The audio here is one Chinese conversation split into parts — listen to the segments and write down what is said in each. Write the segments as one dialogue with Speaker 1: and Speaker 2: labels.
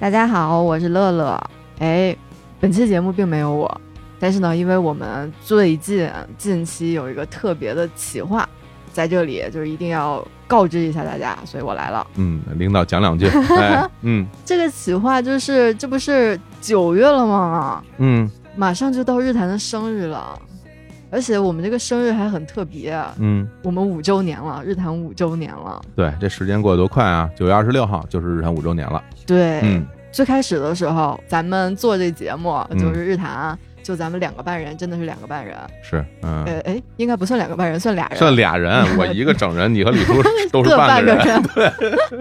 Speaker 1: 大家好，我是乐乐。哎，本期节目并没有我，但是呢，因为我们最近啊近期有一个特别的企划，在这里就是一定要告知一下大家，所以我来了。
Speaker 2: 嗯，领导讲 两句。哎，嗯
Speaker 1: 这个企划就是，这不是九月了吗？
Speaker 2: 嗯
Speaker 1: 马上就到日坛的生日了，而且我们这个生日还很特别，啊
Speaker 2: 嗯，
Speaker 1: 我们五周年了，日坛五周年了。
Speaker 2: 对，这时间过得多快啊！九月二十六号就是日坛五周年了。
Speaker 1: 对，
Speaker 2: 嗯
Speaker 1: 最开始的时候，咱们做这节目
Speaker 2: 嗯
Speaker 1: 就是日坛，就咱们两个半人，真的是两个半人。
Speaker 2: 是，嗯，
Speaker 1: 呃，哎，应该不算两个半人，算俩人，
Speaker 2: 算俩人，我一个整人，你和李叔 都是
Speaker 1: 各
Speaker 2: 半
Speaker 1: 个
Speaker 2: 个人。。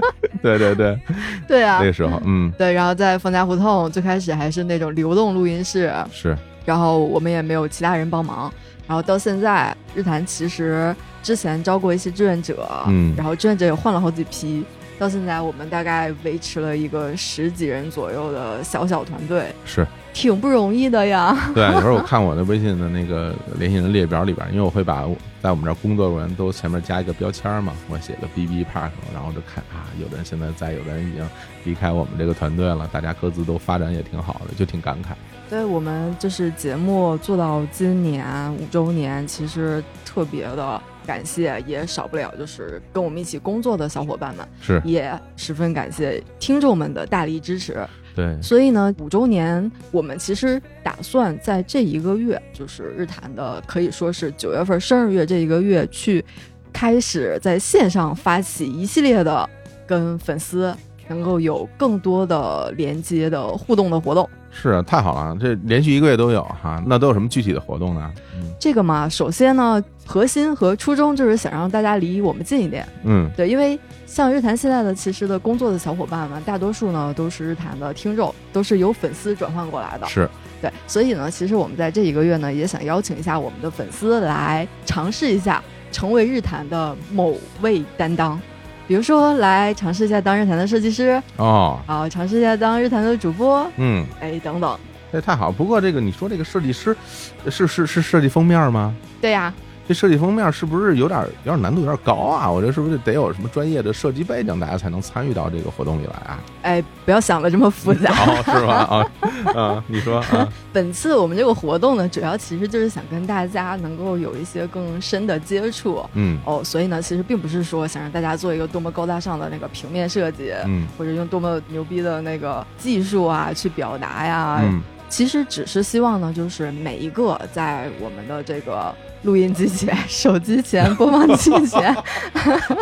Speaker 2: 对对对，
Speaker 1: 对啊，
Speaker 2: 那时候，嗯，
Speaker 1: 对。然后在冯家胡同，最开始还是那种流动录音室，
Speaker 2: 是，
Speaker 1: 然后我们也没有其他人帮忙。然后到现在，日坛其实之前招过一些志愿者，
Speaker 2: 嗯
Speaker 1: 然后志愿者也换了好几批。到现在，我们大概维持了一个十几人左右的小小团队，
Speaker 2: 是
Speaker 1: 挺不容易的呀。
Speaker 2: 对。有时候我看我的微信的那个联系人列表里边，因为我会把在我们这儿工作的人都前面加一个标签嘛，我写个 BB Park，然后就看啊，有的人现在在，有的人已经离开我们这个团队了，大家各自都发展也挺好的，就挺感慨。
Speaker 1: 对我们就是节目做到今年五周年，其实特别的感谢，也少不了就是跟我们一起工作的小伙伴们，
Speaker 2: 是
Speaker 1: 也十分感谢听众们的大力支持。
Speaker 2: 对，
Speaker 1: 所以呢，五周年我们其实打算在这一个月，就是日坛的可以说是九月份生日月这一个月，去开始在线上发起一系列的跟粉丝能够有更多的连接的互动的活动。
Speaker 2: 是啊太好了，这连续一个月都有哈，那都有什么具体的活动呢？嗯
Speaker 1: 这个嘛，首先呢，核心和初衷就是想让大家离我们近一点。
Speaker 2: 嗯，
Speaker 1: 对，因为像日坛现在的其实的工作的小伙伴们，大多数呢都是日坛的听众，都是由粉丝转换过来的。
Speaker 2: 是
Speaker 1: 对，所以呢，其实我们在这一个月呢，也想邀请一下我们的粉丝来尝试一下成为日坛的某位担当，比如说来尝试一下当日坛的设计师，
Speaker 2: 哦，
Speaker 1: 啊，尝试一下当日坛的主播，
Speaker 2: 嗯，
Speaker 1: 哎，等等。
Speaker 2: 这太好。不过这个你说这个设计师是是是设计封面吗？
Speaker 1: 对呀、
Speaker 2: 这设计封面是不是有点有点难度有点高啊？我觉得是不是得有什么专业的设计背景，大家才能参与到这个活动里来 啊？
Speaker 1: 哎，不要想的这么复杂。
Speaker 2: 哦，是吧？啊，嗯，你说啊，
Speaker 1: 本次我们这个活动呢，主要其实就是想跟大家能够有一些更深的接触
Speaker 2: 嗯
Speaker 1: 哦，所以呢，其实并不是说想让大家做一个多么高大上的那个平面设计，
Speaker 2: 嗯
Speaker 1: 或者用多么牛逼的那个技术啊去表达呀，
Speaker 2: 嗯，
Speaker 1: 其实只是希望呢，就是每一个在我们的这个录音机前、 手机前、播放器 前，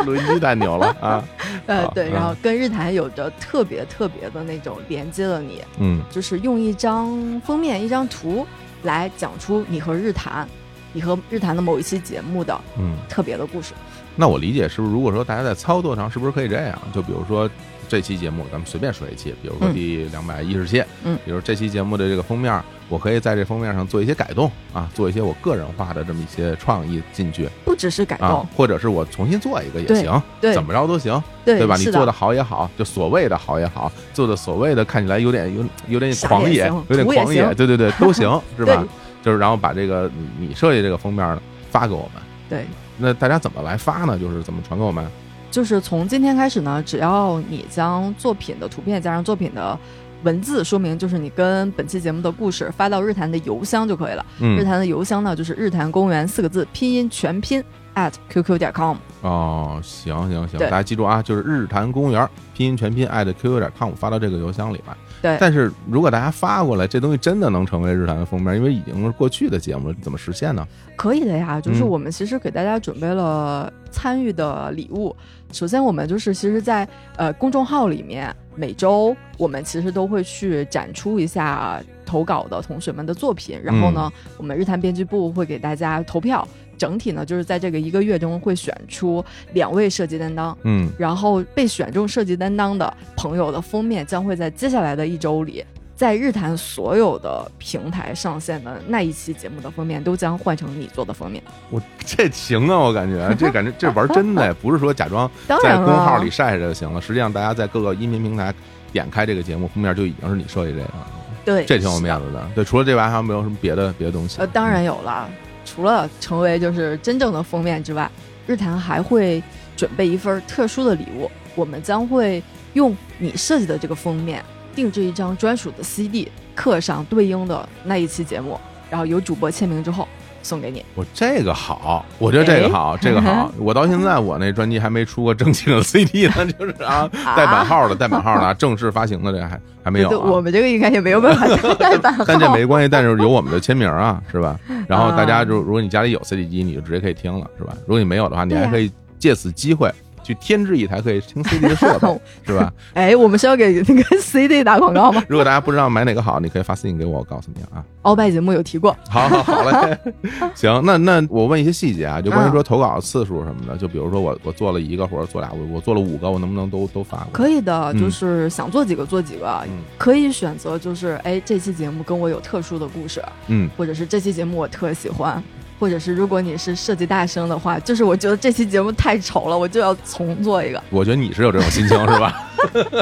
Speaker 2: 录音机太牛了啊，
Speaker 1: 呃
Speaker 2: 好，
Speaker 1: 对，
Speaker 2: 嗯
Speaker 1: 然后跟日坛有着特别特别的那种连接了你，
Speaker 2: 嗯
Speaker 1: 就是用一张封面、一张图来讲出你和日坛、你和日坛的某一期节目的
Speaker 2: 嗯。
Speaker 1: 特别的故事。
Speaker 2: 那我理解是不是？如果说大家在操作上是不是可以这样？就比如说这期节目，咱们随便说一期，比如说
Speaker 1: 嗯
Speaker 2: 第两百一十期，
Speaker 1: 嗯，
Speaker 2: 比如这期节目的这个封面，我可以在这封面上做一些改动啊，做一些我个人化的这么一些创意进去
Speaker 1: 不只是改动，
Speaker 2: 啊，或者是我重新做一个也
Speaker 1: 对
Speaker 2: 行，
Speaker 1: 对
Speaker 2: 怎么着都行，
Speaker 1: 对
Speaker 2: 对吧？你
Speaker 1: 是
Speaker 2: 做的好也好，就所谓的好也好，做的所谓的看起来有点有有点
Speaker 1: 傻
Speaker 2: 狂
Speaker 1: 也
Speaker 2: 野
Speaker 1: 行，
Speaker 2: 有点
Speaker 1: 土也
Speaker 2: 狂野，
Speaker 1: 行
Speaker 2: 对对对，都 行是吧
Speaker 1: 对？
Speaker 2: 就是然后把这个你你设计这个封面呢发给我们。
Speaker 1: 对。
Speaker 2: 那大家怎么来发呢？就是怎么传给我们？
Speaker 1: 就是从今天开始呢，只要你将作品的图片加上作品的文字说明，就是你跟本期节目的故事发到日坛的邮箱就可以了。
Speaker 2: 嗯
Speaker 1: 日坛的邮箱呢，就是日坛公园四个字拼音全拼 at qq 点 com。
Speaker 2: 哦，行行行，
Speaker 1: 对
Speaker 2: 大家记住啊，就是日坛公园拼音全拼艾特 qq 点 com 发到这个邮箱里来。
Speaker 1: 对
Speaker 2: 但是如果大家发过来，这东西真的能成为日坛的封面，因为已经是过去的节目了，怎么实现呢？
Speaker 1: 可以的呀，就是
Speaker 2: 嗯
Speaker 1: 我们其实给大家准备了参与的礼物。首先，我们就是其实在，呃公众号里面，每周我们其实都会去展出一下投稿的同学们的作品。然后呢，我们日坛编辑部会给大家投票，整体呢就是在这个一个月中会选出两位设计担当。
Speaker 2: 嗯，
Speaker 1: 然后被选中设计担当的朋友的封面将会在接下来的一周里，在日坛所有的平台上线的那一期节目的封面都将换成你做的封面。
Speaker 2: 我这行啊，我感觉这感觉这玩 真的，不是说假装
Speaker 1: 当
Speaker 2: 在
Speaker 1: 然
Speaker 2: 公
Speaker 1: 了，
Speaker 2: 号里晒晒就行了。实际上，大家在各个音频平台点开这个节目封面，就已经是你设计这个了，
Speaker 1: 对
Speaker 2: 这挺有面子的。对，除了这玩意儿，还有没有什么别的别的东西？
Speaker 1: 呃，当然有了。除了成为就是真正的封面之外，日坛还会准备一份特殊的礼物，我们将会用你设计的这个封面定制一张专属的 CD，刻上对应的那一期节目，然后由主播签名之后送给你。
Speaker 2: 我这个好，我觉得这
Speaker 1: 哎
Speaker 2: 个好，这 个好。我到现在我那专辑还没出过正经的 CD 呢，就是啊，带版号的，带 版号的，啊正式发行的这个还还没有
Speaker 1: 对，我
Speaker 2: 啊。
Speaker 1: 们这个应该也没有办法 代版号。
Speaker 2: 但这没关系，但是有我们的签名啊，是吧？然后大家就如果你家里有 CD 机，你就直接可以听了，是吧？如果你没有的话，你
Speaker 1: 对
Speaker 2: 还
Speaker 1: 呀
Speaker 2: 可以借此机会去添置一台可以听 CD 的 设备，是吧？
Speaker 1: 哎，我们是要给那个 CD 打广 告吗？
Speaker 2: 如果大家不知道买哪个好，你可以发私信给我，我告诉你啊。
Speaker 1: 鳌拜节目有提过，
Speaker 2: 好好好嘞， 行，那那我问一些细节啊，就关于说投稿次数什么
Speaker 1: 嗯
Speaker 2: 的，就比如说我我做了一个或者做俩，我我做了五个，我能不能都都发过？
Speaker 1: 可以的，
Speaker 2: 嗯
Speaker 1: 就是想做几个做几个，
Speaker 2: 嗯
Speaker 1: 可以选择就是哎，这期节目跟我有特殊的故事，
Speaker 2: 嗯，
Speaker 1: 或者是这期节目我特喜欢，或者是如果你是设计大生的话，就是我觉得这期节目太丑了，我就要重做一个。
Speaker 2: 我觉得你是有这种心情是吧？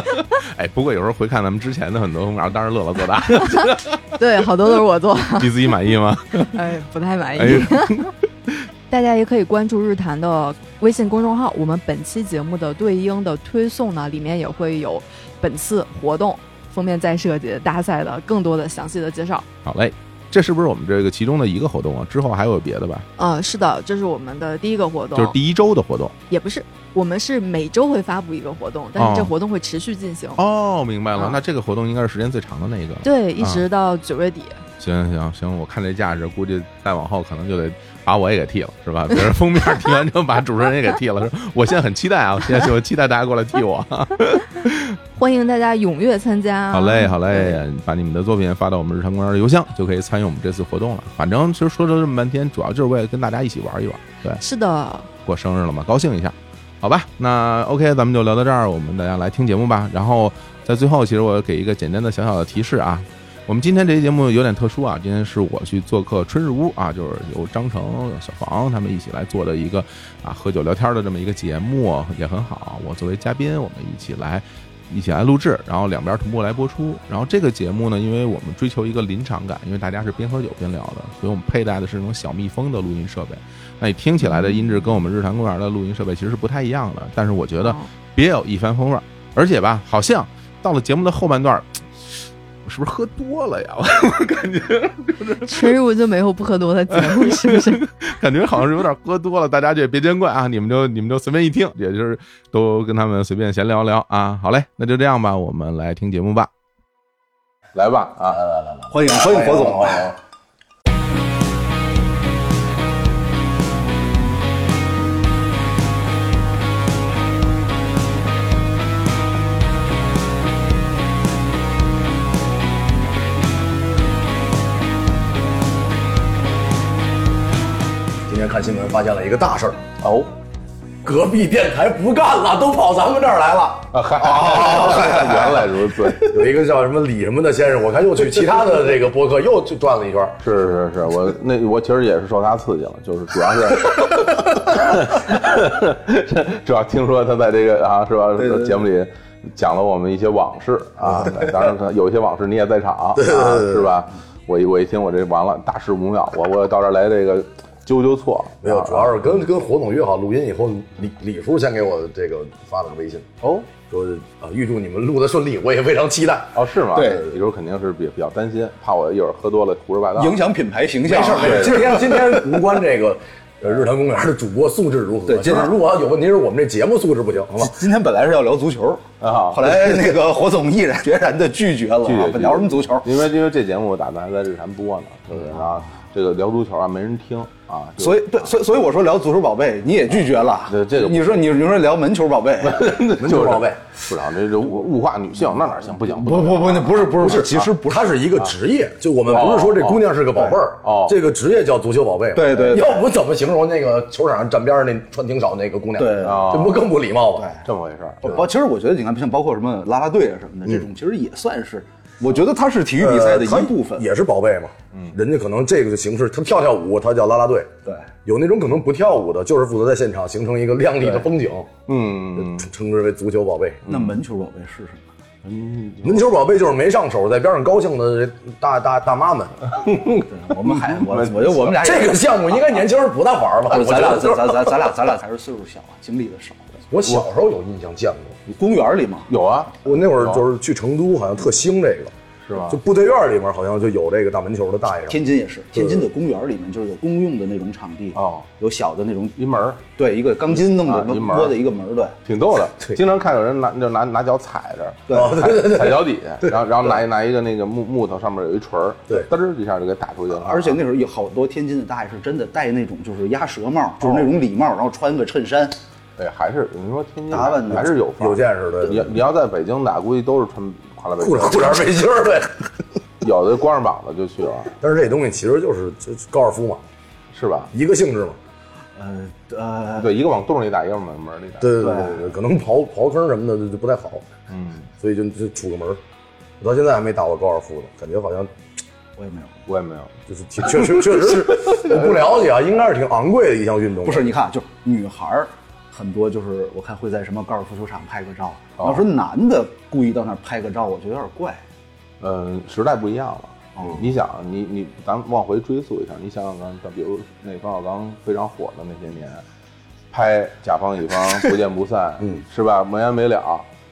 Speaker 2: 哎，不过有时候回看咱们之前的很多公告，当然乐乐 做大，
Speaker 1: 对，好多都是我 做，
Speaker 2: 你自己满意吗？
Speaker 1: 哎，不太满意。
Speaker 2: 哎，
Speaker 1: 大家也可以关注日坛的微信公众号，我们本期节目的对应的推送呢，里面也会有本次活动封面再设计大赛的更多的详细的介绍。
Speaker 2: 好嘞，这是不是我们这个其中的一个活动啊？之后还有别的吧？
Speaker 1: 呃，是的，这是我们的第一个活动，
Speaker 2: 就是第一周的活动
Speaker 1: 也不是，我们是每周会发布一个活动，但是这
Speaker 2: 哦
Speaker 1: 活动会持续进行，
Speaker 2: 哦，明白了，
Speaker 1: 啊
Speaker 2: 那这个活动应该是时间最长的那一个了。
Speaker 1: 对，一直
Speaker 2: 啊
Speaker 1: 到九月底。
Speaker 2: 行行行，我看这架势，估计再往后可能就得把我也给剃了，是吧？别人封面 剃完之后，把主持人也给剃了。说我现在很期待啊，我 现在就期待大家过来剃我。
Speaker 1: 欢迎大家踊跃参加。
Speaker 2: 好嘞，好嘞，把你们的作品发到我们日常公园的邮箱，就可以参与我们这次活动了。反正其实说了这么半天，主要就是为了跟大家一起玩一玩。对，
Speaker 1: 是的，
Speaker 2: 过生日了嘛，高兴一下，好吧？那 OK，咱们就聊到这儿，我们大家来听节目吧。然后在最后，其实我给一个简单的小小的提示啊，我们今天这期节目有点特殊啊，今天是我去做客春日屋啊，就是由张成、小房他们一起来做的一个啊喝酒聊天的这么一个节目，也很好。我作为嘉宾，我们一啊起来。一起来录制，然后两边同步来播出。然后这个节目呢，因为我们追求一个临场感，因为大家是边喝酒边聊的，所以我们佩戴的是那种小蜜蜂的录音设备。那你听起来的音质啊跟我们日坛公园的录音设备其实是不太一样的，但是我觉得
Speaker 1: 嗯
Speaker 2: 别有一番风味儿。而且吧，好像到了节目的后半段儿，我是不是喝多了呀？ 我感觉
Speaker 1: 春入嗯就没有不喝多的节 目，是不是？
Speaker 2: 感觉好像是有点喝多了，大家这也别见怪啊，你们就你们就随便一听，也就是都跟他们随便闲聊聊啊。好嘞，那就这样吧，我们来听节目吧。来吧啊！
Speaker 3: 欢迎欢迎火总，欢迎。今天看新闻发现了一个大事儿哦，隔壁电台不干了，都跑咱们这儿来了。
Speaker 2: 啊嗨，
Speaker 3: 原
Speaker 2: 来如此，
Speaker 3: 有一个叫什么李什么的先生，我看又去其他的这个播客又去转了一圈儿。
Speaker 2: 是是是，我那我其实也是受他刺激了，就是 主要是，主要听说他在这个啊是吧
Speaker 3: 对对
Speaker 2: 节目里讲了我们一些往事啊，对当然他有一些往事你也在场啊，是吧？我一我一听我这完了，大事不妙，我我到这儿来这个纠纠错，
Speaker 3: 没有，
Speaker 2: 啊
Speaker 3: 主要是跟跟火总约好录音以后，李李叔先给我这个发了个微信，
Speaker 2: 哦
Speaker 3: 说啊，预祝你们录的顺利，我也非常期待。
Speaker 2: 哦是吗？
Speaker 4: 对
Speaker 2: 有时候肯定是比比较担心，怕我一会儿喝多了胡说八道，
Speaker 4: 影响品牌形象。
Speaker 3: 没事儿，没事儿，
Speaker 4: 对
Speaker 3: 今 天今天无关这个。啊 呃，日坛公园的主播素质如何？
Speaker 4: 对今
Speaker 3: 就
Speaker 4: 天
Speaker 3: 是如果有问题是我们这节目素质不行，好吧？
Speaker 4: 今天本来是要聊足球
Speaker 2: 啊
Speaker 4: 后来那个火总毅然决然的拒绝了，
Speaker 2: 拒绝
Speaker 4: 啊，聊什么足球？嗯
Speaker 2: 因为因为这节目我打算还在日坛播呢，就是啊，这个聊足球啊没人听啊，就
Speaker 4: 所以对，所以所以我说聊足球宝贝，你也拒绝了。
Speaker 2: 对这个
Speaker 4: 你说你你说聊门球宝贝，
Speaker 3: 门球宝贝，
Speaker 2: 市场这这物物化女性，那哪行？不行，
Speaker 4: 不不不，那不是不是不是，其实不是。
Speaker 3: 它是一个职业，就我们不是说这姑娘是个宝贝儿，
Speaker 2: 哦哦
Speaker 3: 这个职业叫足球宝贝嘛，
Speaker 4: 对对对
Speaker 3: 要不怎么形容那个球场上站边儿那穿挺少那个姑娘？
Speaker 4: 对
Speaker 2: 哦
Speaker 3: 这不更不礼貌吗？
Speaker 2: 这么回事儿。
Speaker 4: 包其实我觉得你看，像包括什么啦啦队啊什么的，这种其实也算是，我觉得它是体育比赛的
Speaker 3: 呃
Speaker 4: 一部分
Speaker 3: 它。也是宝贝嘛。嗯，人家可能这个形式，他跳跳舞，他叫啦啦队。
Speaker 4: 对，
Speaker 3: 有那种可能不跳舞的，就是负责在现场形成一个亮丽的风景，
Speaker 2: 嗯，
Speaker 3: 称之为足球宝贝。
Speaker 4: 那门球宝贝是什么？
Speaker 3: 门球宝贝就是没上手，在边上高兴的这大大大妈们。
Speaker 4: 对我们还我我觉得我们俩也
Speaker 3: 这个项目应该年轻人不大玩儿吧？
Speaker 4: 不
Speaker 3: 我
Speaker 4: 是咱
Speaker 3: 觉
Speaker 4: 俩
Speaker 3: 得
Speaker 4: 咱
Speaker 3: 就是
Speaker 4: 啊咱咱咱俩咱俩才是岁数小，经历的少。
Speaker 3: 我小时候有印象见过，
Speaker 4: 公园里嘛，
Speaker 2: 有啊，
Speaker 3: 我那会儿就是去成都，好像特兴这个，
Speaker 2: 是吧
Speaker 3: 就部队院里面好像就有这个打门球的大爷。
Speaker 4: 天津也是，天津的公园里面就是有公用的那种场地，
Speaker 2: 哦，
Speaker 4: 有小的那种，
Speaker 2: 一门儿
Speaker 4: 对，一个钢筋弄的
Speaker 2: 啊一门儿
Speaker 4: 窝的一个门儿，对，
Speaker 2: 挺逗的，
Speaker 3: 对
Speaker 2: 经常看有人拿就拿拿脚踩着，
Speaker 4: 对
Speaker 2: 踩踩脚底下，然后然后拿一拿一个那个木木头上面有一锤儿，
Speaker 3: 对
Speaker 2: 嘚儿一下就给打出去了。
Speaker 4: 而且那时候有好多天津的大爷是真的戴那种就是鸭舌帽，就是那种礼帽，然后穿个衬衫，
Speaker 2: 哎，还是你说天津
Speaker 4: 打扮的
Speaker 2: 还是有范儿
Speaker 3: 有见识对
Speaker 2: 你要你要在北京打，估计都是穿垮了背
Speaker 3: 裤
Speaker 2: 心
Speaker 3: 衩裤衩背心儿对，
Speaker 2: 有的光着膀子就去玩，
Speaker 3: 但是这东西其实就是就是高尔夫嘛，
Speaker 2: 是吧？
Speaker 3: 一个性质嘛。
Speaker 4: 呃呃，
Speaker 2: 对，一个往洞里打，一个往门里打。
Speaker 3: 对对对对对，可能刨刨坑什么的就就不太好，
Speaker 2: 嗯，
Speaker 3: 所以就就杵个门儿。我到现在还没打过高尔夫呢，感觉好像
Speaker 4: 我也没有。
Speaker 2: 我也没有。
Speaker 3: 就是挺确实确实是我不了解啊，应该是挺昂贵的一项运动。
Speaker 4: 不是，你看，啊就是女孩儿很多，就是我看会在什么高尔夫球场拍个照。
Speaker 2: 哦啊
Speaker 4: 要说男的故意到那儿拍个照，我觉得有点怪。
Speaker 2: 嗯，时代不一样了。
Speaker 3: 嗯
Speaker 2: 你想，你你，咱们往回追溯一下，你想想刚，咱比如那冯小刚非常火的那些年，拍甲方乙方不见不 散，嗯，是吧？没完没了，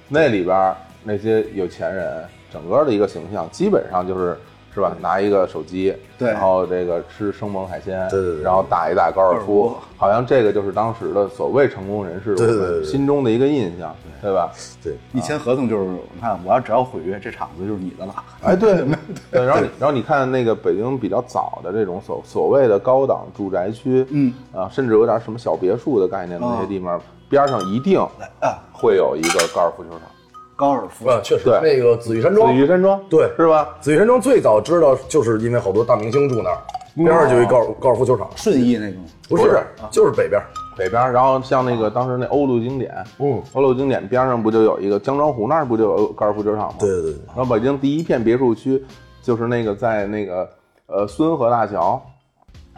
Speaker 2: 那里边儿那些有钱人，整个的一个形象基本上就是。是吧？拿一个手机，
Speaker 4: 对
Speaker 2: 然后这个吃生猛海鲜，
Speaker 3: 对对对
Speaker 2: 然后打一打高尔
Speaker 4: 高尔
Speaker 2: 夫
Speaker 4: 夫，
Speaker 2: 好像这个就是当时的所谓成功人士，
Speaker 3: 对对对
Speaker 2: 我们
Speaker 3: 对
Speaker 2: 心中的一个印象，对吧？
Speaker 3: 对，
Speaker 4: 一签合同就是，你看，我要只要毁约，这场子就是你的了。
Speaker 2: 哎，对，对，然后你然后你看那个北京比较早的这种所所谓的高档住宅区，
Speaker 4: 嗯
Speaker 2: 啊，甚至有点什么小别墅的概念的那些
Speaker 4: 哦
Speaker 2: 地方，边上一定
Speaker 4: 啊，
Speaker 2: 会有一个高尔夫球场，
Speaker 4: 高尔 夫，
Speaker 3: 啊，确实
Speaker 2: 对
Speaker 3: 那个紫玉山
Speaker 2: 紫
Speaker 3: 庄，
Speaker 2: 玉山庄，
Speaker 3: 对
Speaker 2: 是吧？
Speaker 3: 紫玉山庄最早知道就是因为好多大明星住那儿，边上就有一高尔高尔夫球场，
Speaker 4: 顺义那种。
Speaker 3: 不
Speaker 2: 不是
Speaker 3: 是就是北边儿，
Speaker 2: 北边儿，然后像那个当时那欧陆经典，
Speaker 3: 嗯
Speaker 2: 欧陆经典边上不就有一个江庄湖那儿不就有高尔夫球场吗？
Speaker 3: 对对对对
Speaker 2: 然后北京第一片别墅区就是那个在那个呃孙河大桥。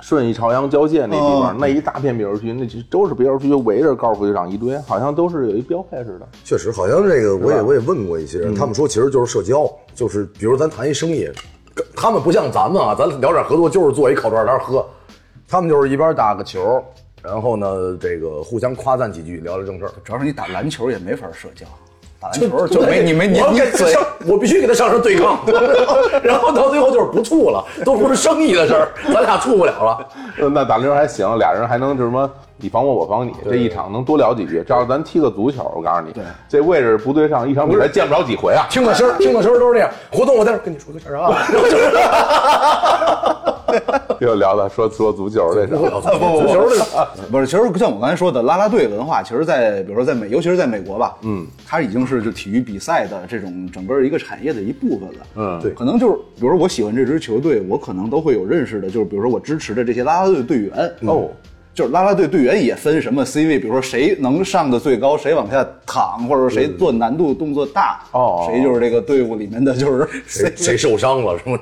Speaker 2: 顺义朝阳交界那地
Speaker 3: 哦
Speaker 2: 方，那一大片别墅区，那就都是别墅区，围着高尔夫球场一堆，好像都是有一标配似的。
Speaker 3: 确实好像这个我也我也问过一些人，他们说其实就是社交，就是比如咱谈一生意，跟他们不像咱们啊，咱聊点合作就是坐一烤串摊喝，他们就是一边打个球，然后呢这个互相夸赞几句，聊聊正事儿。
Speaker 4: 主要是你打篮球也没法社交，打篮球就没你没你
Speaker 3: 我要
Speaker 4: 你
Speaker 3: 跟他
Speaker 4: 嘴
Speaker 3: 上，我必须给他上升对抗， 然后到最后就是不处了，都不是生意的事儿，咱俩处不了了。
Speaker 2: 呃那打球还行，俩人还能就是什么你防我，我防你，这一场能多聊几句。这要咱踢个足球，我告诉你，这位置不对上，一场比赛见不着几回啊。
Speaker 3: 听个声儿，听个声儿都是这样。活动我待会儿跟你说个事儿啊，
Speaker 2: 又聊到说说足球这事 儿，
Speaker 4: 不不不，球 不是，其实像我刚才说的啦啦队文化，其实在，比如说在美，尤其是在美国吧，嗯，它已经是就体育比赛的这种整个一个产业的一部分了，
Speaker 2: 嗯
Speaker 3: 对
Speaker 4: 可能就是比如说我喜欢这支球队，我可能都会有认识的，就是比如说我支持的这些啦啦队队员
Speaker 2: 哦。
Speaker 4: 就是啦啦队队员也分什么 C 位，比如说谁能上的最高，谁往下躺，或者说谁做难度动作大，
Speaker 2: 哦
Speaker 4: 谁就是这个队伍里面的就是
Speaker 3: 谁谁受伤了什么？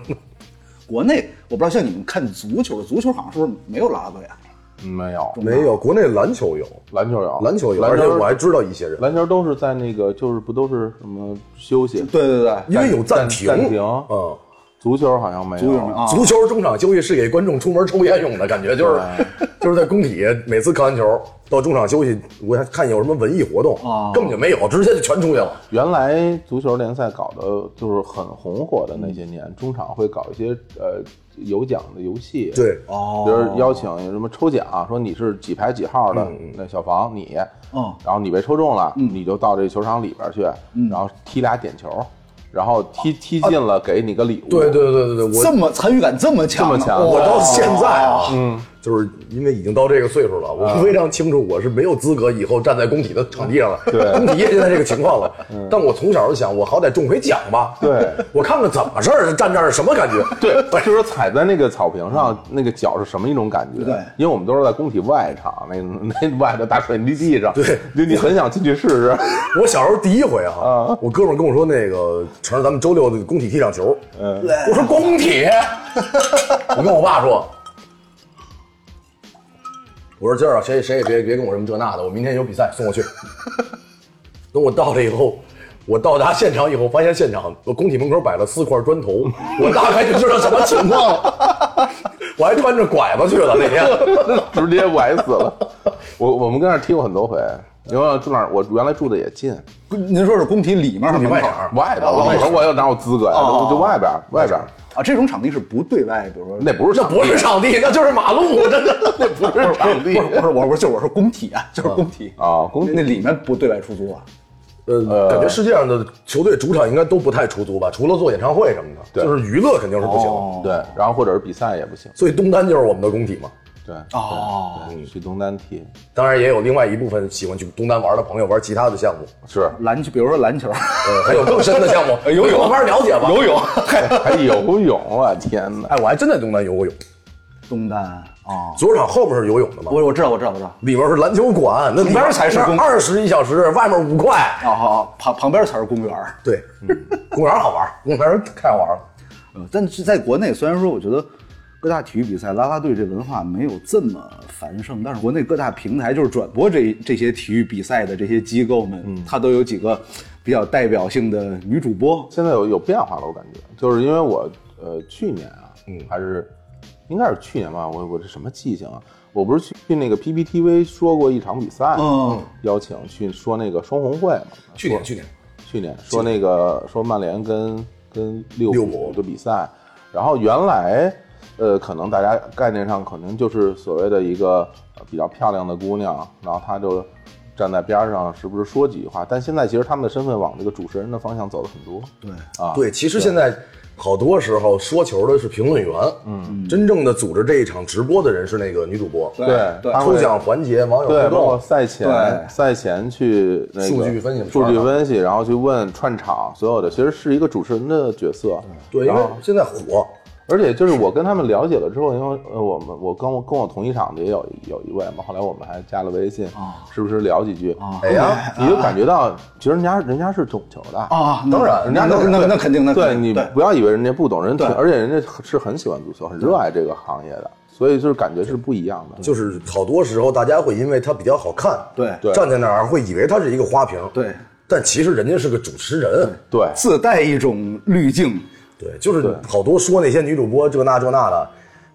Speaker 4: 国内我不知道，像你们看足球，足球好像是不是没有啦啦队啊？
Speaker 2: 没有，
Speaker 3: 没有，国内篮球有，
Speaker 2: 篮球有，
Speaker 3: 篮球有，
Speaker 2: 篮
Speaker 3: 而且
Speaker 2: 球
Speaker 3: 我还知道一些人，
Speaker 2: 篮球都是在那个就是不都是什么休息？
Speaker 4: 对对对，
Speaker 3: 因为有暂停，
Speaker 2: 暂停
Speaker 3: 嗯，
Speaker 2: 足球好像没有，
Speaker 4: 足球没啊，
Speaker 3: 足球中场休息是给观众出门抽烟用的，感觉就是 就是在工体每次看完球到中场休息，我还看有什么文艺活动，
Speaker 2: 啊
Speaker 3: 根本就没有，直接就全出去了。
Speaker 2: 原来足球联赛搞的就是很红火的那些年，中场会搞一些呃有奖的游戏，
Speaker 3: 对，
Speaker 4: 哦
Speaker 2: 比如邀请有什么抽奖，说你是几排几号
Speaker 4: 嗯
Speaker 2: 的那小房你，
Speaker 4: 哦
Speaker 2: 然后你被抽中了，
Speaker 4: 嗯
Speaker 2: 你就到这球场里边去，然后踢俩点球，然后
Speaker 4: 啊
Speaker 2: 踢踢进了给你个礼物，
Speaker 3: 对对对对对，我
Speaker 4: 这么参与感这么强
Speaker 2: 这么
Speaker 4: 呢，
Speaker 2: 强
Speaker 4: 哦
Speaker 3: 我到现在啊，嗯，就是因为已经到这个岁数了，
Speaker 2: 啊
Speaker 3: 我非常清楚我是没有资格以后站在工体的场地上了。
Speaker 2: 对嗯
Speaker 3: 工体也现在这个情况了。但我从小就想，我好歹中回奖吧。
Speaker 2: 对，
Speaker 3: 我看看怎么事儿，站这儿什么感觉？
Speaker 2: 对，就是踩在那个草坪上，那个脚是什么一种感觉？
Speaker 4: 嗯对
Speaker 2: 因为我们都是在工体外场，那那外头大水泥地上，
Speaker 3: 对
Speaker 2: 就你很想进去试 试。
Speaker 3: 我小时候第一回啊，我哥们儿跟我说那个，成儿咱们周六工体踢场球。嗯，我说工 体，我跟我爸说，我说今儿啊，谁谁也别别跟我什么这那的，我明天有比赛，送我去。等我到了以后，我到达现场以后，发现现场我工体门口摆了四块砖头，我大概就知道什么情况了。我还穿着拐子去了那天。
Speaker 2: 直接崴死了。我我们跟那儿踢过很多回，因为我住那儿，我原来住的也近，
Speaker 4: 您说是工体里面还是
Speaker 3: 你
Speaker 4: 门
Speaker 3: 外
Speaker 4: 口
Speaker 3: 场
Speaker 2: 外边，
Speaker 4: 哦
Speaker 2: 我说我有哪有资格呀？
Speaker 4: 哦
Speaker 2: 我就外边，外边，
Speaker 4: 啊？这种场地是不对外，比如说
Speaker 2: 那不是
Speaker 5: 那不是场地，那就是马路，真的。
Speaker 2: 那不是场地
Speaker 4: 不是不是我我就是我说工体啊，就是工体
Speaker 2: 啊，公
Speaker 4: 那那里面不对外出租啊。
Speaker 3: 呃，感觉世界上的球队主场应该都不太出租吧，除了做演唱会什么的，
Speaker 2: 对
Speaker 3: 就是娱乐肯定是不行。
Speaker 4: 哦
Speaker 2: 对，然后或者是比赛也不行，
Speaker 3: 所以东单就是我们的工体嘛。
Speaker 2: 对，
Speaker 4: 哦
Speaker 2: 对，对去东单踢
Speaker 3: 当然也有另外一部分喜欢去东单玩的朋友玩其他的项目，
Speaker 2: 是，
Speaker 4: 篮球，比如说篮球，
Speaker 3: 呃，还有更深的项 目，游泳慢慢了解吧。哎游泳，
Speaker 2: 还游泳，我天哪！
Speaker 3: 哎，我还真在东单游过泳，
Speaker 4: 东单啊，
Speaker 3: 足球场后面是游泳的嘛，
Speaker 4: 我我知道我知道我知道。
Speaker 3: 里面是篮球馆，那里
Speaker 4: 里边才是公
Speaker 3: 二十一小时，外面五块。
Speaker 4: 啊好，旁旁边才是公园儿。
Speaker 3: 对，公园好玩，嗯公园太好玩了。
Speaker 4: 呃，但是在国内，虽然说我觉得各大体育比赛、啦啦队这文化没有这么繁盛，但是国内各大平台就是转播这这些体育比赛的这些机构们，
Speaker 2: 嗯
Speaker 4: 它都有几个比较代表性的女主播。
Speaker 2: 现在有有变化了，我感觉，就是因为我呃去年啊，嗯，还是应该是去年吧，我我这什么记性啊？我不是去去那个 PPTV 说过一场比赛，
Speaker 4: 嗯，
Speaker 2: 邀请去说那个双红会嘛，
Speaker 3: 去年去年，
Speaker 2: 去年说那个说曼联跟跟利
Speaker 3: 利
Speaker 2: 物
Speaker 3: 物浦
Speaker 2: 的比赛，然后原来呃可能大家概念上可能就是所谓的一个呃比较漂亮的姑娘，然后她就站在边上，时不时说几句话？但现在其实他们的身份往这个主持人的方向走了很多，对啊，
Speaker 3: 对，其实现在好多时候说球的是评论员，嗯，真正的组织这一场直播的人是那个女主播。
Speaker 4: 对
Speaker 2: 对，
Speaker 4: 对
Speaker 2: 他会
Speaker 3: 抽奖环节，网
Speaker 2: 对，
Speaker 3: 友互
Speaker 2: 包括
Speaker 3: 动，
Speaker 2: 赛前
Speaker 4: 对
Speaker 2: 赛前去那个
Speaker 3: 数据分析
Speaker 2: 数据分析，然后去问串场所有的，其实是一个主持人的角色，
Speaker 3: 对，因为现在火，
Speaker 2: 而且就是我跟他们了解了之后，因为呃，我们我跟我跟我同一场的也有有一位嘛，后来我们还加了微信，
Speaker 4: 哦
Speaker 2: 时不时聊几句？哎呀，你就感觉到，其实人家人家是懂球的
Speaker 4: 啊，
Speaker 3: 当然
Speaker 2: 人家
Speaker 4: 那
Speaker 2: 能
Speaker 4: 那那肯定，那肯
Speaker 2: 对
Speaker 4: 定
Speaker 2: 你
Speaker 4: 对
Speaker 2: 不要以为人家不懂，人家挺
Speaker 4: 对
Speaker 2: 而且人家是很喜欢足球，很热爱这个行业的，所以就是感觉是不一样的。
Speaker 3: 就是好多时候大家会因为她比较好看，
Speaker 4: 对
Speaker 2: 对
Speaker 3: 站在那儿会以为她是一个花瓶，
Speaker 4: 对，
Speaker 3: 但其实人家是个主持人，
Speaker 2: 对，
Speaker 4: 自带一种滤镜。
Speaker 3: 对，就是好多说那些女主播这那这那的，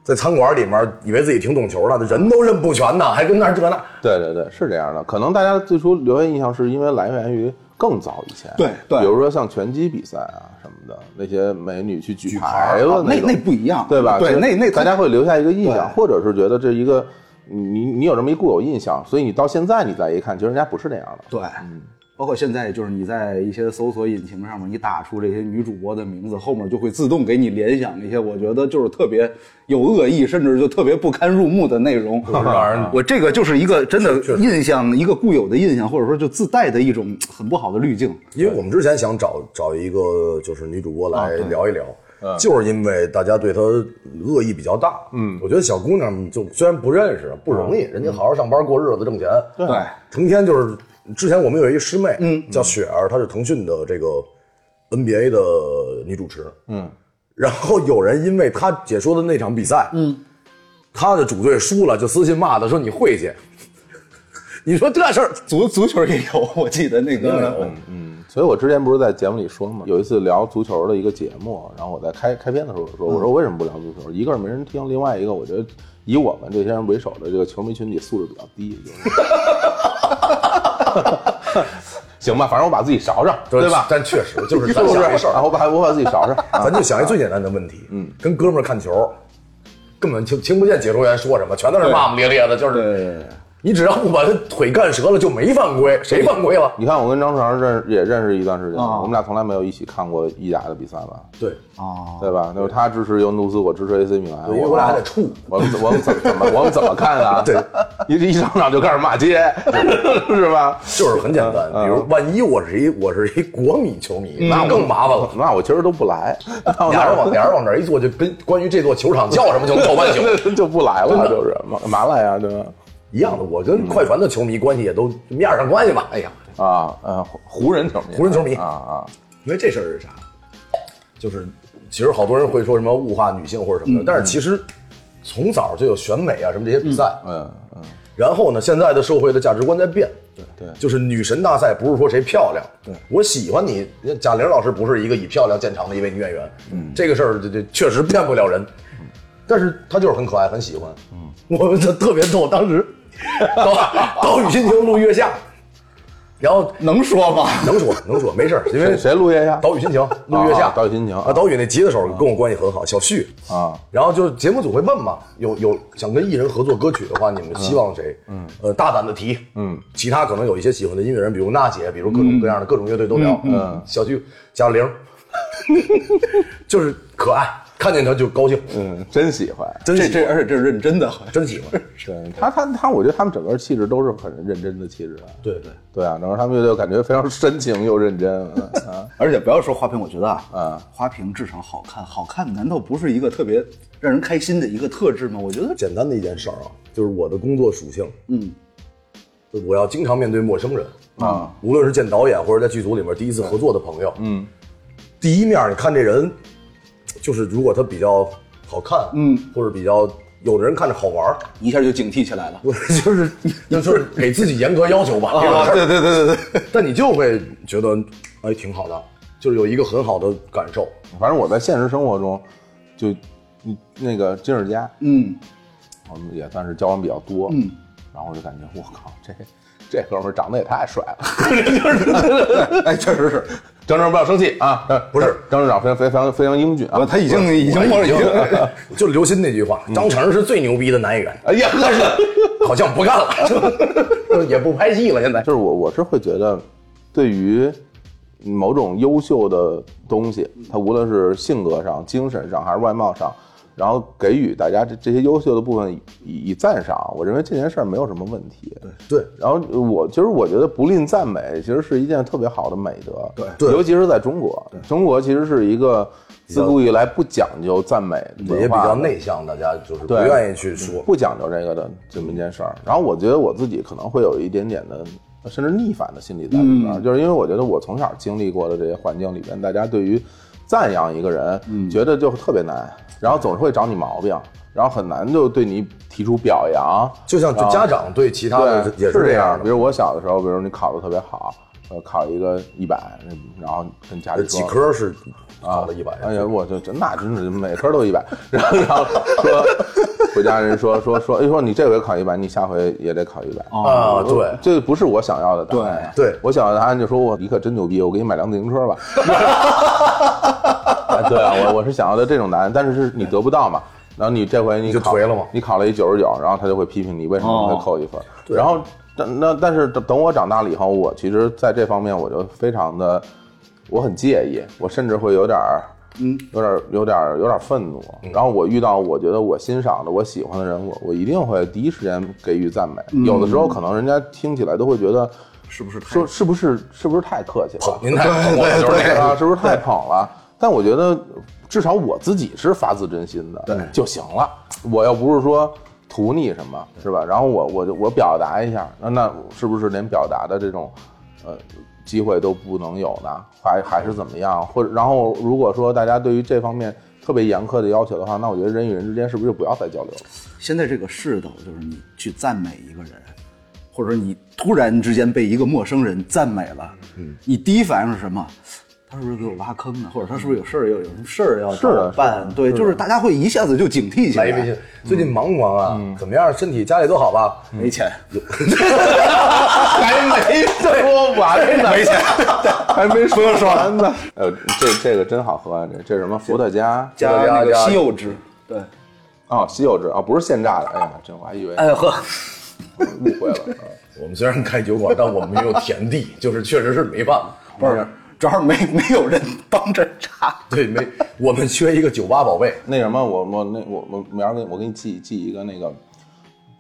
Speaker 3: 在餐馆里面以为自己挺懂球的，人都认不全呢，还跟那儿这那。
Speaker 2: 对对对，是这样的。可能大家最初留下印象是因为来源于更早以前，
Speaker 4: 对对
Speaker 2: 比如说像拳击比赛啊什么的，那些美女去举
Speaker 4: 啊
Speaker 2: 牌了，
Speaker 4: 那
Speaker 2: 种
Speaker 4: 那不一样，
Speaker 2: 对吧？
Speaker 4: 对，
Speaker 2: 就
Speaker 4: 那那
Speaker 2: 大家会留下一个印象，
Speaker 4: 对
Speaker 2: 或者是觉得这一个你你你有这么一固有印象，所以你到现在你再一看，其实人家不是那样的。
Speaker 4: 对，
Speaker 5: 嗯
Speaker 4: 包括现在就是你在一些搜索引擎上面，你打出这些女主播的名字，后面就会自动给你联想一些我觉得就是特别有恶意，甚至就特别不堪入目的 内容。
Speaker 3: 让人
Speaker 4: 我这个就是一个真的印象，一个固有的印象，或者说就自带的一种很不好的滤镜。
Speaker 3: 因为我们之前想找找一个就是女主播
Speaker 2: 啊
Speaker 3: 来聊一聊，
Speaker 2: 嗯
Speaker 3: 就是因为大家对她恶意比较大。嗯，我觉得小姑娘就虽然不认识，不容易，
Speaker 2: 嗯
Speaker 3: 人家好好上班过日子挣钱，
Speaker 4: 对，
Speaker 3: 成天就是。之前我们有一个师妹，嗯，叫雪儿，她是腾讯的这个 NBA 的女主持，
Speaker 2: 嗯，
Speaker 3: 然后有人因为她解说的那场比赛，嗯，她的主队输了，就私信骂她说你晦气。你说这事儿
Speaker 4: 足足球也有，我记得那个
Speaker 2: 嗯，所以我之前不是在节目里说嘛，有一次聊足球的一个节目，然后我在开开篇的时候我说，我说为什么不聊足球？一个是没人听，另外一个我觉得以我们这些人为首的这个球迷群体素质比较低。就是 行吧，反正我把自己勺上，对吧？
Speaker 3: 但确实就是
Speaker 2: 是
Speaker 3: 咱
Speaker 2: 不是？
Speaker 3: 想一事
Speaker 2: 然
Speaker 3: 儿，
Speaker 2: 后我把我把自己勺上，啊
Speaker 3: 咱就想一最简单的问题，嗯，跟哥们儿看球，根本听听不见解说员说什么，全在那儿骂骂咧咧的，就是你只要不把他腿干折了，就没犯规，谁犯规了？
Speaker 2: 你看，我跟张传认也认识一段时间了，
Speaker 4: 啊
Speaker 2: 我们俩从来没有一起看过意甲的比赛吧？
Speaker 3: 对，
Speaker 4: 啊，
Speaker 2: 对吧？就是他支持尤文图斯，我支持 AC 米兰，
Speaker 3: 因为我啊俩还得处，
Speaker 2: 我们怎我们怎怎么我们怎么看啊？
Speaker 3: 对，
Speaker 2: 一一上场就开始骂街， 是吧？
Speaker 3: 就是很简单。比如，万一我是一我是一国米球迷，那更麻烦了。
Speaker 2: 那我其实都不来，
Speaker 3: 俩人往俩人往这儿一坐，就跟关于这座球场叫什么就叫半宿
Speaker 2: 就不来了，就是干嘛来呀？对吧？
Speaker 3: 一样的。我跟快船的球迷关系也都面上关系吧。哎呀，
Speaker 2: 啊，呃，湖湖人球迷，
Speaker 3: 湖人球迷
Speaker 2: 啊啊，
Speaker 3: 因为这事儿是啥？就是其实好多人会说什么物化女性或者什么的，但是其实从早就有选美啊什么这些比赛。
Speaker 2: 嗯嗯，
Speaker 3: 然后呢，现在的社会的价值观在变。对
Speaker 2: 对
Speaker 3: 就是女神大赛不是说谁漂亮，对我喜欢你。贾玲老师不是一个以漂亮见长的一位女演员，嗯，这个事儿这这确实骗不了人。但是她就是很可爱，很 喜欢。嗯，我们就特别逗，当时到到雨欣情路月下，然后
Speaker 4: 能说吗？
Speaker 3: 能说能说，没事儿，因
Speaker 2: 谁
Speaker 3: 为
Speaker 2: 谁录月下？
Speaker 3: 岛屿心情，陆月下，
Speaker 2: 啊岛屿心情
Speaker 3: 啊，岛屿那吉他手跟我关系很好，小旭
Speaker 2: 啊。
Speaker 3: 然后就是节目组会问嘛，有有想跟艺人合作歌曲的话，你们希望谁？嗯，呃，大胆的提，嗯，其他可能有一些喜欢的音乐人，比如娜姐，比如各种各样的各种乐队都聊，嗯，小旭加玲， 就是可爱，看见他就高兴，
Speaker 2: 嗯，真喜欢，
Speaker 3: 真喜
Speaker 5: 这
Speaker 3: 欢
Speaker 5: 这，而且这是认真的，
Speaker 3: 真喜欢，
Speaker 2: 对他他他，我觉得他们整个气质都是很认真的气质啊。
Speaker 3: 对对，
Speaker 2: 对啊，然后他们乐队感觉非常深情又认真 啊。
Speaker 4: 而且不要说花瓶，我觉得啊，
Speaker 2: 嗯
Speaker 4: 花瓶至少好看，好看难道不是一个特别让人开心的一个特质吗？我觉得
Speaker 3: 简单的一件事儿啊，就是我的工作属性，
Speaker 4: 嗯，
Speaker 3: 就是我要经常面对陌生人啊，无论是见导演或者在剧组里面第一次合作的朋友，嗯，第一面你看这人，就是如果他比较好看，嗯，或者比较有的人看着好玩儿，
Speaker 4: 一下就警惕起来了。
Speaker 3: 我就是 就是给自己严格要求吧，这个事儿
Speaker 2: 对对对对对，
Speaker 3: 但你就会觉得哎挺好的，就是有一个很好的感受，
Speaker 2: 反正我在现实生活中，就嗯那个金世佳，
Speaker 4: 嗯，
Speaker 2: 我们也算是交往比较多，嗯，然后我就感觉我靠，这这哥们儿长得也太帅了，就是， 哎，确实是。张正不要生气啊！
Speaker 3: 不是
Speaker 2: 张正长非常非常非常英俊啊！
Speaker 4: 他已经已经
Speaker 3: 我
Speaker 4: 已经
Speaker 3: 就刘鑫那句话，张成是最牛逼的男演员，
Speaker 2: 哎呀，但是
Speaker 3: 好像不干了，也不拍戏了，现在
Speaker 2: 就是我我是会觉得，对于某种优秀的东西，它无论是性格上、精神上还是外貌上，然后给予大家这这些优秀的部分以以赞赏，我认为这件事儿没有什么问题。对。
Speaker 3: 对。
Speaker 2: 然后我其实我觉得不吝赞美，其实是一件特别好的美德。对
Speaker 3: 对
Speaker 2: 尤其是在中国，中国其实是一个自古以来不讲究赞美文化的，
Speaker 3: 也比较内向，大家就是不
Speaker 2: 对嗯
Speaker 3: 愿意去说。
Speaker 2: 不讲究这个的这么一件事儿。然后我觉得我自己可能会有一点点的，甚至逆反的心理在里
Speaker 3: 嗯
Speaker 2: 边儿，就是因为我觉得我从小经历过的这些环境里边，大家对于赞扬一个人，
Speaker 3: 嗯
Speaker 2: 觉得就特别难，然后总是会找你毛病，然后很难就对你提出表扬。
Speaker 3: 就像就
Speaker 2: 啊
Speaker 3: 家长对其他的
Speaker 2: 对，
Speaker 3: 也
Speaker 2: 是
Speaker 3: 这
Speaker 2: 样
Speaker 3: 样
Speaker 2: 的。比
Speaker 3: 的，
Speaker 2: 如我小的时候，比如你考的特别好，呃，考一个一百，然后跟家里说
Speaker 3: 呃几科是考了一百，
Speaker 2: 哎呀，我就真那真是每科都一百，然后然后说回家人说说说，哎说你这回考一百，你下回也得考一百
Speaker 3: 啊，对，
Speaker 2: 这不是我想要的答案。
Speaker 3: 对对
Speaker 2: 我想要的答案就说我你可真牛逼，我给你买辆自行车吧。 啊对啊，我我是想要的这种答案，但是是你得不到嘛。然后你这回你
Speaker 3: 你就
Speaker 2: 考
Speaker 3: 颓了嘛哦
Speaker 2: 你考了一九十九，然后他就会批评你为什么会扣一分。然后但那但是等等我长大了以后，我其实在这方面我就非常的，我很介意，我甚至会有点儿。嗯，有点儿有点儿有点儿愤怒。然后我遇到我觉得我欣赏的、我喜欢的人，我我一定会第一时间给予赞美。有的时候可能人家听起来都会觉得，
Speaker 4: 是不是太
Speaker 2: 说是不是是不是太客气了？
Speaker 3: 您太 捧我了就是那
Speaker 2: 啊，
Speaker 3: 个
Speaker 2: 是不是太捧了？但我觉得至少我自己是发自真心的，对就行了。我又不是说图你什么，是吧？然后我我就我表达一下，那那是不是连表达的这种呃机会都不能有呢？还还是怎么样？或者然后如果说大家对于这方面特别严苛的要求的话，那我觉得人与人之间是不是就不要再交流 了？
Speaker 4: 现在这个世道，就是你去赞美一个人，或者说你突然之间被一个陌生人赞美了，嗯，你第一反应是什么？他是不是给我挖坑啊呢？或者他是不是有事儿要有什么事儿要
Speaker 2: 是的
Speaker 4: 找我办？对，就是大家会一下子就警惕起
Speaker 3: 来一微
Speaker 4: 来。
Speaker 3: 信，最近忙不忙啊？怎么样？身体家里都好吧？
Speaker 4: 没钱，
Speaker 2: 还没说完呢，没钱，还没说完呢。 呃，这这个真好喝啊！这这什么伏特加
Speaker 4: 加
Speaker 3: 加
Speaker 4: 那个
Speaker 3: 加
Speaker 4: 西柚汁，对，
Speaker 2: 哦，稀有汁啊，不是现榨的。哎呀，这我还以为
Speaker 4: 哎喝，
Speaker 2: 误会了。
Speaker 3: 我们虽然开酒馆，但我们没有田地， 就是确实是没办法。
Speaker 4: 不是，主要是没没有人帮着查。
Speaker 3: 对，没，我们缺一个酒吧宝贝。
Speaker 2: 那什么，我我那我我明儿给你我给你寄寄一个那个，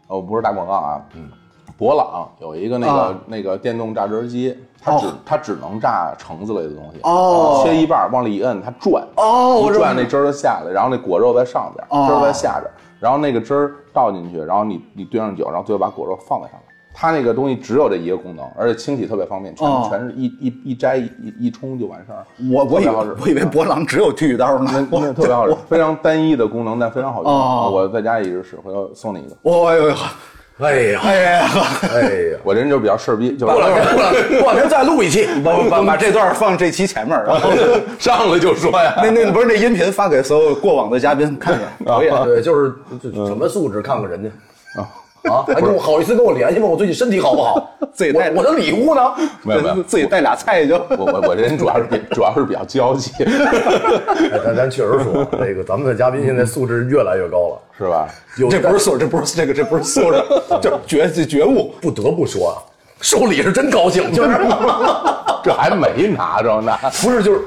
Speaker 2: 哦，不是打广告啊，嗯，博朗有一个那个、
Speaker 4: 啊
Speaker 2: 那个电动榨汁机，它只、
Speaker 4: 哦
Speaker 2: 它只能榨橙子类的东西，
Speaker 4: 哦
Speaker 2: 切一半儿往里一摁，它转，
Speaker 4: 哦我
Speaker 2: 一
Speaker 4: 知道
Speaker 2: 转那汁儿就下来，然后那果肉在上边儿，
Speaker 4: 哦
Speaker 2: 汁儿在下边儿，然后那个汁儿倒进去，然后你你兑上酒，然后最后把果肉放在上面。它那个东西只有这一个功能，而且清洗特别方便，全、
Speaker 4: 哦嗯
Speaker 2: 全是一一一摘一一冲就完事儿。
Speaker 4: 我我
Speaker 2: 特
Speaker 4: 以
Speaker 2: 别
Speaker 4: 为
Speaker 2: 好使
Speaker 4: 我以为博朗只有剃须刀
Speaker 2: 那
Speaker 4: 呢，
Speaker 2: 那特别好使，非常单一的功能，但非常好用。啊
Speaker 4: 哦
Speaker 2: 我在家也是使，回头送你一个。
Speaker 4: 我我我
Speaker 3: 哎呀，
Speaker 4: 哎呀，
Speaker 3: 哎呀，
Speaker 2: 我这人就比较事儿逼，就
Speaker 3: 过两天，过两天，过两天再录一期。
Speaker 4: 把把把这段放这期前面， 然后。
Speaker 2: 上来就说呀。
Speaker 4: 那那不是那音频啊 发给所有过往的嘉宾看看，导演
Speaker 3: 对，就是就什么素质，看看人家。啊嗯 啊，还跟我好意思跟我联系吗？我最近身体好不好？
Speaker 4: 自己带
Speaker 3: 我我的礼 物呢？
Speaker 2: 没有没有
Speaker 4: 自己带俩菜就。
Speaker 2: 我我我这人主要是比主要是比较娇气，
Speaker 3: 哎咱咱确实 说，这个咱们的嘉宾现在素质越来越高了。
Speaker 2: 是吧？
Speaker 3: 有
Speaker 4: 这不是素质，这不是这个，这不是素 质，这觉这觉悟。
Speaker 3: 不得不说啊，收礼是真高兴， 就是。
Speaker 2: 这还没拿着呢。
Speaker 3: 不是，就是，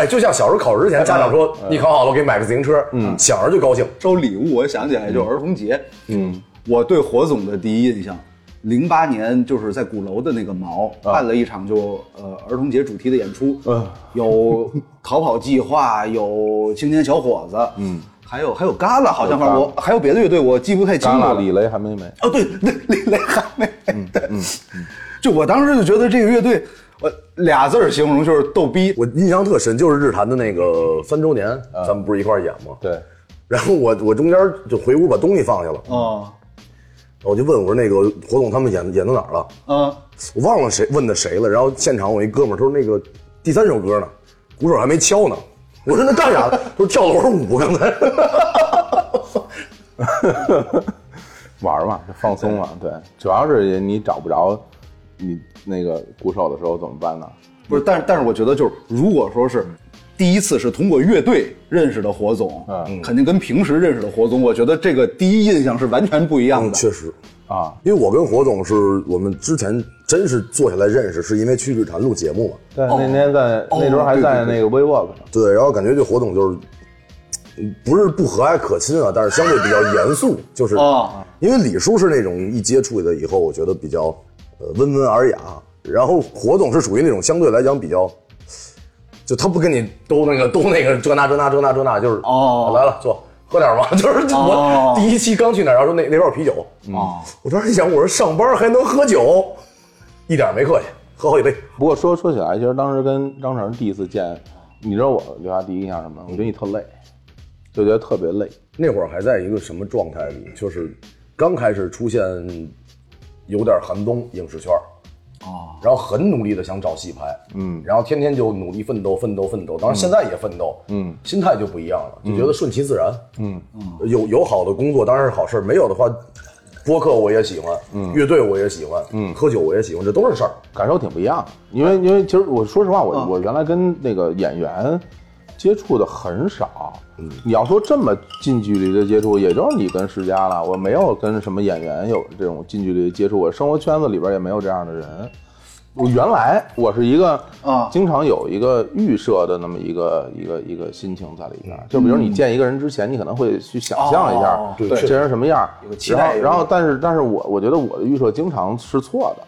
Speaker 3: 哎，就像小时候考试之前，家长说你考好了，我给你买个自行车，嗯，想着就高兴。
Speaker 4: 收礼物，我想起来就是儿童节。嗯，我对火总的第一印象，零八年就是在鼓楼的那个毛办了一场就呃儿童节主题的演出， 有逃跑计划，有青年小伙子，嗯，还有还有嘎啦，好像反正我还有别的乐队，我记不太清
Speaker 2: 刚
Speaker 4: 楚
Speaker 2: 了
Speaker 4: 了。
Speaker 2: 李雷还没没，
Speaker 4: 哦，对，那李雷还没。嗯嗯就我当时就觉得这个乐队，我俩字儿形容就是逗逼。
Speaker 3: 我印象特深，就是日坛的那个三周年，咱们不是一块儿演吗？
Speaker 2: 对，
Speaker 3: 然后我我中间就回屋把东西放下了，
Speaker 4: 啊
Speaker 3: 我就问我说那个火总他们演演到哪儿了？
Speaker 4: 啊
Speaker 3: 我忘了谁问的谁了。然后现场我一哥们儿他说那个第三首歌呢，鼓手还没敲呢。我说那干啥？ 他说跳了会儿舞刚才。
Speaker 2: 玩儿嘛，就放松嘛。对，主要是也你找不着你那个鼓手的时候怎么办呢？
Speaker 4: 不是，但是但是我觉得就是，如果说是第一次是通过乐队认识的火总，
Speaker 2: 嗯
Speaker 4: 肯定跟平时认识的火总，我觉得这个第一印象是完全不一样
Speaker 3: 嗯，
Speaker 4: 的。
Speaker 3: 确实，
Speaker 2: 啊，
Speaker 3: 因为我跟火总是我们之前真是坐下来认识，是因为去日坛录节目嘛。
Speaker 2: 对，那天在那时候还在那个 WeWork 上，
Speaker 3: 对，然后感觉这火总就是，嗯不是不和蔼可亲啊，但是相对比较严肃，就是
Speaker 4: 啊
Speaker 3: 因为李叔是那种一接触了以后，我觉得比较呃温文尔雅，然后火总是属于那种相对来讲比较，就他不跟你兜那个兜那个这那这那这那这那，就是
Speaker 4: 哦
Speaker 3: 来了坐喝点吧， 就是我
Speaker 4: 哦
Speaker 3: 第一期刚去哪儿，然后说那那块儿有啤酒，
Speaker 2: 嗯
Speaker 3: 嗯
Speaker 4: 啊，
Speaker 3: 我当时想我说上班还能喝酒，一点没客气，喝好几杯，
Speaker 2: 不过说说起来，其实当时跟张成第一次见，你知道我留下第一印象什么？我觉得你特累，就觉得特别累。
Speaker 3: 那会儿还在一个什么状态里？就是刚开始出现有点寒冬影视圈儿，
Speaker 4: 哦，
Speaker 3: 然后很努力的想找戏拍，嗯，然后天天就努力奋斗，奋斗，奋斗。当然现在也奋斗，嗯，心态就不一样了，就觉得顺其自然，嗯，有有好的工作当然是好事儿，没有的话，播客我也喜欢，嗯，乐队我也喜欢，嗯，喝酒我也喜欢，这都是事儿。
Speaker 2: 感受挺不一样的，因为因为其实我说实话，我、
Speaker 4: 嗯
Speaker 2: 我原来跟那个演员接触的很少。
Speaker 4: 嗯
Speaker 2: 你要说这么近距离的接触，也就是你跟世家了，我没有跟什么演员有这种近距离的接触，我生活圈子里边也没有这样的人。我原来我是一个
Speaker 4: 啊
Speaker 2: 经常有一个预设的那么一个一个一个心情在里边，就比如你见一个人之前，你可能会去想象一下，
Speaker 4: 嗯哦
Speaker 2: 对这人什么样，
Speaker 4: 有个期待
Speaker 2: 然后然后但是但是我我觉得我的预设经常是错的。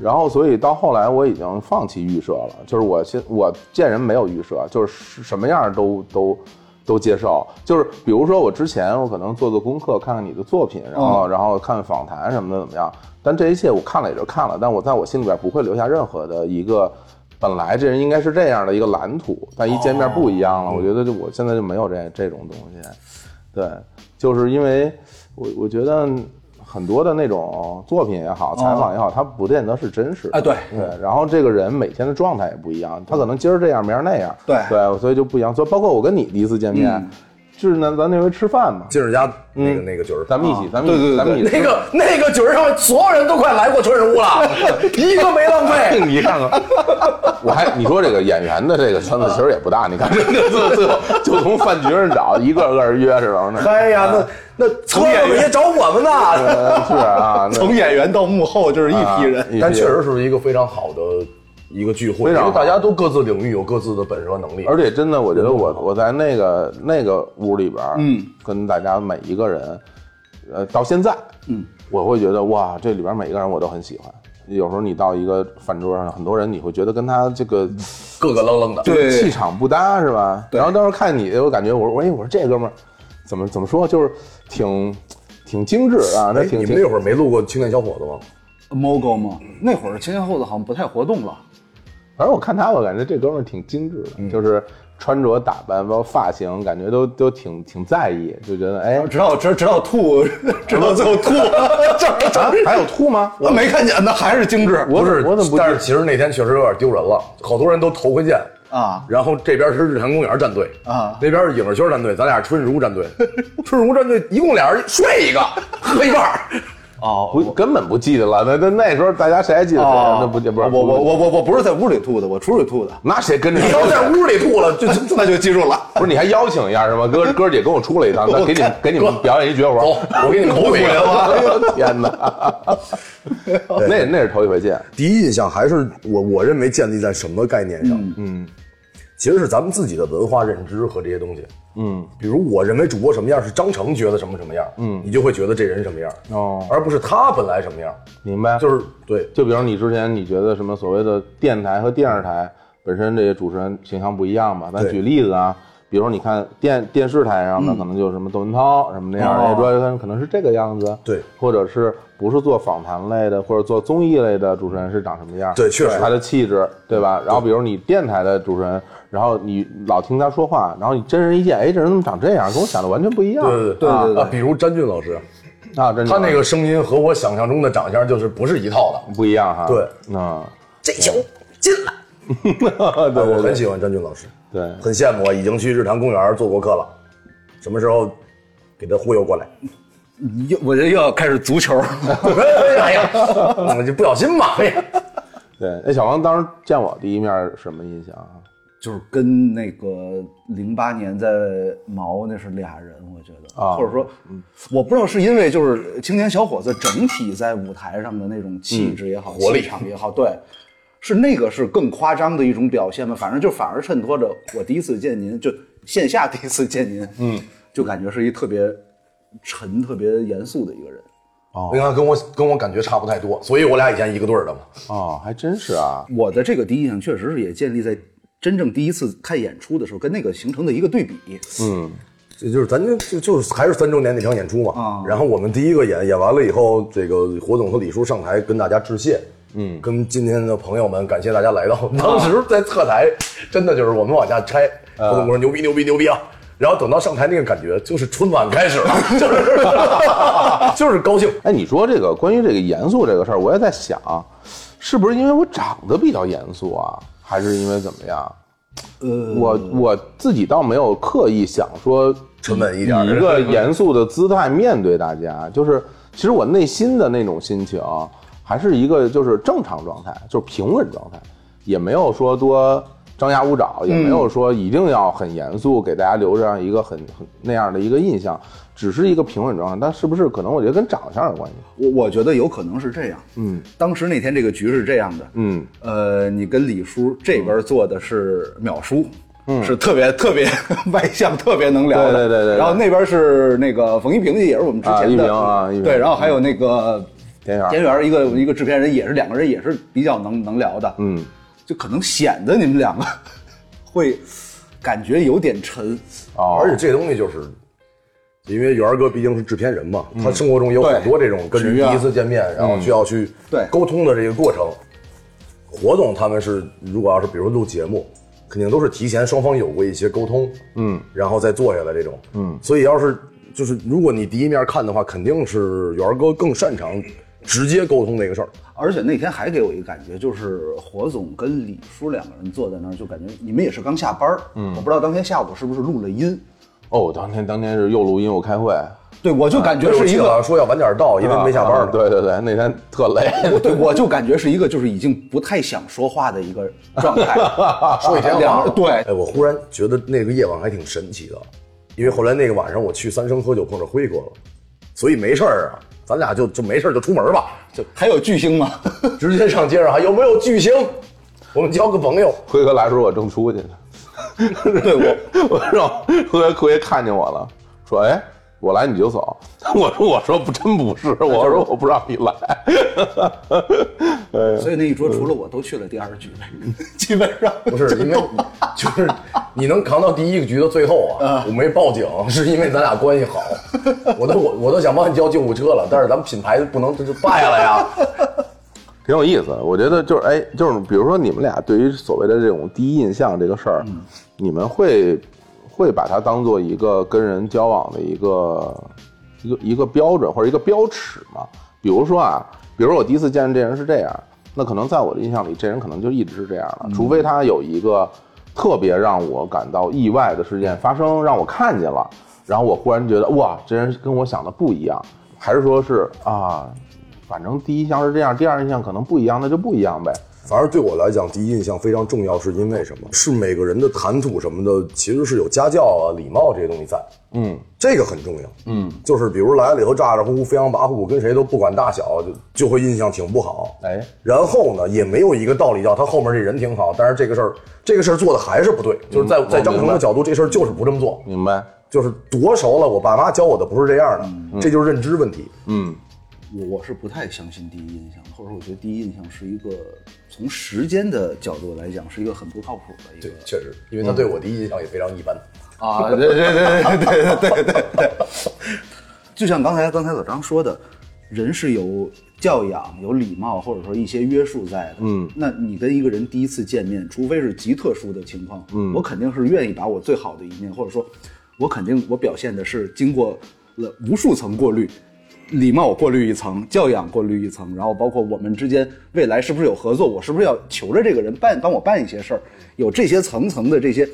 Speaker 2: 然后，所以到后来我已经放弃预设了，就是我现我见人没有预设，就是什么样儿都都都接受。就是比如说我之前我可能做做功课，看看你的作品，然后、然后看访谈什么的怎么样。但这一切我看了也就看了，但我在我心里边不会留下任何的一个本来这人应该是这样的一个蓝图，但一见面不一样了。我觉得就我现在就没有这这种东西。对，就是因为我我觉得很多的那种作品也好，采访也好，它不见得是真实的。
Speaker 4: 哦哎对
Speaker 2: 对，然后这个人每天的状态也不一样，他可能今儿这样，明儿那样。
Speaker 4: 对嗯
Speaker 2: 对，所以就不一样。所以包括我跟你第一次见面，就是呢，咱那回吃饭嘛，
Speaker 3: 进世家那个那个局儿，
Speaker 2: 咱们一起，咱们一起，
Speaker 4: 哦对对对
Speaker 2: 咱们一起
Speaker 3: 那个那个局儿上所有人都快来过春日屋 了，一个没浪费。
Speaker 2: 你看看，我还你说这个演员的这个圈子其实也不大，你看这个最最后就从饭局上找，一个个约是吧？那
Speaker 3: 哎呀，那那错了也找我们呢。
Speaker 2: 呃是 啊，那啊
Speaker 4: 从演员到幕后就是一批人。
Speaker 2: 一
Speaker 3: 但
Speaker 2: 批
Speaker 3: 确实是一个非常好的一个聚会，
Speaker 2: 非
Speaker 3: 因
Speaker 2: 常好
Speaker 3: 为大家都各自领域有各自的本事和能力，
Speaker 2: 而且真的，我觉得我我在那个那个屋里边，嗯，跟大家每一个人，呃，到现在，嗯，我会觉得哇，这里边每一个人我都很喜欢。有时候你到一个饭桌上，很多人你会觉得跟他这个
Speaker 3: 各个愣愣的。
Speaker 4: 对
Speaker 2: 气场不搭是吧？然后当时看你，我感觉我说哎，我说这哥们儿怎么怎么说，就是挺挺精致啊，那
Speaker 3: 哎，
Speaker 2: 挺
Speaker 3: 你们
Speaker 2: 挺
Speaker 3: 那会儿没录过青年小伙子吗？
Speaker 4: Mogo 嘛，那会儿前前后后好像不太活动了。
Speaker 2: 反正我看他，我感觉这哥们儿挺精致的，就是穿着打扮，包括发型，感觉都都挺挺在意，就觉得哎，
Speaker 4: 直到直直到吐，直到最后吐， 就是
Speaker 2: 啊，还有吐吗？
Speaker 4: 我没看见，那还是精致。
Speaker 2: 我
Speaker 3: 不是
Speaker 2: 我怎么不
Speaker 3: 但是其实那天确实有点丢人了，好多人都头回见
Speaker 4: 啊
Speaker 3: 然后这边是日坛公园战队
Speaker 4: 啊
Speaker 3: 那边是影视 圈战队，咱俩是春日屋战队。春日屋战队一共俩人睡一个，喝一半儿。
Speaker 5: 哦，
Speaker 2: 啊不根本不记得了。那那那时候大家谁还记得谁
Speaker 3: 哦
Speaker 2: 啊？那不记不
Speaker 4: 我
Speaker 2: 是
Speaker 4: 我我我我不是在屋里吐的，我出去吐的。
Speaker 2: 那谁跟着
Speaker 3: 你
Speaker 2: 你？
Speaker 3: 要在屋里吐了，就 就
Speaker 4: 那就记住了。
Speaker 2: 不是你还邀请一下是吧？哥 哥姐跟我出来一趟，咱给你们给你们表演一绝活。
Speaker 3: 走，我给你口水
Speaker 4: 啊
Speaker 3: 了 吧。
Speaker 2: 哎呦天 哪！那那是头一回见，
Speaker 3: 第一印象还是我我认为建立在什么概念上？嗯，其实是咱们自己的文化认知和这些东西。嗯，比如我认为主播什么样，是张成觉得什么什么样，嗯，你就会觉得这人什么样，
Speaker 2: 哦
Speaker 3: 而不是他本来什么样，
Speaker 2: 明白？
Speaker 3: 就是对。
Speaker 2: 就比如你之前你觉得什么所谓的电台和电视台本身这些主持人形象不一样吧？咱
Speaker 3: 对嗯
Speaker 2: 举例子啊，比如你看电电视台上的可能就是什么窦文涛什么那样的，
Speaker 4: 哦
Speaker 2: 主要他可能是这个样子，
Speaker 3: 对，
Speaker 2: 或者是不是做访谈类的或者做综艺类的主持人是长什么样？
Speaker 3: 对确实
Speaker 2: 他的气质，对吧？然后比如你电台的主持人，然后你老听他说话，然后你真人一见，哎，这人怎么长这样？跟我想的完全不一样。
Speaker 3: 对
Speaker 4: 对对对
Speaker 3: 啊，比如詹俊老师，
Speaker 2: 啊，真的
Speaker 3: 他那个声音和我想象中的长相就是不是一套的。
Speaker 2: 不一样哈。
Speaker 3: 对
Speaker 2: 啊，
Speaker 3: 嗯这球进了，
Speaker 2: 对
Speaker 3: 嗯 我
Speaker 2: 对
Speaker 3: 很
Speaker 2: 对
Speaker 3: 喜欢詹俊老师，
Speaker 2: 对。
Speaker 3: 很羡慕啊，已经去日坛公园做过客了，什么时候给他忽悠过来？
Speaker 4: 又我这又要开始足球，
Speaker 3: 哎呀，我就不小心嘛，哎呀，
Speaker 2: 对，那小王当时见我第一面是什么印象啊？
Speaker 4: 就是跟那个零八年在毛那是俩人，我觉得，
Speaker 2: 啊
Speaker 4: 或者说，我不知道是因为就是青年小伙子整体在舞台上的那种气质也好，
Speaker 3: 活力
Speaker 4: 气场也好，对，是那个是更夸张的一种表现吧。反正就反而衬托着我第一次见您，就线下第一次见您，嗯，就感觉是一特别沉、特别严肃的一个人。
Speaker 3: 你看跟我跟我感觉差不太多，所以我俩以前一个队儿的嘛。
Speaker 2: 哦，还真是啊。
Speaker 4: 我的这个第一印象确实是也建立在真正第一次看演出的时候，跟那个形成的一个对比。
Speaker 2: 嗯，
Speaker 3: 这就是咱就就就是还是三周年那场演出嘛，然后我们第一个演演完了以后，这个火总和李叔上台跟大家致谢，嗯，啊跟今天的朋友们感谢大家来到。当时在侧台，真的就是我们往下拆，火总说牛逼牛逼牛逼啊！然后等到上台那个感觉，就是春晚开始了，就是 就是高兴。
Speaker 2: 哎，你说这个关于这个严肃这个事儿，我也在想，是不是因为我长得比较严肃啊，还是因为怎么样？
Speaker 4: 呃，
Speaker 2: 我
Speaker 3: 嗯
Speaker 2: 我自己倒没有刻意想说
Speaker 3: 沉稳一点儿
Speaker 2: 以一个严肃的姿态面对大家， 就是其实我内心的那种心情还是一个就是正常状态，就是平稳状态，也没有说多张牙舞爪，也没有说一定要很严肃，给大家留这样一个很很那样的一个印象，只是一个平稳状态。但是不是可能我觉得跟长相有关系？
Speaker 3: 嗯
Speaker 4: 我我觉得有可能是这样。嗯，当时那天这个局是这样的。
Speaker 2: 嗯，
Speaker 4: 呃，你跟李叔这边坐的是淼叔。嗯，是特别特别 外向，特别能聊的。
Speaker 2: 对对对对对
Speaker 4: 然后那边是那个冯一平，也是我们之
Speaker 2: 啊
Speaker 4: 前
Speaker 2: 一
Speaker 4: 的
Speaker 2: 平啊一平
Speaker 4: 对，然后还有那个
Speaker 2: 田园
Speaker 4: 田园，一个一个制片人，也是两个人也是比较能能聊的。
Speaker 2: 嗯，
Speaker 4: 就可能显得你们两个 会感觉有点沉。
Speaker 2: 哦，
Speaker 3: 而且这东西就是，因为元儿哥毕竟是制片人嘛，他生活中有很多这种跟人
Speaker 4: 局啊
Speaker 3: 第一次见面，然后需要去
Speaker 4: 对
Speaker 3: 沟通的这个过程。活动他们是如果要是比如录节目，肯定都是提前双方有过一些沟通，嗯，然后再坐下来这种，嗯，所以要是就是如果你第一面看的话，肯定是元儿哥更擅长直接沟通这个事儿，
Speaker 4: 而且那天还给我一个感觉，就是火总跟李叔两个人坐在那儿，就感觉你们也是刚下班儿。嗯，我不知道当天下午是不是录了音。
Speaker 2: 哦，当天当天是又录音又开会，
Speaker 4: 啊对，我就感觉
Speaker 3: 我
Speaker 4: 是
Speaker 3: 记
Speaker 4: 一
Speaker 3: 得
Speaker 4: 个，
Speaker 3: 好像说要晚点到，因为没下班
Speaker 2: 啊
Speaker 3: 呢。
Speaker 2: 对对对，那天特累。
Speaker 4: 对，我就感觉是一个，就是已经不太想说话的一个状态。 说一天啊两对
Speaker 3: 哎，我忽然觉得那个夜晚还挺神奇的，因为后来那个晚上我去三生喝酒碰着辉哥了，所以没事儿啊，咱俩就就没事儿就出门吧， 就
Speaker 4: 还有巨星吗？
Speaker 3: 直接上街上还有没有巨星？我们交个朋友，
Speaker 2: 辉哥来的时候我正出去呢，
Speaker 4: 对我，
Speaker 2: 我说辉哥辉哥看见我了，说哎，我来你就走。 我说我说不真不是，我说我不让你来。
Speaker 4: 所以那一桌除了我都去了第二局， 基本上
Speaker 3: 不是因为就是你能扛到第一个局的最后啊，我没报警是因为咱俩关系 好，我都我我都想帮你叫救护车了，但是咱们品牌不能这就败了呀。
Speaker 2: 挺有意思的，我觉得就是哎，就是比如说你们俩对于所谓的这种第一印象这个事儿，你们会会把它当做一个跟人交往的一个一个一个标准或者一个标尺吗？比如说啊，比如说我第一次见这人是这样，那可能在我的印象里，这人可能就一直是这样了，除非他有一个特别让我感到意外的事件发生，让我看见了，然后我忽然觉得哇，这人跟我想的不一样。还是说是啊，反正第一项是这样，第二印象可能不一样，那就不一样呗。
Speaker 3: 反而对我来讲，第一印象非常重要，是因为什么？是每个人的谈吐什么的，其实是有家教啊、礼貌这些东西在。
Speaker 2: 嗯，
Speaker 3: 这个很重要。嗯，就是比如来了以后咋咋呼呼、飞扬跋扈，跟谁都不管大小，就就会印象挺不好。
Speaker 2: 哎，
Speaker 3: 然后呢，也没有一个道理叫他后面这人挺好，但是这个事儿，这个事儿做的还是不对，就是在
Speaker 2: 嗯
Speaker 3: 在张
Speaker 2: 我明
Speaker 3: 成
Speaker 2: 白嗯
Speaker 3: 的角度，这事儿就是不这么做，
Speaker 2: 明白。
Speaker 3: 就是多熟了，我爸妈教我的不是这样的，这就是认知问题。
Speaker 2: 嗯，
Speaker 4: 我我是不太相信第一印象的，或者说我觉得第一印象是一个从时间的角度来讲是一个很不靠谱的一个
Speaker 3: 对，确实，因为他
Speaker 2: 嗯
Speaker 3: 对我第一印象也非常一般。
Speaker 2: 啊，对对对对对对对对，
Speaker 4: 就像刚才刚才老张说的，人是有教养、有礼貌，或者说一些约束在的。
Speaker 2: 嗯，
Speaker 4: 那你跟一个人第一次见面，除非是极特殊的情况，嗯，我肯定是愿意把我最好的一面，或者说，我肯定我表现的是经过了无数层过滤。礼貌过滤一层，教养过滤一层，然后包括我们之间未来是不是有合作，我是不是要求着这个人办帮我办一些事儿，有这些层层的这些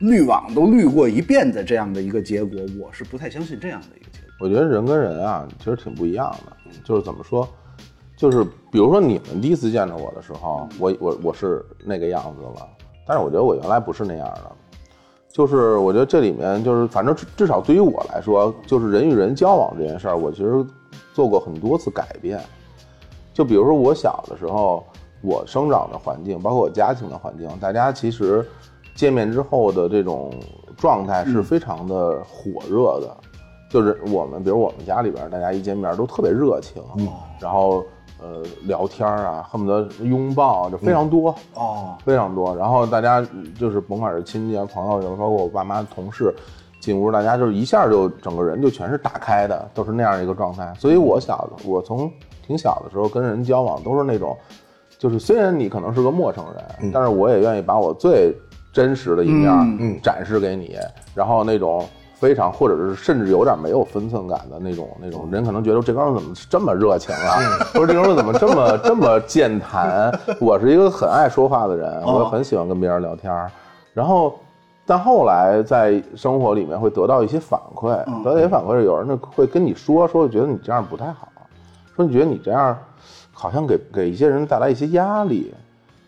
Speaker 4: 滤网都滤过一遍的这样的一个结果，我是不太相信这样的一个结果。
Speaker 2: 我觉得人跟人啊，其实挺不一样的。就是怎么说，就是比如说你们第一次见着我的时候，我我我是那个样子了，但是我觉得我原来不是那样的。就是我觉得这里面就是，反正至至少对于我来说，就是人与人交往这件事儿，我其实做过很多次改变。就比如说我小的时候，我生长的环境，包括我家庭的环境，大家其实见面之后的这种状态是非常的火热的。就是我们，比如我们家里边儿，大家一见面都特别热情，然后呃聊天儿啊，恨不得拥抱啊就非常多。
Speaker 4: 哦，
Speaker 2: 非常多。然后大家嗯就是甭管是亲戚啊、朋友，包括我爸妈、同事，进屋大家就是一下就整个人就全是打开的，都是那样一个状态。所以我小的，我从挺小的时候跟人交往都是那种，就是虽然你可能是个陌生人，但是我也愿意把我最真实的一面儿
Speaker 3: 嗯
Speaker 2: 展示给你，然后那种。非常，或者是甚至有点没有分寸感的那种那种人，可能觉得这哥们儿怎么这么热情啊，
Speaker 4: 嗯
Speaker 2: 或者这哥们儿怎么这么 这么健谈？我是一个很爱说话的人，
Speaker 4: 哦
Speaker 2: 我也很喜欢跟别人聊天儿。然后，但后来在生活里面会得到一些反馈，
Speaker 4: 嗯
Speaker 2: 得到一些反馈，有人会跟你说说，觉得你这样不太好，说你觉得你这样好像给给一些人带来一些压力，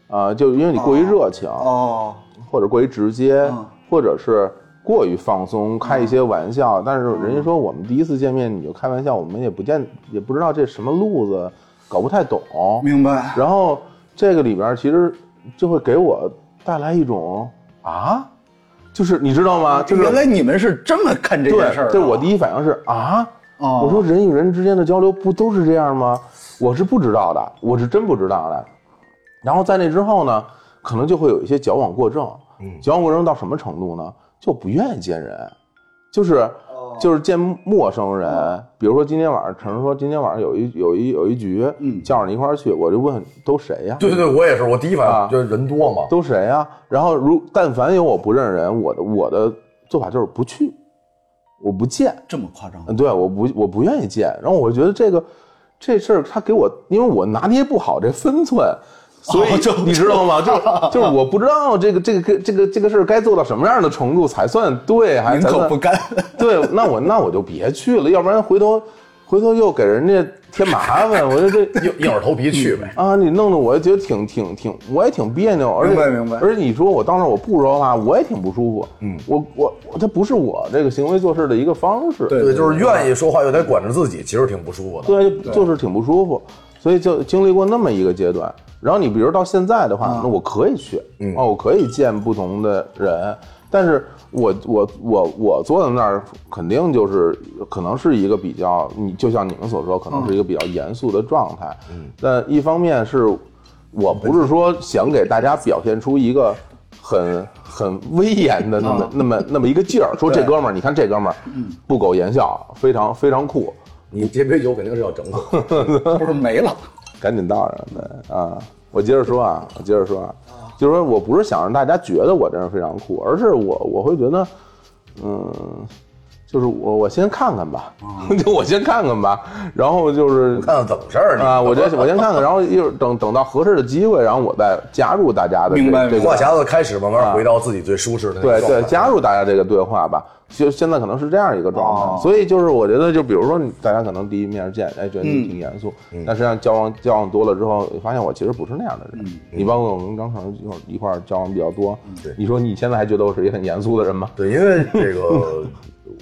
Speaker 2: 啊、就因为你过于热情，
Speaker 4: 哦，
Speaker 2: 或者过于直接
Speaker 4: 嗯，
Speaker 2: 或者是过于放松，开一些玩
Speaker 4: 嗯
Speaker 2: 笑。但是人家说我们第一次见面你就开玩笑，我们也不见也不知道这什么路子，搞不太懂。
Speaker 4: 明白。
Speaker 2: 然后这个里边其实就会给我带来一种啊，就是你知道吗？就是
Speaker 4: 啊原来你们是这么看这件事儿、
Speaker 2: 对，
Speaker 4: 啊。
Speaker 2: 对我第一反应是啊，
Speaker 4: 哦
Speaker 2: 我说人与人之间的交流不都是这样吗？我是不知道的，我是真不知道的。然后在那之后呢，可能就会有一些矫枉过正。
Speaker 3: 嗯
Speaker 2: 矫枉过正到什么程度呢？就不愿意见人，就是
Speaker 3: 哦
Speaker 2: 就是见陌生人。比如说今天晚上，陈说今天晚上有一有一有一局，
Speaker 4: 嗯
Speaker 2: 叫上你一块儿去，我就问都谁呀、
Speaker 3: 对对对，我也是，我第一反
Speaker 2: 啊
Speaker 3: 应就是人多嘛。
Speaker 2: 都谁呀、然后如但凡有我不认识人，我的我的做法就是不去，我不见。
Speaker 4: 这么夸张啊
Speaker 2: 嗯，对，我不我不愿意见。然后我觉得这个这事儿，他给我，因为我拿捏不好这分寸，所以、
Speaker 4: 哦
Speaker 2: 你知道吗？ 就是就是我不知道这个这个这个这个事儿该做到什么样的程度才算对，还
Speaker 4: 宁
Speaker 2: 才
Speaker 4: 可
Speaker 2: 算
Speaker 4: 不干。
Speaker 2: 对，那我那我就别去了，要不然回头回头又给人家添麻烦。我觉得这
Speaker 3: 硬硬着头皮去呗。
Speaker 2: 啊，你弄得我也觉得挺挺挺，我也挺别扭，而且
Speaker 4: 明白明白
Speaker 2: 而且你说我当时我不说话，我也挺不舒服。嗯，我我我这不是我这个行为做事的一个方式。对
Speaker 3: 对，就是愿意说话又得管着自己，其实挺不舒服的。
Speaker 2: 对，就是挺不舒服，所以就经历过那么一个阶段。然后你比如到现在的话，那我可以去，
Speaker 3: 嗯
Speaker 2: 哦，我可以见不同的人，但是我我我我坐在那儿，肯定就是可能是一个比较，你就像你们所说，可能是一个比较严肃的状态。嗯，但一方面是我不是说想给大家表现出一个很很威严的那么、那么那么一个劲儿，说这哥们儿，你看这哥们儿，不苟言笑，非常非常酷。
Speaker 3: 你这杯酒肯定是要整 我。
Speaker 4: 不是没了。
Speaker 2: 赶紧道上对啊！我接着说啊，我接着说啊，就是说我不是想让大家觉得我这人非常酷，而是我我会觉得，嗯，就是我我先看看吧，
Speaker 4: 嗯
Speaker 2: 就我先看看吧，然后就是
Speaker 3: 看看怎么回事儿呢？
Speaker 2: 啊，我先我先看看，然后一会儿等等到合适的机会，然后我再加入大家的这
Speaker 4: 明白
Speaker 2: 这个
Speaker 3: 话匣子开始慢慢回到自己最舒适的那个
Speaker 2: 对
Speaker 3: 状态
Speaker 2: 对，加入大家这个对话吧。就现在可能是这样一个状
Speaker 3: 哦
Speaker 2: 态，所以就是我觉得，就比如说你大家可能第一面见，哎，觉得
Speaker 3: 嗯
Speaker 2: 你挺严肃，但实际上交往交往多了之后，发现我其实不是那样的人。你包括我们刚可能一会儿一块儿交往比较多，
Speaker 3: 嗯对
Speaker 2: 你说你现在还觉得我是一个很严肃的人吗？
Speaker 3: 对，因为这 个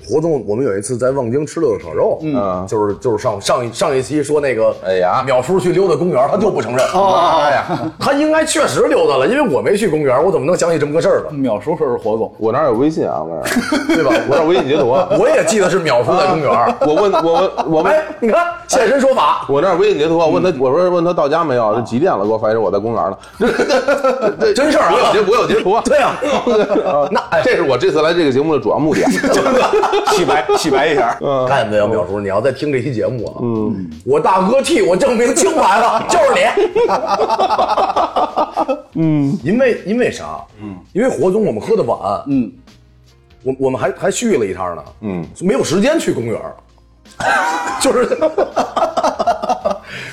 Speaker 3: 活动，我们有一次在望京吃了个烤肉，啊
Speaker 2: 嗯
Speaker 3: 就是就是上上一上一期说那个，
Speaker 2: 哎呀哦
Speaker 3: 淼叔去溜达公园，他就不承认，哎呀，他应该确实溜达了，因为我没去公园，我怎么能想起这么个事儿呢？
Speaker 4: 秒叔说是火总，
Speaker 2: 我哪儿有微信啊？我哪儿？
Speaker 3: 对吧？
Speaker 2: 我哪儿微信截图啊？
Speaker 3: 我也记得是淼叔在公园，
Speaker 2: 我问我问 我问
Speaker 3: 哎，你看现身说法，
Speaker 2: 我那儿微信截图啊，问他
Speaker 3: 嗯
Speaker 2: 我说问他到家没有？这几点了？给我发一声，我在公园呢。 这
Speaker 3: 啊真事儿啊
Speaker 2: 我有截我有截图啊。
Speaker 3: 对啊，
Speaker 2: 那
Speaker 3: 哎
Speaker 2: 这是我这次来这个节目的主要目的。啊
Speaker 4: 洗白洗白一下，
Speaker 3: 看见没有，淼叔，你要在听这期节目啊，嗯，我大哥替我证明清白了，就是你。嗯，因为因为啥？嗯，因为火总我们喝的晚，嗯，我我们还还续了一趟呢，嗯，没有时间去公园 儿，就是。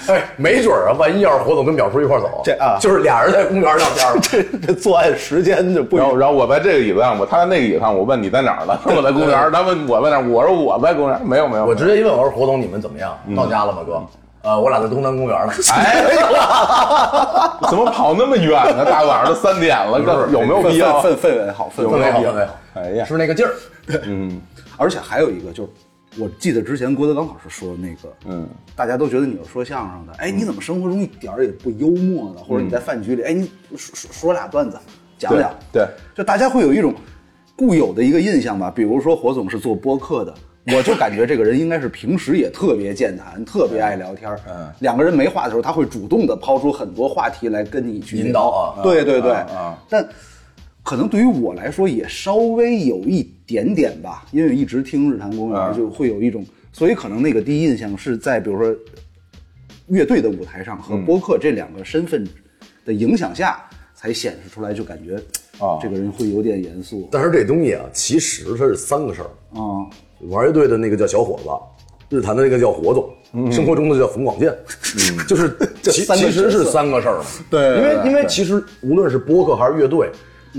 Speaker 3: 哎，没准儿啊，万一要是火总跟淼叔一块儿走，
Speaker 4: 这啊
Speaker 3: 就是俩人在公园儿聊天儿，
Speaker 4: 这 这作案时间就不
Speaker 2: 然后，然后我在这个椅子上，我他在那个椅子上，我问你在哪儿呢？ 我在公园儿。他问我在哪儿，我说我在公园儿。没有没有，
Speaker 3: 我直接一问，我说火总你们怎么样？到家了吗，哥？呃，我俩在东南公园呢。
Speaker 2: 哎，怎么跑那么远呢？大晚上都三点了，这有没有必要？
Speaker 4: 氛氛围好，氛
Speaker 3: 氛围好，氛围好，
Speaker 2: 哎呀
Speaker 3: 是不是那个劲儿？
Speaker 4: 而且还有一个就是，我记得之前郭德纲老师说的那个，嗯，大家都觉得你是说相声的，哎，你怎么生活中一点儿也不幽默呢？或者你在饭局里，哎，你说说说俩段子，讲讲，
Speaker 2: 对对
Speaker 4: 就大家会有一种固有的一个印象吧，比如说火总是做播客 的。我就感觉这个人应该是平时也特别健谈，特别爱聊天嗯，两个人没话的时候，他会主动的抛出很多话题来跟你去
Speaker 3: 引导啊
Speaker 4: 对对对
Speaker 2: 啊啊
Speaker 4: 但可能对于我来说也稍微有一点点吧，因为一直听日坛公
Speaker 2: 啊
Speaker 4: 园就会有一种，所以可能那个第一印象是在比如说乐队的舞台上和播客这两个身份的影响下，才显示出来，就感觉
Speaker 2: 啊
Speaker 4: 这个人会有点严肃
Speaker 3: 但是这东西啊，其实它是三个事儿。
Speaker 4: 啊，
Speaker 3: 玩乐队的那个叫小伙子，日坛的那个叫火总，生活中的叫冯广建， 就是其
Speaker 4: 三个
Speaker 3: 其实
Speaker 4: 角色
Speaker 3: 是嗯三个事儿嘛。
Speaker 4: 对
Speaker 3: 因为
Speaker 4: 对
Speaker 3: 因为其实无论是播客还是乐队，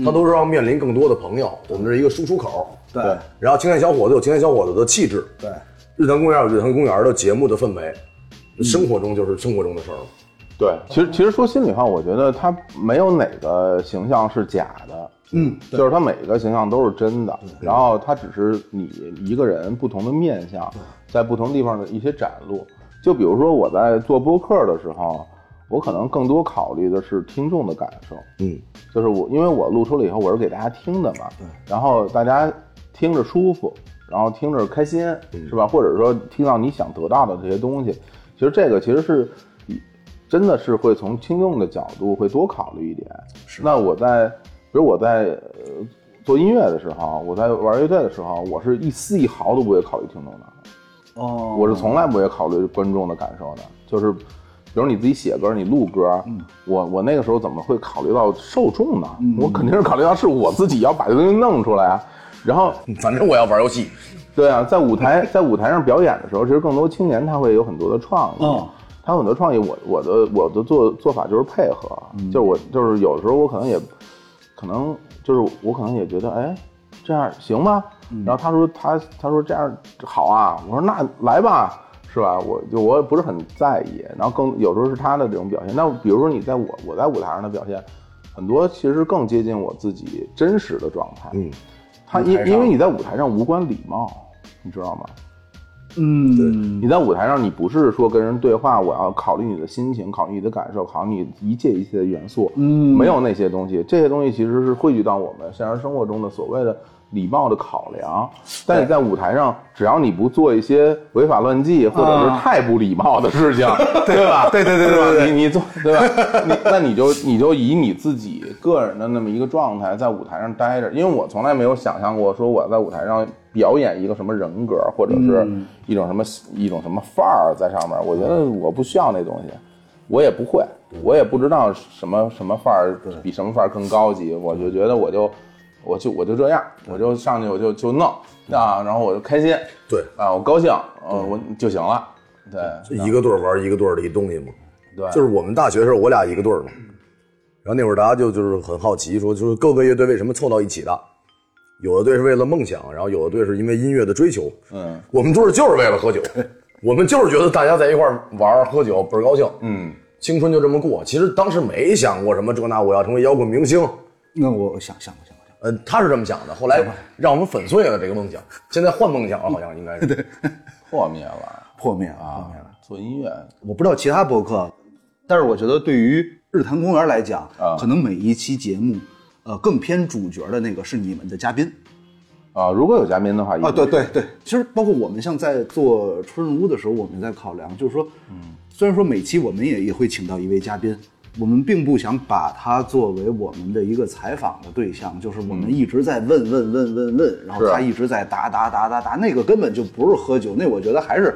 Speaker 3: 他都是要面临更多的朋友，我们这是一个输出口。
Speaker 4: 对
Speaker 3: 然后青年小伙子有青年小伙子的气质，
Speaker 4: 对，
Speaker 3: 日坛公园有日坛公园的节目的氛围，生活中就是生活中的事儿了。
Speaker 2: 对，其实其实说心里话，我觉得他没有哪个形象是假的，嗯，就是他每个形象都是真的，然后他只是你一个人不同的面相，在不同地方的一些展露。就比如说我在做播客的时候，我可能更多考虑的是听众的感受，
Speaker 3: 嗯，
Speaker 2: 就是我因为我录出了以后，我是给大家听的嘛，然后大家听着舒服，然后听着开心，是吧？或者说听到你想得到的这些东西，其实这个其实是真的是会从听众的角度会多考虑一点。是。那我在，比如我在呃做音乐的时候，啊我在玩乐队的时候，啊我是一丝一毫都不会考虑听众的。
Speaker 4: 哦
Speaker 2: 我是从来不会考虑观众的感受的，就是，比如你自己写歌，你录歌，我我那个时候怎么会考虑到受众呢？我肯定是考虑到是我自己要把这东西弄出来啊。然后，
Speaker 3: 嗯反正我要玩游戏，
Speaker 2: 对啊，在舞台在舞台上表演的时候，其实更多青年他会有很多的创意，
Speaker 4: 哦
Speaker 2: 他有很多创意，我我的我的做做法就是配合，就是我就是有时候我可能也，可能就是我可能也觉得哎，这样行吗？然后他说他他说这样好啊，我说那来吧，是吧？我就我也不是很在意，然后更有时候是他的这种表现。那比如说你在我我在舞台上的表现，很多其实更接近我自己真实的状态，
Speaker 3: 嗯，
Speaker 2: 他因因为你在舞台上无关礼貌，你知道吗？
Speaker 4: 嗯，
Speaker 2: 你在舞台上，你不是说跟人对话，我要考虑你的心情，考虑你的感受，考虑你一切一切的元素，
Speaker 4: 嗯
Speaker 2: 没有那些东西，这些东西其实是汇聚到我们现实生活中的所谓的礼貌的考量。但你在舞台上，只要你不做一些违法乱纪或者是太不礼貌的事情，啊 对吧？对对对对对，你你做对吧？你那你就你就以你自己个人的那么一个状态在舞台上待着，因为我从来没有想象过说我在舞台上表演一个什么人格或者是一种什么一种什么范儿在上面，我觉得我不需要那东西。我也不会，我也不知道什么什么范儿比什么范儿更高级，我就觉得我就我就我就这样，我就上去我就就弄啊，然后我就开心，
Speaker 3: 对
Speaker 2: 啊，我高兴，呃，我就行了，对
Speaker 3: 一个队儿玩一个队儿的东西嘛。
Speaker 2: 对，
Speaker 3: 就是我们大学时候，我俩一个队儿嘛。然后那会儿大家就就是很好奇，说就是各个乐队为什么凑到一起的？有的队是为了梦想，然后有的队是因为音乐的追求。
Speaker 2: 嗯
Speaker 3: 我们队儿就是为 了喝酒，我们就是觉得大家在一块儿玩儿喝酒倍儿高兴，
Speaker 2: 嗯，
Speaker 3: 青春就这么过。其实当时没想过什么这那，我要成为摇滚明星。
Speaker 4: 那我想想过想过想
Speaker 3: 嗯，他是这么想的，后来让我们粉碎了这个梦想。现在换梦想了，好像应 该是。对，
Speaker 2: 破灭了
Speaker 4: 过，破灭啊！
Speaker 2: 啊，做音乐
Speaker 4: 我不知道其他播客，但是我觉得对于日坛公园来讲，
Speaker 2: 啊
Speaker 4: 可能每一期节目，呃，更偏主角的那个是你们的嘉宾
Speaker 2: 啊，如果有嘉宾的话，一定
Speaker 4: 啊。对对对，其实包括我们像在做春日屋的时候，我们也在考量，就是说，嗯，虽然说每期我们也也会请到一位嘉宾。我们并不想把他作为我们的一个采访的对象，就是我们一直在问问问问问，然后
Speaker 2: 是
Speaker 4: 他一直在答答答答答，那个根本就不是喝酒，那我觉得还是，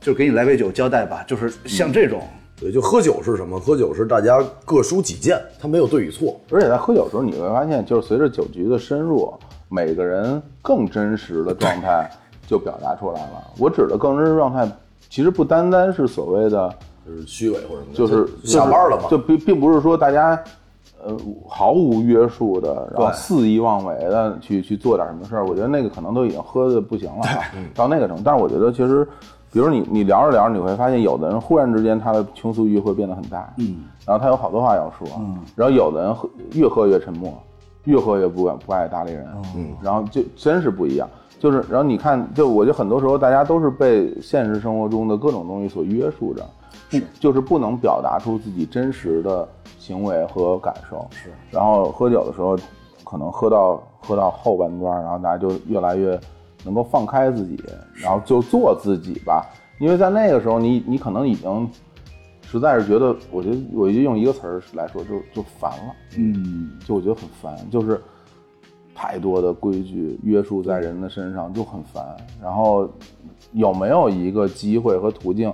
Speaker 4: 就是给你来杯酒交代吧，就是像这种，
Speaker 3: 对，就喝酒是什么？喝酒是大家各抒己见，他没有对与错。
Speaker 2: 而且在喝酒的时候，你会发现，就是随着酒局的深入，每个人更真实的状态就表达出来了。我指的更真实状态，其实不单单是所谓的，
Speaker 3: 就是虚伪或者什么的，
Speaker 2: 就是
Speaker 3: 就下班了嘛。
Speaker 2: 就并并不是说大家。呃，毫无约束的，然后
Speaker 4: 对
Speaker 2: 肆意妄为的去去做点什么事儿，我觉得那个可能都已经喝的不行了，啊
Speaker 3: 嗯
Speaker 2: 到那个程度。但是我觉得其实，比如你你聊着聊着，你会发现有的人忽然之间他的倾诉欲会变得很大，嗯，然后他有好多话要说，嗯，然后有的人喝越喝越沉默，越喝越不敢不爱搭理人，嗯，然后就真是不一样。就是，然后你看，就我觉得很多时候大家都是被现实生活中的各种东西所约束着，不就是不能表达出自己真实的行为和感受。是，然后喝酒的时候，可能喝到喝到后半段，然后大家就越来越能够放开自己，然后就做自己吧。因为在那个时候你，你可能已经实在是觉得，我觉得我就用一个词儿来说，就就烦了。
Speaker 4: 嗯，
Speaker 2: 就我觉得很烦，就是太多的规矩约束在人的身上就很烦。然后有没有一个机会和途径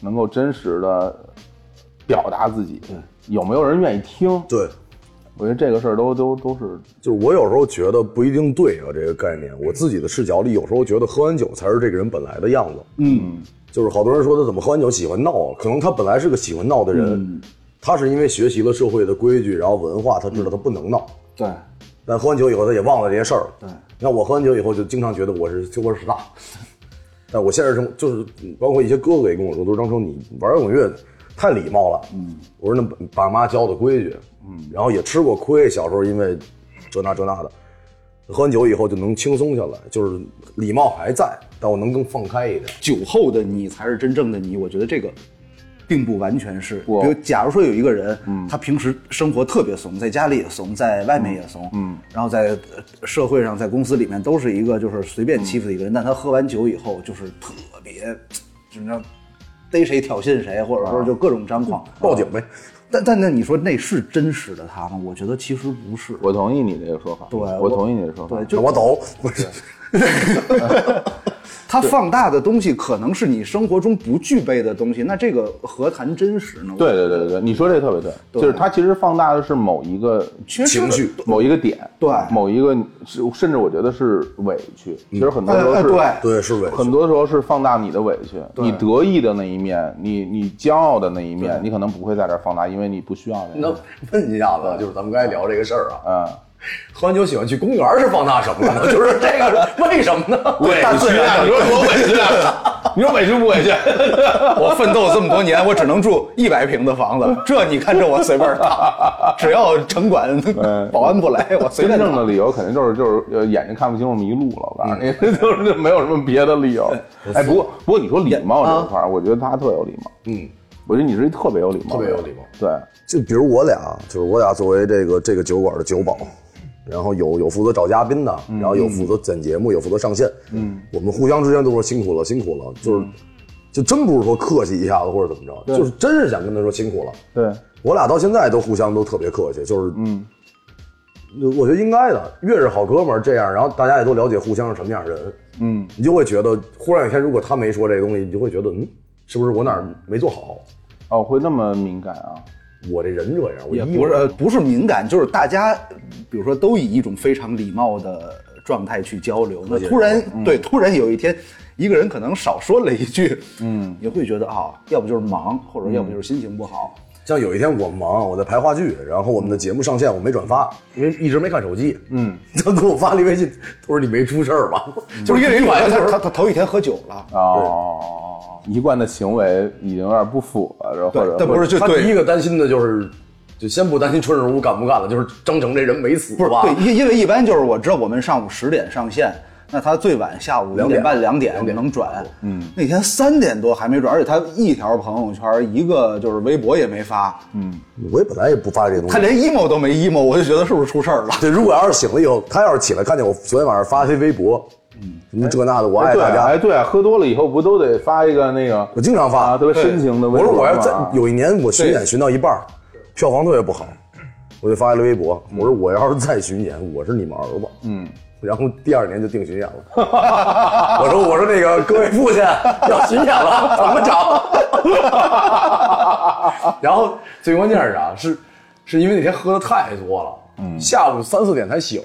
Speaker 2: 能够真实的表达自己？有没有人愿意听？
Speaker 3: 对，
Speaker 2: 我觉得这个事儿都都都是
Speaker 3: 就是我有时候觉得不一定对啊，这个概念，我自己的视角里，有时候觉得喝完酒才是这个人本来的样子。
Speaker 4: 嗯，
Speaker 3: 就是好多人说他怎么喝完酒喜欢闹啊，可能他本来是个喜欢闹的人，
Speaker 2: 嗯
Speaker 3: 他是因为学习了社会的规矩，然后文化，他知道他不能闹，
Speaker 2: 嗯
Speaker 4: 对，
Speaker 3: 但喝完酒以后他也忘了这些事儿。
Speaker 4: 对，
Speaker 3: 那我喝完酒以后就经常觉得我是酒窝屎大，但我现实生活就是包括一些哥哥也跟我说，都是张成你玩摇滚乐太礼貌了。嗯，我说那爸妈教的规矩，嗯，然后也吃过亏，小时候因为这那这那的，喝完酒以后就能轻松下来，就是礼貌还在，但我能更放开一点。
Speaker 4: 酒后的你才是真正的你。我觉得这个并不完全是。
Speaker 2: 我
Speaker 4: 比如，假如说有一个人，他平时生活特别怂，在家里也怂，在外面也怂，嗯，然后在呃社会上、在公司里面都是一个就是随便欺负的一个人，但他喝完酒以后就是特别，就是那逮谁挑衅谁，或者说就各种张狂，
Speaker 3: 报警呗，
Speaker 4: 但但那你说那是真实的他吗？我觉得其实不是。
Speaker 2: 我同意你这个说法，
Speaker 4: 对
Speaker 2: 我
Speaker 4: 我
Speaker 2: 同意你的说法
Speaker 4: 对，，就
Speaker 3: 那我走。不是，
Speaker 4: 它放大的东西可能是你生活中不具备的东西，那这个何谈真实呢？
Speaker 2: 对对对对对，你说这特别对，就是它其实放大的是某一个
Speaker 4: 缺失的
Speaker 3: 情 绪
Speaker 2: 某一个点，
Speaker 4: 对
Speaker 2: 某一个是甚至我觉得是委屈，其实很多时候
Speaker 4: 呃呃
Speaker 2: 是
Speaker 4: 对
Speaker 3: 对，是委屈
Speaker 2: 很。多时候是放大你的委屈，你得意的那一面，你你骄傲的那一面，你可能不会在这儿放大，因为你不需要那
Speaker 3: 那
Speaker 2: 个。
Speaker 3: 问一下子，就是咱们刚才聊这个事儿啊，
Speaker 2: 嗯，
Speaker 3: 喝完酒喜欢去公园儿是放大什么了呢？ 就是这个为什么呢？大自然的
Speaker 2: 说多委屈 啊！你说委屈不委屈？
Speaker 4: 我奋斗这么多年，我只能住一百平的房子，这你看这我随便 打，只要城管保安不来，我随
Speaker 2: 哎真
Speaker 4: 便
Speaker 2: 正
Speaker 4: 打。
Speaker 2: 的
Speaker 4: 嗯
Speaker 2: 理由肯定就是就是呃眼睛看不清楚迷路了，我告 诉你，就是没有什么别的理由。哎，不过不过你说礼貌
Speaker 4: 啊
Speaker 2: 这一块儿，我觉得他特有礼貌。
Speaker 3: 嗯，
Speaker 2: 我觉得你是一特别有礼貌，
Speaker 3: 特别有礼貌。
Speaker 2: 对，
Speaker 3: 就比如我俩，就是我俩作为这个这个酒馆的酒保，然后有有负责找嘉宾的，然后有负责剪节目，有负责上线。嗯，我们互相之间都说辛苦了，辛苦了，就是、就真不是说客气一下子或者怎么着，就是真是想跟他说辛苦了。
Speaker 2: 对，
Speaker 3: 我俩到现在都互相都特别客气，就是
Speaker 2: 嗯，
Speaker 3: 我觉得应该的，越是好哥们儿这样，然后大家也都了解互相是什么样的人，
Speaker 2: 嗯，
Speaker 3: 你就会觉得，忽然有一天如果他没说这个东西，你就会觉得，嗯，是不是我哪儿没做好？
Speaker 2: 哦，会那么敏感啊？
Speaker 3: 我这人这样，我
Speaker 4: 也
Speaker 3: 一
Speaker 4: 不是呃不是敏感，就是大家，比如说都以一种非常礼貌的状态去交流，那突然、
Speaker 2: 嗯
Speaker 4: 对突然有一天，一个人可能少说了一句，嗯，你会觉得啊，要不就是忙，或者要不
Speaker 2: 嗯
Speaker 4: 就是心情不好，
Speaker 3: 像有一天我忙，我在排话剧，然后我们的节目上线，我没转发，因为一直没看手机。嗯， 他给我发了一微信，他说你没出事儿吧？嗯 就是因为晚
Speaker 4: 他
Speaker 3: 上
Speaker 4: 他
Speaker 3: 就是
Speaker 4: 他他头一天喝酒了，
Speaker 2: 哦，一贯的行为已经有点不符了，然后或
Speaker 4: 对
Speaker 2: 者
Speaker 4: 但不是就
Speaker 3: 他
Speaker 4: 对
Speaker 3: 第一个担心的就是，就先不担心春日屋干不干了，就是张成这人没死
Speaker 4: 不是
Speaker 3: 吧？
Speaker 4: 对，因因为一般就是我知道我们上午十点上线，那他最晚下
Speaker 3: 两
Speaker 4: 午两
Speaker 3: 点
Speaker 4: 点半两点能转，嗯，那天三点多还没转，而且他一条朋友圈一个就是微博也没发，
Speaker 3: 我也本来也不发这东
Speaker 4: 他
Speaker 3: 西。
Speaker 4: 连 emo 都没 emo，我就觉得是不是出事儿了？
Speaker 3: 对，如果要是醒了以后，他要是起来看见我昨天晚上发一微博，嗯，什么这那的，我
Speaker 2: 哎
Speaker 3: 爱
Speaker 2: 对
Speaker 3: 大
Speaker 2: 啊，哎
Speaker 3: 家，
Speaker 2: 对啊，喝多了以后不都得发一个那个？
Speaker 3: 我经常发
Speaker 2: 啊，特别深情的微
Speaker 3: 我
Speaker 2: 博
Speaker 3: 说我要
Speaker 2: 嘛啊
Speaker 3: 再有一年我巡演巡到一半儿，票房特别不好，我就发一微博，我说我要是再巡演，我是你们儿子。嗯。然后第二年就定 巡演了。我说我说那个各位父亲要巡演了，怎么整？ 然后最关键是啥？是是因为那天喝的太多了，嗯，下午三四点才醒，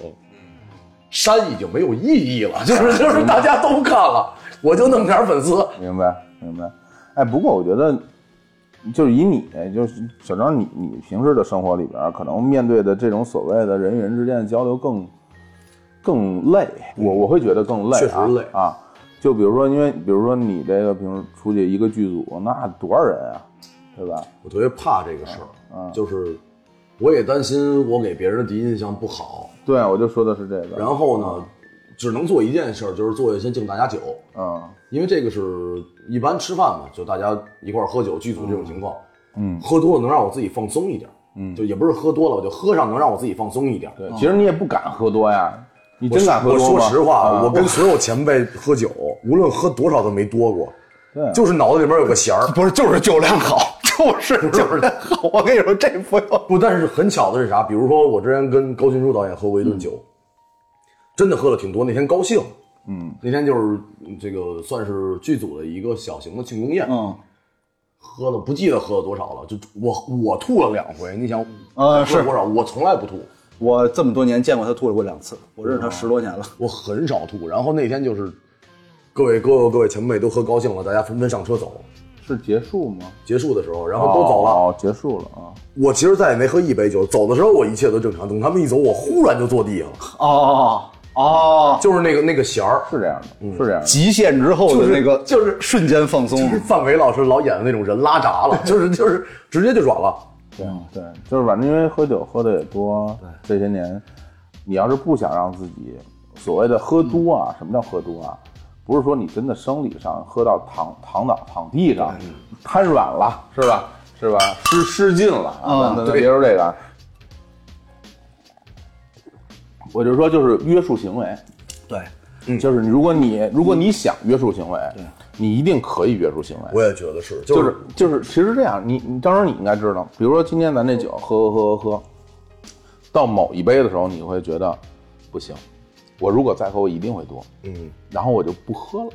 Speaker 3: 删已经没有意义了，就是就是大家都看了，我就那么点儿粉丝，
Speaker 2: 明白明白。哎，不过我觉得，就是以你，就是小张你，你平时的生活里边儿，可能面对的这种所谓的人与人之间的交流更更累，我我会觉得更累、啊，
Speaker 3: 确实累
Speaker 2: 啊。就比如说，因为比如说你这个平时出去一个剧组，那多少人啊，对吧？
Speaker 3: 我特别怕这个事儿，
Speaker 2: 嗯
Speaker 3: 就是我也担心我给别人的第一印象不好，
Speaker 2: 对，啊我就说的是这个。
Speaker 3: 然后呢，只能做一件事儿，就是坐下先敬大家酒，
Speaker 2: 嗯，
Speaker 3: 因为这个是一般吃饭嘛，就大家一块儿喝酒，剧组这种情况，嗯，喝多了能让我自己放松一点，嗯，就也不是喝多了，我就喝上能让我自己放松一点。
Speaker 2: 对，其实你也不敢喝多呀，你真敢喝
Speaker 3: 我
Speaker 2: 多吗？
Speaker 3: 说实话，
Speaker 2: 啊
Speaker 3: 我跟所有前辈喝酒，无论喝多少都没多过，
Speaker 2: 对
Speaker 3: 就是脑子里边有个弦 儿，
Speaker 4: 不是，就是酒量好，就是酒量好。我跟你说，这不用。
Speaker 3: 不，但是很巧的是啥？比如说我之前跟高群书导演喝过一顿酒，真的喝了挺多。那天高兴，嗯，那天就是嗯这个算是剧组的一个小型的庆功宴，
Speaker 4: 嗯，
Speaker 3: 喝了不记得喝了多少了，就我我吐了两回。你想，
Speaker 4: 呃
Speaker 3: 喝了
Speaker 4: 是
Speaker 3: 多少？我从来不吐，
Speaker 4: 我这么多年见过他吐了过两次，我认识他十多年了。
Speaker 3: 我很少吐。然后那天就是各位哥哥各位前辈都喝高兴了，大家纷纷上车走。
Speaker 2: 是结束吗？
Speaker 3: 结束的时候，然后都走了。
Speaker 2: 哦，结束了啊。
Speaker 3: 我其实再也没喝一杯酒。走的时候我一切都正常，等他们一走，我忽然就坐地上了，
Speaker 4: 哦哦，
Speaker 3: 就是那个那个弦儿。
Speaker 2: 是这样的，
Speaker 3: 嗯
Speaker 2: 是这样的。
Speaker 4: 极限之后的那个就是瞬间放松
Speaker 3: 就是范伟老师老演的那种人拉闸了， 就是就是直接就软了。
Speaker 2: 对对，就是反正因为喝酒喝的也多，这些年，你要是不想让自己所谓的喝多啊，什么叫喝多啊？不是说你真的生理上喝到躺躺倒躺地上，瘫软了是吧？是吧？
Speaker 4: 嗯
Speaker 2: 失失禁了啊！那那别说这个啊，我就说就是约束行为，
Speaker 4: 对，
Speaker 2: 就是如果你如果你想约束行为，你一定可以约束行为。
Speaker 3: 我也觉得是，就
Speaker 2: 就是是就是，其实这样，你你当时你应该知道，比如说今天咱这酒喝喝喝喝，到某一杯的时候，你会觉得不行，我如果再喝，我一定会多，
Speaker 3: 嗯，
Speaker 2: 然后我就不喝了。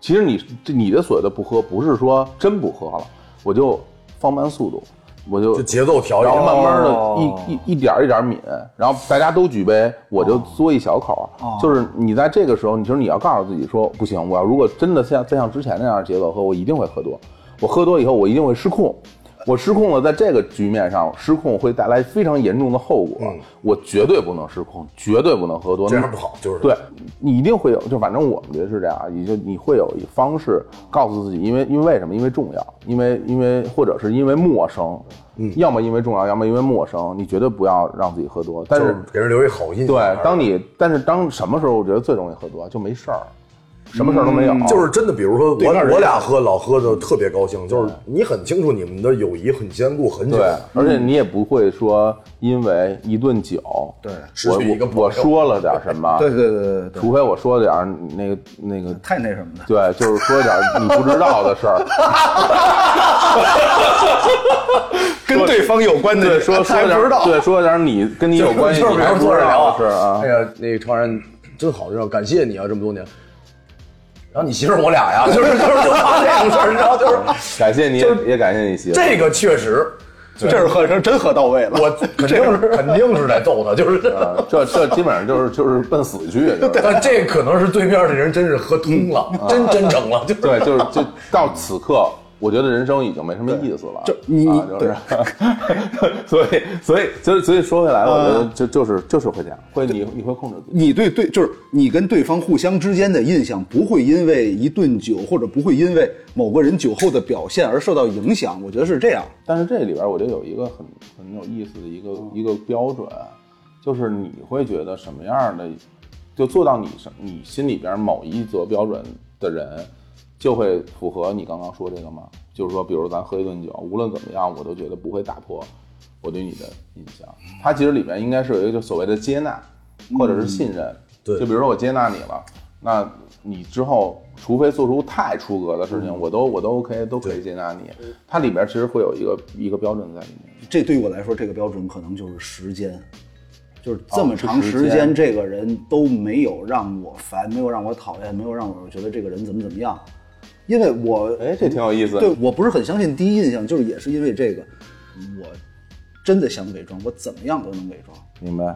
Speaker 2: 其实你这你的所谓的不喝，不是说真不喝了，我就放慢速度，我就
Speaker 3: 就节奏调
Speaker 2: 然后慢
Speaker 3: 节。
Speaker 2: 慢
Speaker 4: 哦
Speaker 2: 的一一一点儿一点儿抿，然后大家都举杯，我就嘬一小口儿。就是你在这个时候，你就是你要告诉自己说，不行，我要如果真的像再像之前那样的节奏喝，我一定会喝多。我喝多以后，我一定会失控。我失控了，在这个局面上失控会带来非常严重的后果。我绝对不能失控，绝对不能喝多。
Speaker 3: 这样不好，就是
Speaker 2: 对你一定会有，就反正我们觉得是这样啊，你就你会有一方式告诉自己，因为因为为什么？因为重要，因为因为或者是因为陌生，嗯，要么因为重要，要么因为陌生，你绝对不要让自己喝多。但
Speaker 3: 就是是给人留一好印象。
Speaker 2: 对，当你但是当什么时候我觉得最容易喝多，就没事儿，什么事儿都没有，
Speaker 3: 嗯就是真的，比如说
Speaker 2: 对面人
Speaker 3: 我我俩喝老喝的特别高兴，就是你很清楚你们的友谊很坚固很久
Speaker 2: 对，，而且你也不会说因为一顿酒，对，
Speaker 3: 失去一个
Speaker 2: 我我 说了点什么，
Speaker 4: 对，对对对对，
Speaker 2: 除非我说点儿你那个那个
Speaker 4: 太那什么了。
Speaker 2: 对，就是说点儿你不知道的事 儿，
Speaker 4: 跟对方有关
Speaker 2: 对，说说点儿，对，说点儿你跟你有关系，
Speaker 3: 就是
Speaker 2: 你
Speaker 3: 比
Speaker 2: 还
Speaker 3: 如
Speaker 2: 不
Speaker 3: 坐
Speaker 2: 知
Speaker 3: 着聊
Speaker 2: 道的事儿啊
Speaker 3: 哎。呀，那个超然真好，要感谢你啊，这么多年。然后你媳妇儿我俩呀，就是就是就怕这种事儿，你知道，就是
Speaker 2: 感谢你，也感谢你媳妇儿。
Speaker 3: 这个确实，
Speaker 4: 这是喝是真喝到位了。
Speaker 3: 我 肯定是肯定是在揍他，就是
Speaker 4: 呃
Speaker 2: 啊这这基本上就是就是奔死去， 就是
Speaker 3: 但这可能是对面的人真是喝通了，
Speaker 4: 嗯
Speaker 3: 真
Speaker 4: 啊
Speaker 3: 真整了，就是
Speaker 2: 对，就是就到此刻，我觉得人生已经没什么意思了。
Speaker 4: 就你
Speaker 2: 啊就是， 所以所以所以所以说回来，我觉
Speaker 3: 嗯
Speaker 2: 得就就是就是会这样，会你你会控制自己。
Speaker 4: 你对对，就是你跟对方互相之间的印象，不会因为一顿酒或者不会因为某个人酒后的表现而受到影响。我觉得是这样。
Speaker 2: 但是这里边我觉得有一个很很有意思的一个、一个标准，就是你会觉得什么样的，就做到你什你心里边某一则标准的人，就会符合你刚刚说这个吗？就是说，比如咱喝一顿酒，无论怎么样，我都觉得不会打破我对你的印象。它其实里面应该是有一个就所谓的接纳，或者是信任。
Speaker 3: 对
Speaker 2: 就比如说我接纳你了，那你之后除非做出太出格的事情，我都我都 OK，都可以接纳你。它里边其实会有一个一个标准在里面。
Speaker 4: 这对于我来说，这个标准可能就是时间，就是这么长
Speaker 2: 是时
Speaker 4: 时
Speaker 2: 间
Speaker 4: 间，这个人都没有让我烦，没有让我讨厌，没有让我觉得这个人怎么怎么样，因为我
Speaker 2: 哎，这挺有意思。
Speaker 4: 对我不是很相信第一印象，就是也是因为这个，我真的想伪装，我怎么样都能伪装，
Speaker 2: 明白。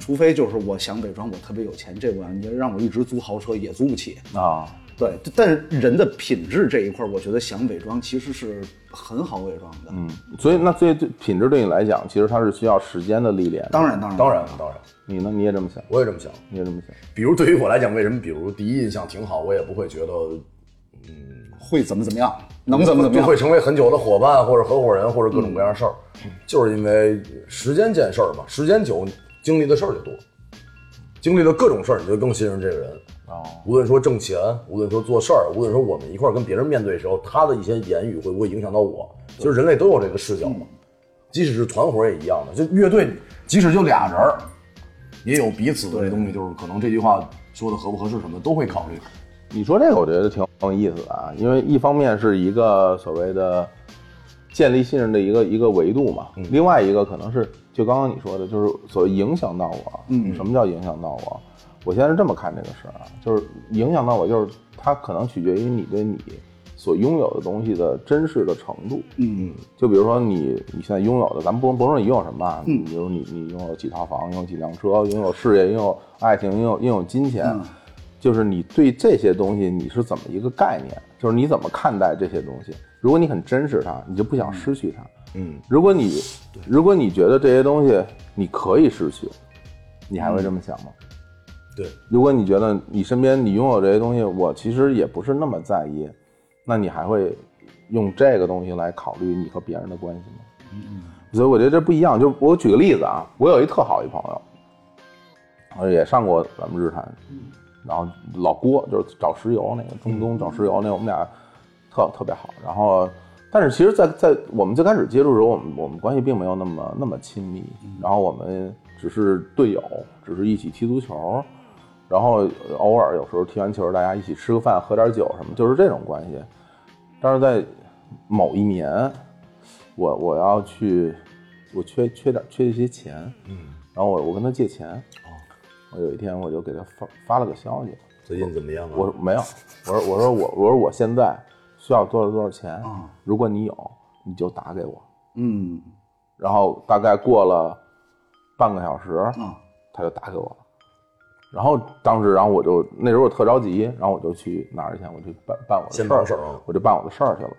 Speaker 4: 除非就是我想伪装我特别有钱，这我你让我一直租豪车也租不起。
Speaker 2: 啊，
Speaker 4: 对，但是人的品质这一块儿，我觉得想伪装其实是很好伪装的。
Speaker 2: 嗯，所以那最最品质对你来讲，其实它是需要时间的历练的。
Speaker 4: 当然，当然，
Speaker 3: 当然当然，
Speaker 2: 你呢？你也这么想？
Speaker 3: 我也这么想。
Speaker 2: 你也这么想？
Speaker 3: 比如对于我来讲，为什么比如第一印象挺好，我也不会觉得
Speaker 4: 会怎么怎么样，能怎么怎么
Speaker 3: 就
Speaker 4: 样
Speaker 3: 会。成为很久的伙伴或者合伙人或者各种各样的事儿，
Speaker 4: 嗯
Speaker 3: 就是因为时间见事儿嘛，时间久经历的事儿就多，经历了各种事儿，你就更信任这个人。
Speaker 2: 哦，
Speaker 3: 无论说挣钱，无论说做事儿，无论说我们一块儿跟别人面对的时候，他的一些言语会不会影响到我？就是人类都有这个视角嘛，即使是团伙也一样的。就乐队，即使就俩人儿，也有彼此的这东西，就是可能这句话说的合不合适什么的都会考虑。
Speaker 2: 你说这个我觉得挺有意思的啊，因为一方面是一个所谓的建立信任的一个一个维度嘛，另外一个可能是就刚刚你说的，就是所谓影响到我。嗯，什么叫影响到我？我现在是这么看这个事儿啊，就是影响到我，就是它可能取决于你对你所拥有的东西的真实的程度。
Speaker 4: 嗯，
Speaker 2: 就比如说你你现在拥有的，咱们不不说你拥有什么啊，
Speaker 3: 嗯
Speaker 2: 你比如你你拥有几套房，拥有几辆车，拥有事业，拥有爱情，拥有拥有金钱，
Speaker 3: 嗯
Speaker 2: 就是你对这些东西你是怎么一个概念？就是你怎么看待这些东西？如果你很珍视它，你就不想失去它。
Speaker 3: 嗯，
Speaker 2: 如果你如果你觉得这些东西你可以失去，你还会这么想吗？
Speaker 3: 嗯对，
Speaker 2: 如果你觉得你身边你拥有这些东西，我其实也不是那么在意，那你还会用这个东西来考虑你和别人的关系吗？所以我觉得这不一样。就我举个例子啊，我有一特好一朋友，呃也上过咱们日坛，然后老郭就是找石油那个中东找石油那个，我们俩特特别好。然后，但是其实在，在我们最开始接触的时候，我们我们关系并没有那么那么亲密。然后我们只是队友，只是一起踢足球，然后呃偶尔有时候踢完球，大家一起吃个饭，喝点酒什么，就是这种关系。但是在某一年，我我要去，我缺缺点缺一些钱，嗯，然后我我跟他借钱，哦，我有一天我就给他发发了个消息，
Speaker 3: 最近怎么样啊？
Speaker 2: 我说没有，我说我说我我说我现在需要多少多少钱，如果你有你就打给我，
Speaker 4: 嗯
Speaker 2: 然后大概过了半个小时，
Speaker 4: 啊，
Speaker 2: 他就打给我了。然后当时，然后我就那时候我特着急，然后我就去哪儿去？我去办办我的
Speaker 3: 先
Speaker 2: 事儿，
Speaker 3: 办事儿啊
Speaker 2: 我就办我的事儿去了。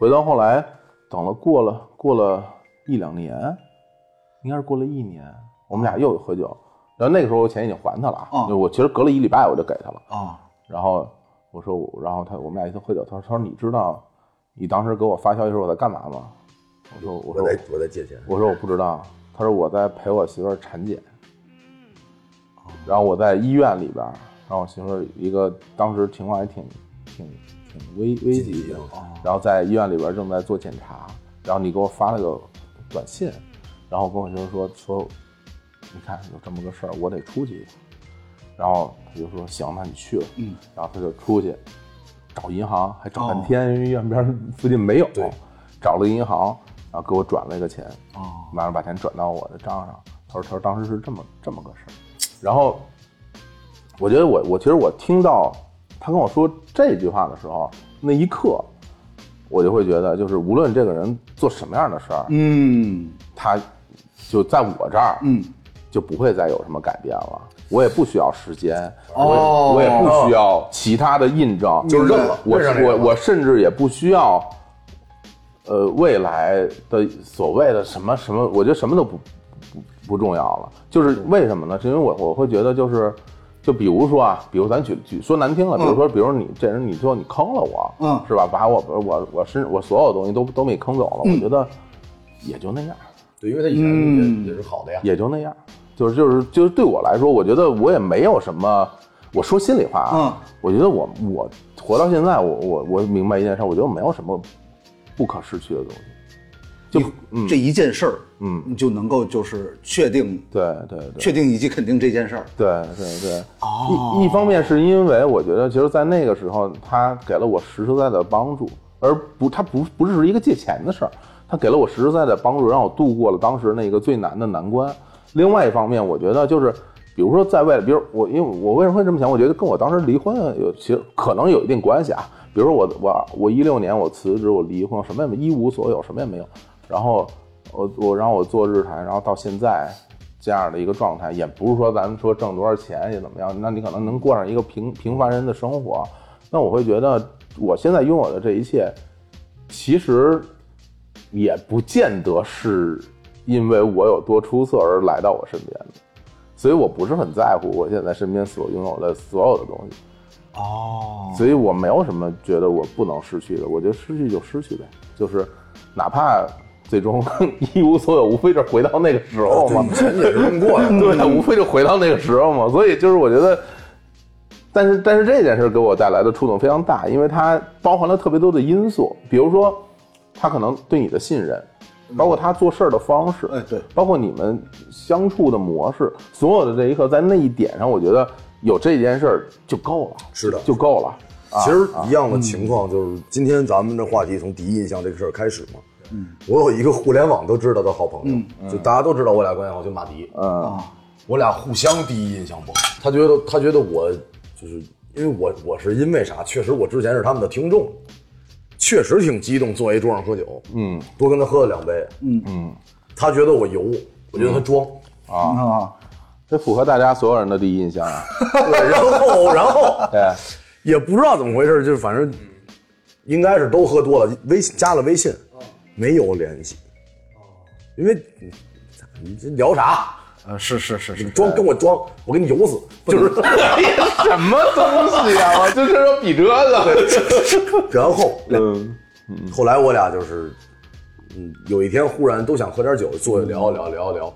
Speaker 2: 回到后来，等了过了过了一两年，应该是过了一年，我们俩又喝酒。然后那个时候我钱已经还他了，啊
Speaker 4: 哦
Speaker 2: 就我其实隔了一礼拜我就给他了。
Speaker 4: 啊，
Speaker 2: 然后我说我，然后他我们俩一起喝酒，他说他说你知道你当时给我发消息的时候我在干嘛吗？我说我
Speaker 3: 我
Speaker 2: 说
Speaker 3: 在我在借钱。
Speaker 2: 我说我不知道，他说我在陪我媳妇儿产检，然后我在医院里边儿，然后我媳妇儿一个当时情况还挺挺挺危危急
Speaker 3: 啊
Speaker 2: 的，然后在医院里边儿正在做检查，然后你给我发了个短信，然后跟我媳妇儿说说，你看有这么个事儿，我得出去一趟，然后他就说行，那你去吧，嗯，然后他就出去找银行，还找半天，因为院边儿附近没有，
Speaker 3: 对
Speaker 2: 找了银行，然后给我转了一个钱，
Speaker 4: 哦，
Speaker 2: 马上把钱转到我的账上。他说，他说当时是这么这么个事儿，然后我觉得我我其实我听到他跟我说这句话的时候，那一刻我就会觉得，就是无论这个人做什么样的事儿，
Speaker 4: 嗯
Speaker 2: 他就在我这儿，
Speaker 4: 嗯，
Speaker 2: 就不会再有什么改变了。我也不需要时间，
Speaker 4: 哦
Speaker 2: 我也我也不需要其他的印证，
Speaker 3: 就是认了
Speaker 2: 我
Speaker 3: 认上这个
Speaker 2: 我
Speaker 3: 了
Speaker 2: 我甚至也不需要，呃，未来的所谓的什么什么，我觉得什么都不不不重要了。就是为什么呢？是因为我我会觉得就是，就比如说啊，比如咱举举说难听
Speaker 3: 嗯
Speaker 2: 了，比如说，比如你这人，你最后你坑了我，
Speaker 4: 嗯
Speaker 2: 是吧？把我我我身我所有东西都都给你坑走
Speaker 3: 嗯
Speaker 2: 了，我觉得也就那样。
Speaker 3: 对，因为他以前
Speaker 4: 嗯
Speaker 3: 也也是好的呀。
Speaker 2: 也就那样，就是就是就是对我来说，我觉得我也没有什么。我说心里话
Speaker 4: 嗯
Speaker 2: 啊，我觉得我我活到现在，我我我明白一件事，我觉得我没有什么不可失去的东西。就嗯
Speaker 4: 这一件事儿，
Speaker 2: 嗯，
Speaker 4: 你就能够就是确定、
Speaker 2: 对对对，
Speaker 4: 确定以及肯定这件事儿。嗯
Speaker 2: 对对对，
Speaker 4: 哦
Speaker 2: 一一方面是因为我觉得，其实，在那个时候，他给了我实实在在的帮助，而不，他不不是一个借钱的事儿，他给了我实实在在的帮助，让我度过了当时那个最难的难关。另外一方面，我觉得就是，比如说在外，比如我，因为我为什么会这么想？我觉得跟我当时离婚有其实可能有一定关系啊。比如说我我我一六年我辞职，我离婚，什么也没一无所有，什么也没有。然后我我然后我做日坛，然后到现在这样的一个状态，也不是说咱们说挣多少钱也怎么样，那你可能能过上一个平平凡人的生活。那我会觉得，我现在拥有的这一切，其实也不见得是因为我有多出色而来到我身边的，所以我不是很在乎我现在身边所拥有的所有的东西，
Speaker 4: 哦，
Speaker 2: 所以我没有什么觉得我不能失去的，我觉得失去就失去呗，就是哪怕最终 一无所有，无非就是回到那个时候嘛
Speaker 3: 对，以，前也是这么过 的。
Speaker 2: 对，啊无非就回到那个时候嘛。所以就是我觉得，但是但是这件事给我带来的触动非常大，因为它包含了特别多的因素，比如说他可能对你的信任，包括他做事儿的方式，
Speaker 4: 哎对
Speaker 2: 包括你们相处的模式，所有的这一刻，在那一点上，我觉得有这件事儿就够了，
Speaker 3: 是的
Speaker 2: 就够了。啊
Speaker 3: 其实一样的情况就是，今天咱们的话题从第一印象这个事儿开始嘛。嗯，我有一个互联网都知道的好朋友，就大家都知道我俩关系好，就马迪。
Speaker 2: 嗯，
Speaker 3: 我俩互相第一印象不好，他觉得他觉得我就是因为我我是因为啥？确实我之前是他们的听众，确实挺激动，坐一桌上喝酒，嗯，多跟他喝了两杯，嗯嗯，他觉得我油，我觉得他装，
Speaker 4: 啊，
Speaker 2: 这符合大家所有人的第一印象啊。
Speaker 3: 对， 然后然后
Speaker 2: 对，
Speaker 3: 也不知道怎么回事，就是反正应该是都喝多了，微信加了微信，没有联系，因为你你这聊啥？
Speaker 4: 呃，是是是是，
Speaker 3: 装跟我装，我给你油死，就是。
Speaker 2: 什么东西啊？我就是说比这个。嗯
Speaker 3: 然后，后来我俩就是，嗯，有一天忽然都想喝点酒，坐着聊聊聊聊，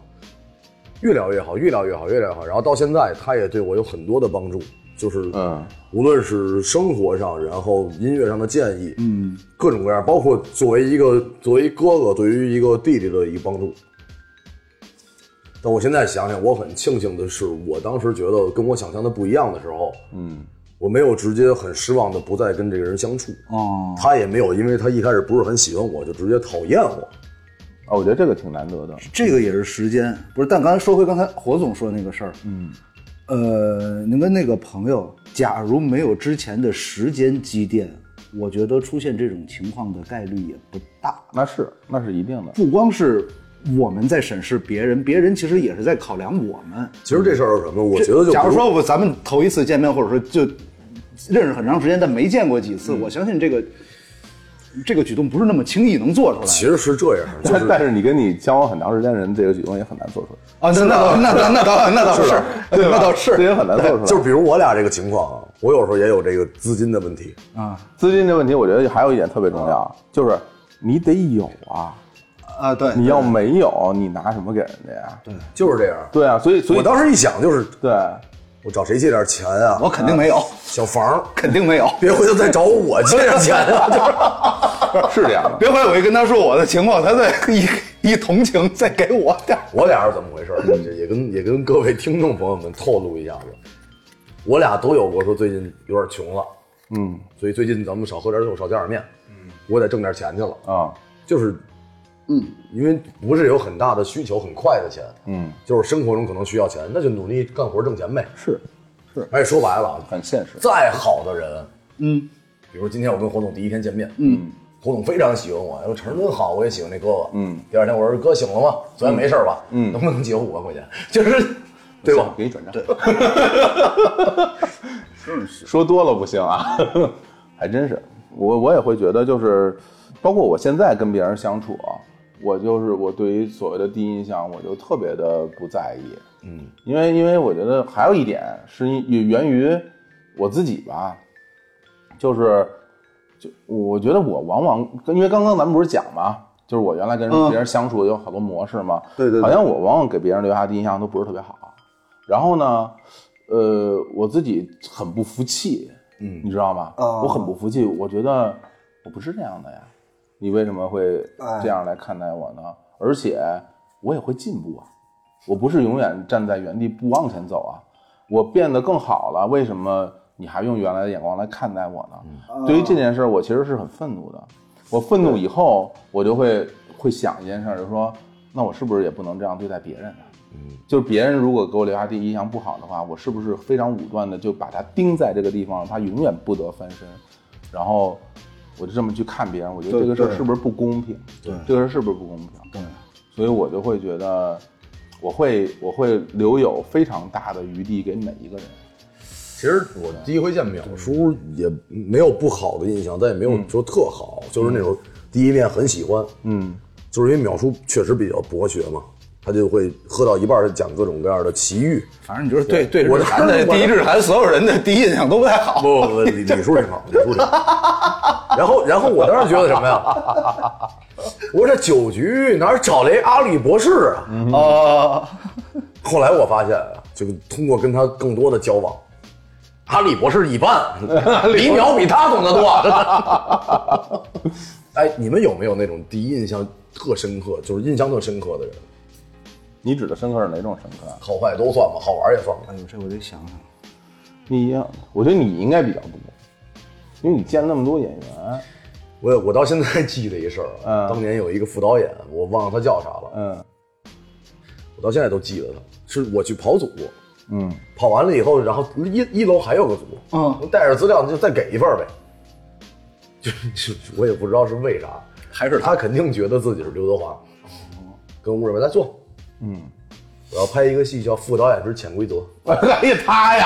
Speaker 3: 越聊越好，越聊越好，越聊越好。然后到现在，他也对我有很多的帮助，就是，
Speaker 2: 嗯，
Speaker 3: 无论是生活上，然后音乐上的建议，嗯，各种各样，包括作为一个作为哥哥对于一个弟弟的一个帮助。但我现在想想，我很庆幸的是，我当时觉得跟我想象的不一样的时候，
Speaker 2: 嗯，
Speaker 3: 我没有直接很失望的不再跟这个人相处。
Speaker 4: 哦，
Speaker 3: 他也没有，因为他一开始不是很喜欢我，就直接讨厌我。
Speaker 2: 啊，我觉得这个挺难得的。
Speaker 4: 这个也是时间，不是？但刚才说回刚才火总说那个事儿，嗯，呃，您跟那个朋友，假如没有之前的时间积淀，我觉得出现这种情况的概率也不大。
Speaker 2: 那是，那是一定的。
Speaker 4: 不光是我们在审视别人，别人其实也是在考量我们。
Speaker 3: 其实这事儿是什么？我觉得就
Speaker 4: 假如
Speaker 3: 不是
Speaker 4: 说我咱们头一次见面，或者说就认识很长时间，但没见过几
Speaker 3: 嗯
Speaker 4: 次，我相信这个这个举动不是那么轻易能做出来的。
Speaker 3: 其实是这样，就
Speaker 2: 但
Speaker 3: 是
Speaker 2: 但是你跟你交往很长时间的人，这个举动也很难做出来，
Speaker 4: 啊，那那 倒那倒那倒那倒是，对那倒是
Speaker 2: 这也很难做出来。
Speaker 3: 就是比如我俩这个情况啊，我有时候也有这个资金的问题。
Speaker 4: 啊
Speaker 2: 资金这问题，我觉得还有一点特别重要，就是你得有啊，
Speaker 4: 啊，对，
Speaker 2: 你要没有，你拿什么给人家呀？对
Speaker 3: 就是这样。
Speaker 2: 啊，所以所
Speaker 3: 我
Speaker 2: 以
Speaker 3: 当时一想就是，
Speaker 2: 对，
Speaker 3: 我找谁借点钱啊
Speaker 4: 我？肯定没有，
Speaker 3: 小房，
Speaker 4: 肯定没有。
Speaker 3: 别回头再找我借点钱啊！ 就是
Speaker 2: 是这样的。
Speaker 4: 别回来我一跟他说我的情况，他再一一同情，再给我点儿。
Speaker 3: 我俩是怎么回事儿？这也跟也跟各位听众朋友们透露一下子，我俩都有过说最近有点穷了，
Speaker 2: 嗯
Speaker 3: 所以最近咱们少喝点酒，少见点面。嗯，我得挣点钱去了。
Speaker 2: 啊
Speaker 3: 就是，嗯，因为不是有很大的需求，很快的钱，
Speaker 2: 嗯，
Speaker 3: 就是生活中可能需要钱，那就努力干活挣钱呗。
Speaker 2: 是
Speaker 3: 而且说白了，啊
Speaker 2: 很现实。
Speaker 3: 再好的人，
Speaker 4: 嗯，
Speaker 3: 比如今天我跟火总第一天见面，嗯，胡总非常喜欢我，说晨儿真好，我也喜欢这哥哥。嗯，第二天我说哥醒了吗？昨天没事儿吧？嗯，能不能借我五万块钱？ 就是，对吧？
Speaker 2: 给你转账。 说多了不行啊， 还真是。我我也会觉得，就是包括我现在跟别人相处啊，我就是我对于所谓的第一印象，我就特别的不在意。嗯，因为因为我觉得还有一点是也源于我自己吧，就是就我觉得我往往因为刚刚咱们不是讲嘛，就是我原来跟
Speaker 4: 嗯
Speaker 2: 别人相处有好多模式嘛，
Speaker 4: 对对
Speaker 2: 好
Speaker 4: 对，
Speaker 2: 像我往往给别人留下的印象都不是特别好。然后呢，呃，我自己很不服气，
Speaker 3: 嗯
Speaker 2: 你知道吗？
Speaker 4: 啊
Speaker 2: 我很不服气，我觉得我不是这样的呀，你为什么会
Speaker 4: 哎
Speaker 2: 这样来看待我呢？而且我也会进步啊，我不是永远站在原地不往前走啊，我变得更好了，为什么你还用原来的眼光来看待我呢？
Speaker 4: 嗯
Speaker 2: 对
Speaker 4: 啊
Speaker 2: 于这件事儿，我其实是很愤怒的。我愤怒以后，我就会会想一件事儿，就是说，那我是不是也不能这样对待别人呢、嗯，就是别人如果给我留下第一印象不好的话，我是不是非常武断的就把他钉在这个地方，他永远不得翻身？然后我就这么去看别人，我觉得
Speaker 4: 对
Speaker 2: 这个事儿
Speaker 4: 对
Speaker 2: 是不是不公平？
Speaker 4: 对
Speaker 2: 这个事儿是不是不公平？
Speaker 4: 对，
Speaker 2: 所以我就会觉得，我会我会留有非常大的余地给每一个人。
Speaker 3: 其实我第一回见淼叔也没有不好的印象，但也没有说特好，就是那种第一面很喜欢，
Speaker 2: 嗯，
Speaker 3: 就是因为淼叔确实比较博学嘛，他就会喝到一半儿讲各种各样的奇遇。
Speaker 4: 反正你就是对对
Speaker 3: 我
Speaker 4: 日韩的
Speaker 3: 我
Speaker 4: 第一日韩所有人的第一印象都不太好。
Speaker 3: 不不不，李李叔挺好，李叔挺好。然后然后我当时觉得什么呀？我说这酒局哪儿找来阿吕博士啊？
Speaker 4: 哦，
Speaker 3: 后来我发现啊，就通过跟他更多的交往，阿李博士一般，李淼比他懂得多。真的哎，你们有没有那种第一印象特深刻，就是印象特深刻的人？
Speaker 2: 你指的深刻是哪种深刻啊？
Speaker 3: 好坏都算吧，好玩也算吧。
Speaker 4: 哎呦，这我得想想。
Speaker 2: 你一样，我觉得你应该比较多，因为你见那么多演员，
Speaker 3: 我我到现在记得一事儿啊，
Speaker 2: 嗯
Speaker 3: 当年有一个副导演，我忘了他叫啥了，
Speaker 2: 嗯
Speaker 3: 我到现在都记得他。是我去跑组，
Speaker 2: 嗯，
Speaker 3: 跑完了以后，然后一一楼还有个组，
Speaker 4: 嗯，
Speaker 3: 带着资料就再给一份儿呗。就就我也不知道是为啥，
Speaker 4: 还是他
Speaker 3: 他肯定觉得自己是刘德华，跟屋里边来坐，嗯，我要拍一个戏叫《副导演之潜规则》，
Speaker 2: 哎呀，他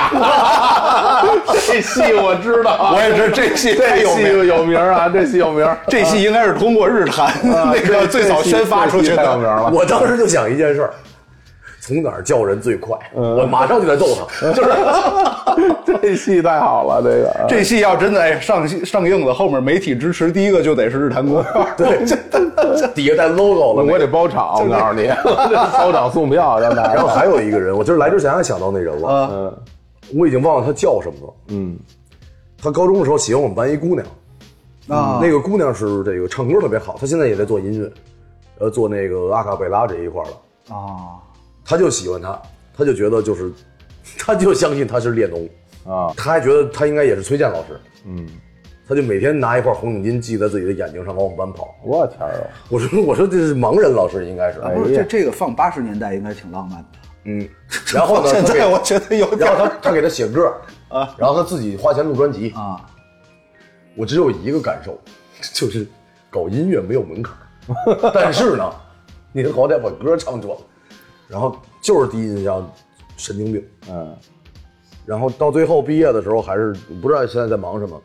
Speaker 2: 呀，这戏我知道，
Speaker 4: 我也知道啊这戏太
Speaker 2: 这
Speaker 4: 有名
Speaker 2: 戏有名啊，这戏有名，
Speaker 4: 这戏应该是通过日韩那个最早宣发出去
Speaker 2: 这戏太有名
Speaker 4: 的。
Speaker 2: 了。
Speaker 3: 我当时就想一件事儿。从哪儿叫人最快？我马上就得揍他，就是
Speaker 2: 这戏太好了，这个
Speaker 4: 这戏要真的哎上戏上映了，后面媒体支持第一个就得是日坛公园。
Speaker 3: 对，底下带 logo 了那个。
Speaker 2: 我得包场，我告诉你，包场送票让大
Speaker 3: 然后
Speaker 2: 家。
Speaker 3: 还有一个人，我今儿来之前还想到那人
Speaker 4: 啊
Speaker 3: 了，
Speaker 2: 嗯
Speaker 3: 我已经忘了他叫什么了。
Speaker 2: 嗯，
Speaker 3: 他高中的时候喜欢我们班一姑娘，
Speaker 4: 啊
Speaker 3: 那个姑娘是这个唱歌特别好，她现在也在做音乐，呃，做那个阿卡贝拉这一块儿了。
Speaker 4: 啊，
Speaker 3: 他就喜欢她，他就觉得就是， 他就相信她是列侬，
Speaker 2: 啊，
Speaker 3: 他还觉得他应该也是崔健老师，
Speaker 2: 嗯，
Speaker 3: 他就每天拿一块红领巾系在自己的眼睛上往我们班跑。
Speaker 2: 我天儿啊，
Speaker 3: 我说我说这是盲人老师应该是，哎
Speaker 4: 不是这这个放八十年代应该挺浪漫的。
Speaker 3: 嗯，然后呢，
Speaker 4: 现
Speaker 3: 他给
Speaker 4: 在我觉得有点
Speaker 3: 然后他他给他写 歌啊，然后他自己花钱录专辑。
Speaker 4: 啊，
Speaker 3: 我只有一个感受， 就是搞音乐没有门槛儿，但是呢，你好歹把歌唱出来。然后就是第一印象，神经病。
Speaker 2: 嗯
Speaker 3: 然后到最后毕业的时候，还是不知道现在在忙什么。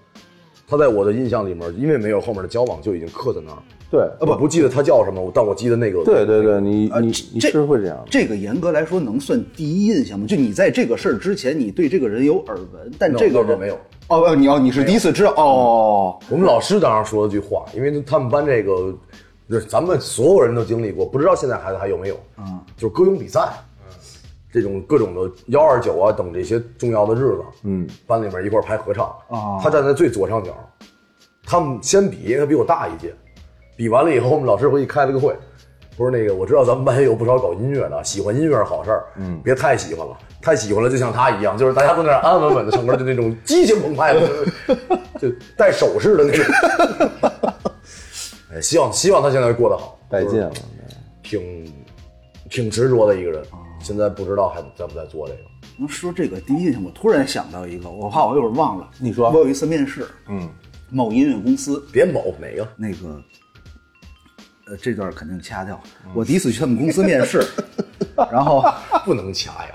Speaker 3: 他在我的印象里面，因为没有后面的交往，就已经刻在那儿了。
Speaker 2: 对
Speaker 3: 啊，不不记得他叫什么，但我记得那个。
Speaker 2: 对对对，你
Speaker 4: 呃
Speaker 2: 你
Speaker 4: 这
Speaker 2: 你是会这样的。
Speaker 4: 这个严格来说能算第一印象吗？就你在这个事儿之前，你对这个人有耳闻，但
Speaker 3: No，
Speaker 4: 这个
Speaker 3: no，no，
Speaker 4: 人
Speaker 3: 没有。
Speaker 4: 哦，哦你哦，你是第一次知道哦。
Speaker 3: 我们老师当时说了句话，因为他们班这个，就是咱们所有人都经历过，不知道现在孩子还有没有。
Speaker 4: 嗯，
Speaker 3: 就是歌咏比赛，这种各种的幺二九啊等这些重要的日子，
Speaker 2: 嗯，
Speaker 3: 班里面一块儿排合唱。
Speaker 4: 哦
Speaker 3: 他站在最左上角，他们先比，因为他比我大一届。比完了以后，我们老师回去开了个会，说那个我知道咱们班有不少搞音乐的，喜欢音乐是好事儿，嗯，别太喜欢了，太喜欢了就像他一样，就是大家都在那儿安安稳稳的唱歌，就那种激情澎湃的，就带手势的那种。哎，希望希望他现在过得好，
Speaker 2: 带劲了，
Speaker 3: 挺挺执着的一个人。现在不知道还在不在做这个。
Speaker 4: 能说这个第一印象，我突然想到一个，我怕我一会儿忘了。
Speaker 2: 你说
Speaker 4: 我有一次面试，
Speaker 2: 嗯，
Speaker 4: 某音乐公司，
Speaker 3: 别啊某哪个，
Speaker 4: 那个，呃，这段肯定掐掉。
Speaker 3: 嗯
Speaker 4: 我第一次去他们公司 面试，然后
Speaker 3: 不能掐呀。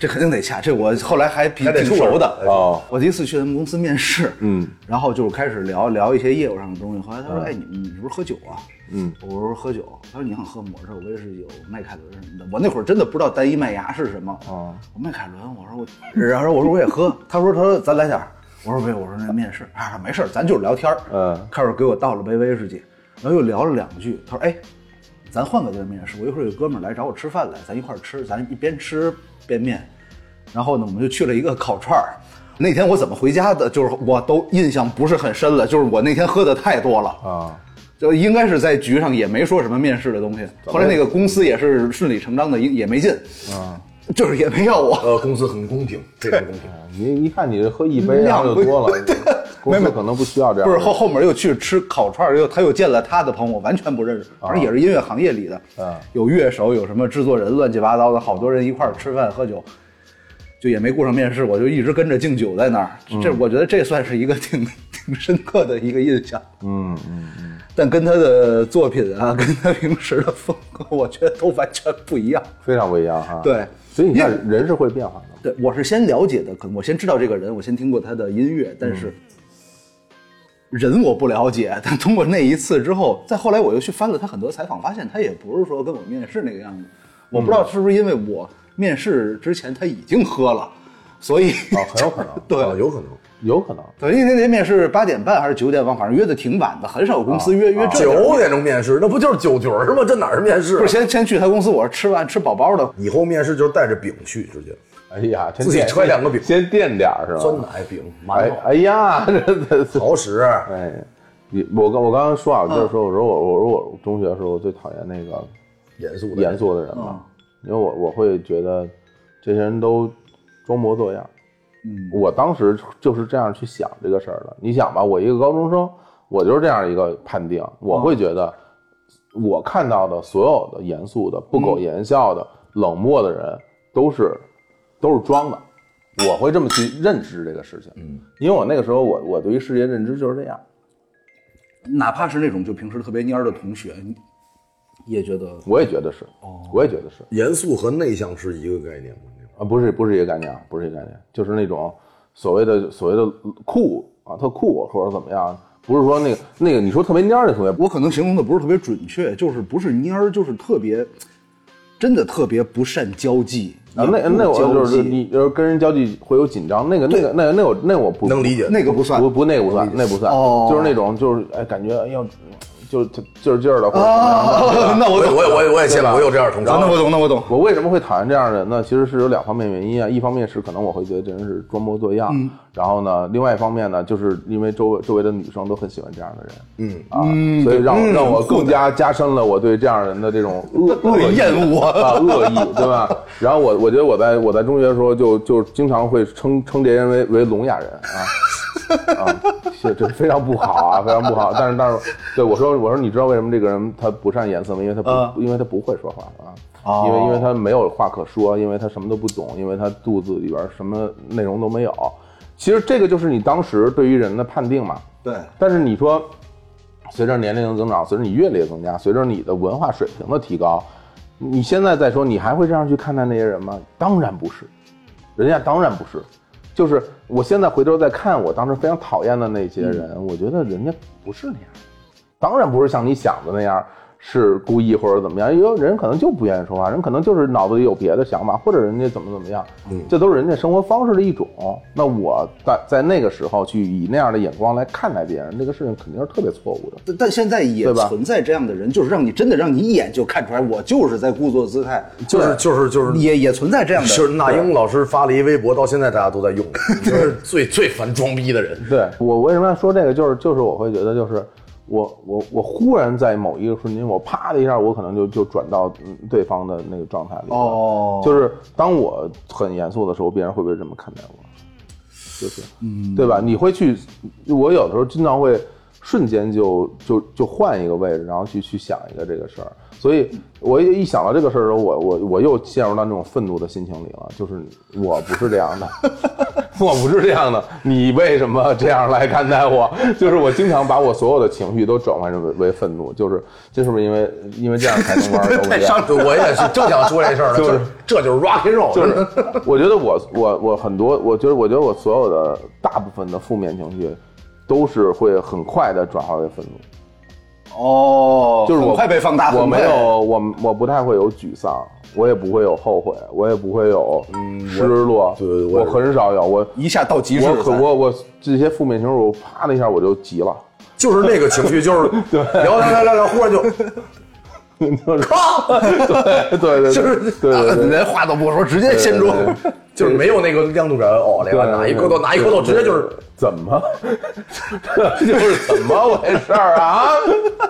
Speaker 4: 这肯定得掐，这我后来还比
Speaker 3: 还得
Speaker 4: 挺
Speaker 3: 处
Speaker 4: 熟
Speaker 3: 着
Speaker 4: 的
Speaker 3: 哦
Speaker 4: 我第一次去他们公司面试，
Speaker 2: 嗯，
Speaker 4: 然后就是开始聊聊一些业务上的东西。后来他说：“哎，你你是不是喝酒啊？”
Speaker 2: 嗯，
Speaker 4: 我说喝酒。他说：“你想喝吗？”我说：“威士忌、有麦凯伦什么的。”我那会儿真的不知道单一麦芽是什么。
Speaker 2: 哦
Speaker 4: 我麦凯伦，我 说我，然后我说我也喝。他说：“他说咱来点儿。”我说：“不用，我说那面试啊，没事儿，咱就是聊天儿。”
Speaker 2: 嗯，
Speaker 4: 开始给我倒了杯威士忌，然后又聊了两句。他说：“哎，咱换个地儿面试，我一会儿有哥们儿来找我吃饭来，咱一块儿吃，咱一边吃边面。”然后呢，我们就去了一个烤串儿。那天我怎么回家的，就是我都印象不是很深了，就是我那天喝的太多了
Speaker 2: 啊，
Speaker 4: 就应该是在局上也没说什么面试的东西。后来那个公司也是顺理成章的，也也没进啊，就是也没要我。
Speaker 3: 呃，公司很公平，非常公平。
Speaker 2: 啊你一看你喝一杯，然后就多了， 公司可能不需要这样。
Speaker 4: 不是后后面又去吃烤串儿，又他又见了他的朋友，我完全不认识，反正也是音乐行业里的，
Speaker 2: 啊
Speaker 4: 有乐手，有什么制作人，乱七八糟的，好多人一块儿吃饭喝酒，就也没顾上面试，我就一直跟着敬酒在那儿，这我觉得这算是一个挺 挺深刻的一个印象，
Speaker 2: 嗯嗯，
Speaker 4: 但跟他的作品啊，跟他平时的风格，我觉得都完全不一样。
Speaker 2: 非常不一样哈。
Speaker 4: 对
Speaker 2: 所以你看人是会变化的。
Speaker 4: 对，我是先了解的，可能我先知道这个人，我先听过他的音乐，但是人我不了解。但通过那一次之后，再后来我又去翻了他很多采访，发现他也不是说跟我面试那个样子。我不知道是不是因为我面试之前他已经喝了，所以
Speaker 3: 啊，很有可能，
Speaker 4: 对
Speaker 3: 啊有可能。
Speaker 2: 有可能，
Speaker 4: 对，因为那天面试八点半还是九点半，反正约的挺晚的，很少有公司约、约这点儿。
Speaker 3: 啊九点钟面试，那不就是酒局儿吗？这哪是面试啊？
Speaker 4: 不是先先去他公司，我是吃完吃饱饱的，
Speaker 3: 以后面试就是带着饼去，直接
Speaker 2: 哎呀，
Speaker 3: 自己揣两个饼
Speaker 2: 先垫点儿是吧？
Speaker 3: 酸奶饼、
Speaker 2: 哎
Speaker 3: 馒头、
Speaker 2: 哎呀， 这这这
Speaker 3: 桃啊石，
Speaker 2: 哎，你我刚我刚刚说啊，就是说我说我我说我中学的时候我最讨厌那个
Speaker 3: 严肃的
Speaker 2: 严肃的人嘛，因为我我会觉得这些人都装模作样。
Speaker 4: 嗯，
Speaker 2: 我当时就是这样去想这个事儿的。你想吧，我一个高中生，我就是这样一个判定，我会觉得我看到的所有的严肃的、不苟言笑的、冷漠的人，都是都是装的。我会这么去认知这个事情，嗯，因为我那个时候我我对于世界认知就是这样，
Speaker 4: 哪怕是那种就平时特别蔫儿的同学，你也觉得
Speaker 2: 我也觉得是，我也觉得是，
Speaker 3: 严肃和内向是一个概念吗？
Speaker 2: 啊，不是不是一个概念，啊，不是一个概念，就是那种所谓的所谓的酷啊，特酷或者怎么样，不是说那个那个你说特别蔫儿的同学，
Speaker 4: 我可能形容的不是特别准确，就是不是蔫儿，就是特别，真的特别不善交际。
Speaker 2: 啊，那
Speaker 4: 也不
Speaker 2: 那我
Speaker 4: 交
Speaker 2: 就是
Speaker 4: 际
Speaker 2: 你就是跟人交际会有紧张，那个那个那个那我那我不
Speaker 3: 能理解
Speaker 4: 那个不算
Speaker 2: 不不那个不算，那不算，
Speaker 4: 哦
Speaker 2: 就是那种就是哎感觉哎呦，就就就是劲儿的或者怎么样的。
Speaker 4: 那我
Speaker 3: 我也
Speaker 4: 懂，
Speaker 3: 我也我也我也见过，我有这样的同
Speaker 4: 啊那
Speaker 3: 学。
Speaker 4: 我懂，那我懂。
Speaker 2: 我为什么会讨厌这样的人呢？其实是有两方面原因啊，一方面是可能我会觉得这人是装模作样，然后呢，另外一方面呢，就是因为周围周围的女生都很喜欢这样的人，嗯啊，所以让我让我更加加深了我对这样人的这种恶 恶意
Speaker 4: 厌恶
Speaker 2: 啊恶意，对 吧？然后我我觉得我在我在中学的时候就就经常会称称这些人为为聋哑人啊。 啊，是这非常不好啊，非常不好。但是但是，对我说我说你知道为什么这个人他不善言色吗？因为他不、因为他不会说话啊，
Speaker 4: 哦
Speaker 2: 因为因为他没有话可说，因为他什么都不懂，因为他肚子里边什么内容都没有。其实这个就是你当时对于人的判定嘛。
Speaker 4: 对，
Speaker 2: 但是你说，随着年龄的增长，随着你阅历的增加，随着你的文化水平的提高，你现在再说，你还会这样去看待那些人吗？当然不是，人家当然不是。就是我现在回头再看我当时非常讨厌的那些人，
Speaker 4: 嗯
Speaker 2: 我觉得人家不是那样，当然不是像你想的那样是故意或者怎么样，因为人可能就不愿意说话，人可能就是脑子里有别的想法，或者人家怎么怎么样，这都是人家生活方式的一种。那我在在那个时候去以那样的眼光来看待别人，这个事情肯定是特别错误的。
Speaker 4: 但但现在也
Speaker 2: 对吧
Speaker 4: 存在这样的人，就是让你真的让你一眼就看出来，我就是在故作姿态，
Speaker 3: 就是就是就是
Speaker 4: 也也存在这样的。
Speaker 3: 是那英老师发了一微博，到现在大家 都在用，就是最最烦装逼的人。
Speaker 2: 对我为什么要说这个，就是就是我会觉得就是我我我忽然在某一个瞬间，我啪的一下，我可能就就转到嗯对方的那个状态里了。
Speaker 4: 哦
Speaker 2: 就是当我很严肃的时候，别人会不会这么看待我？就是，嗯，对吧？你会去，我有的时候经常会瞬间就就就换一个位置，然后去去想一个这个事儿。所以我一想到这个事儿的时候，我我我又陷入到那种愤怒的心情里了，就是我不是这样的，我不是这样的，你为什么这样来看待我？就是我经常把我所有的情绪都转换成为为愤怒，就是这是不是因为因为这样才能玩儿游
Speaker 3: 太
Speaker 2: 戏？
Speaker 3: 伤，我也是正想说这事儿 呢，
Speaker 2: 就是
Speaker 3: 这这就是 rock and roll，
Speaker 2: 就是 我觉得我我我很多，我觉得我觉得我所有的大部分的负面情绪，都是会很快的转化为愤怒，
Speaker 4: 哦，
Speaker 2: 就是我
Speaker 4: 很快被放大，
Speaker 2: 我
Speaker 4: 很快
Speaker 2: 没有我我不太会有沮丧，我也不会有后悔，我也不会有失落，
Speaker 3: 对对我
Speaker 2: 我
Speaker 3: 也是
Speaker 2: 很少有我
Speaker 4: 一下到极致
Speaker 2: 我
Speaker 4: 了，
Speaker 2: 很我我这些负面情绪，我啪的一下我就急了，
Speaker 3: 就是那个情绪，就是 聊聊聊聊聊，忽然就
Speaker 2: 就是
Speaker 3: 咔，
Speaker 2: 对对对，
Speaker 3: 就是
Speaker 2: 对对对。
Speaker 3: 连话都不说，直接掀桌
Speaker 2: 对对，
Speaker 3: 就是没有那个亮度感。哦，那
Speaker 2: 对
Speaker 3: 个拿一扣头，拿一扣头，直接就是
Speaker 2: 怎么， 这就是怎么回事儿啊？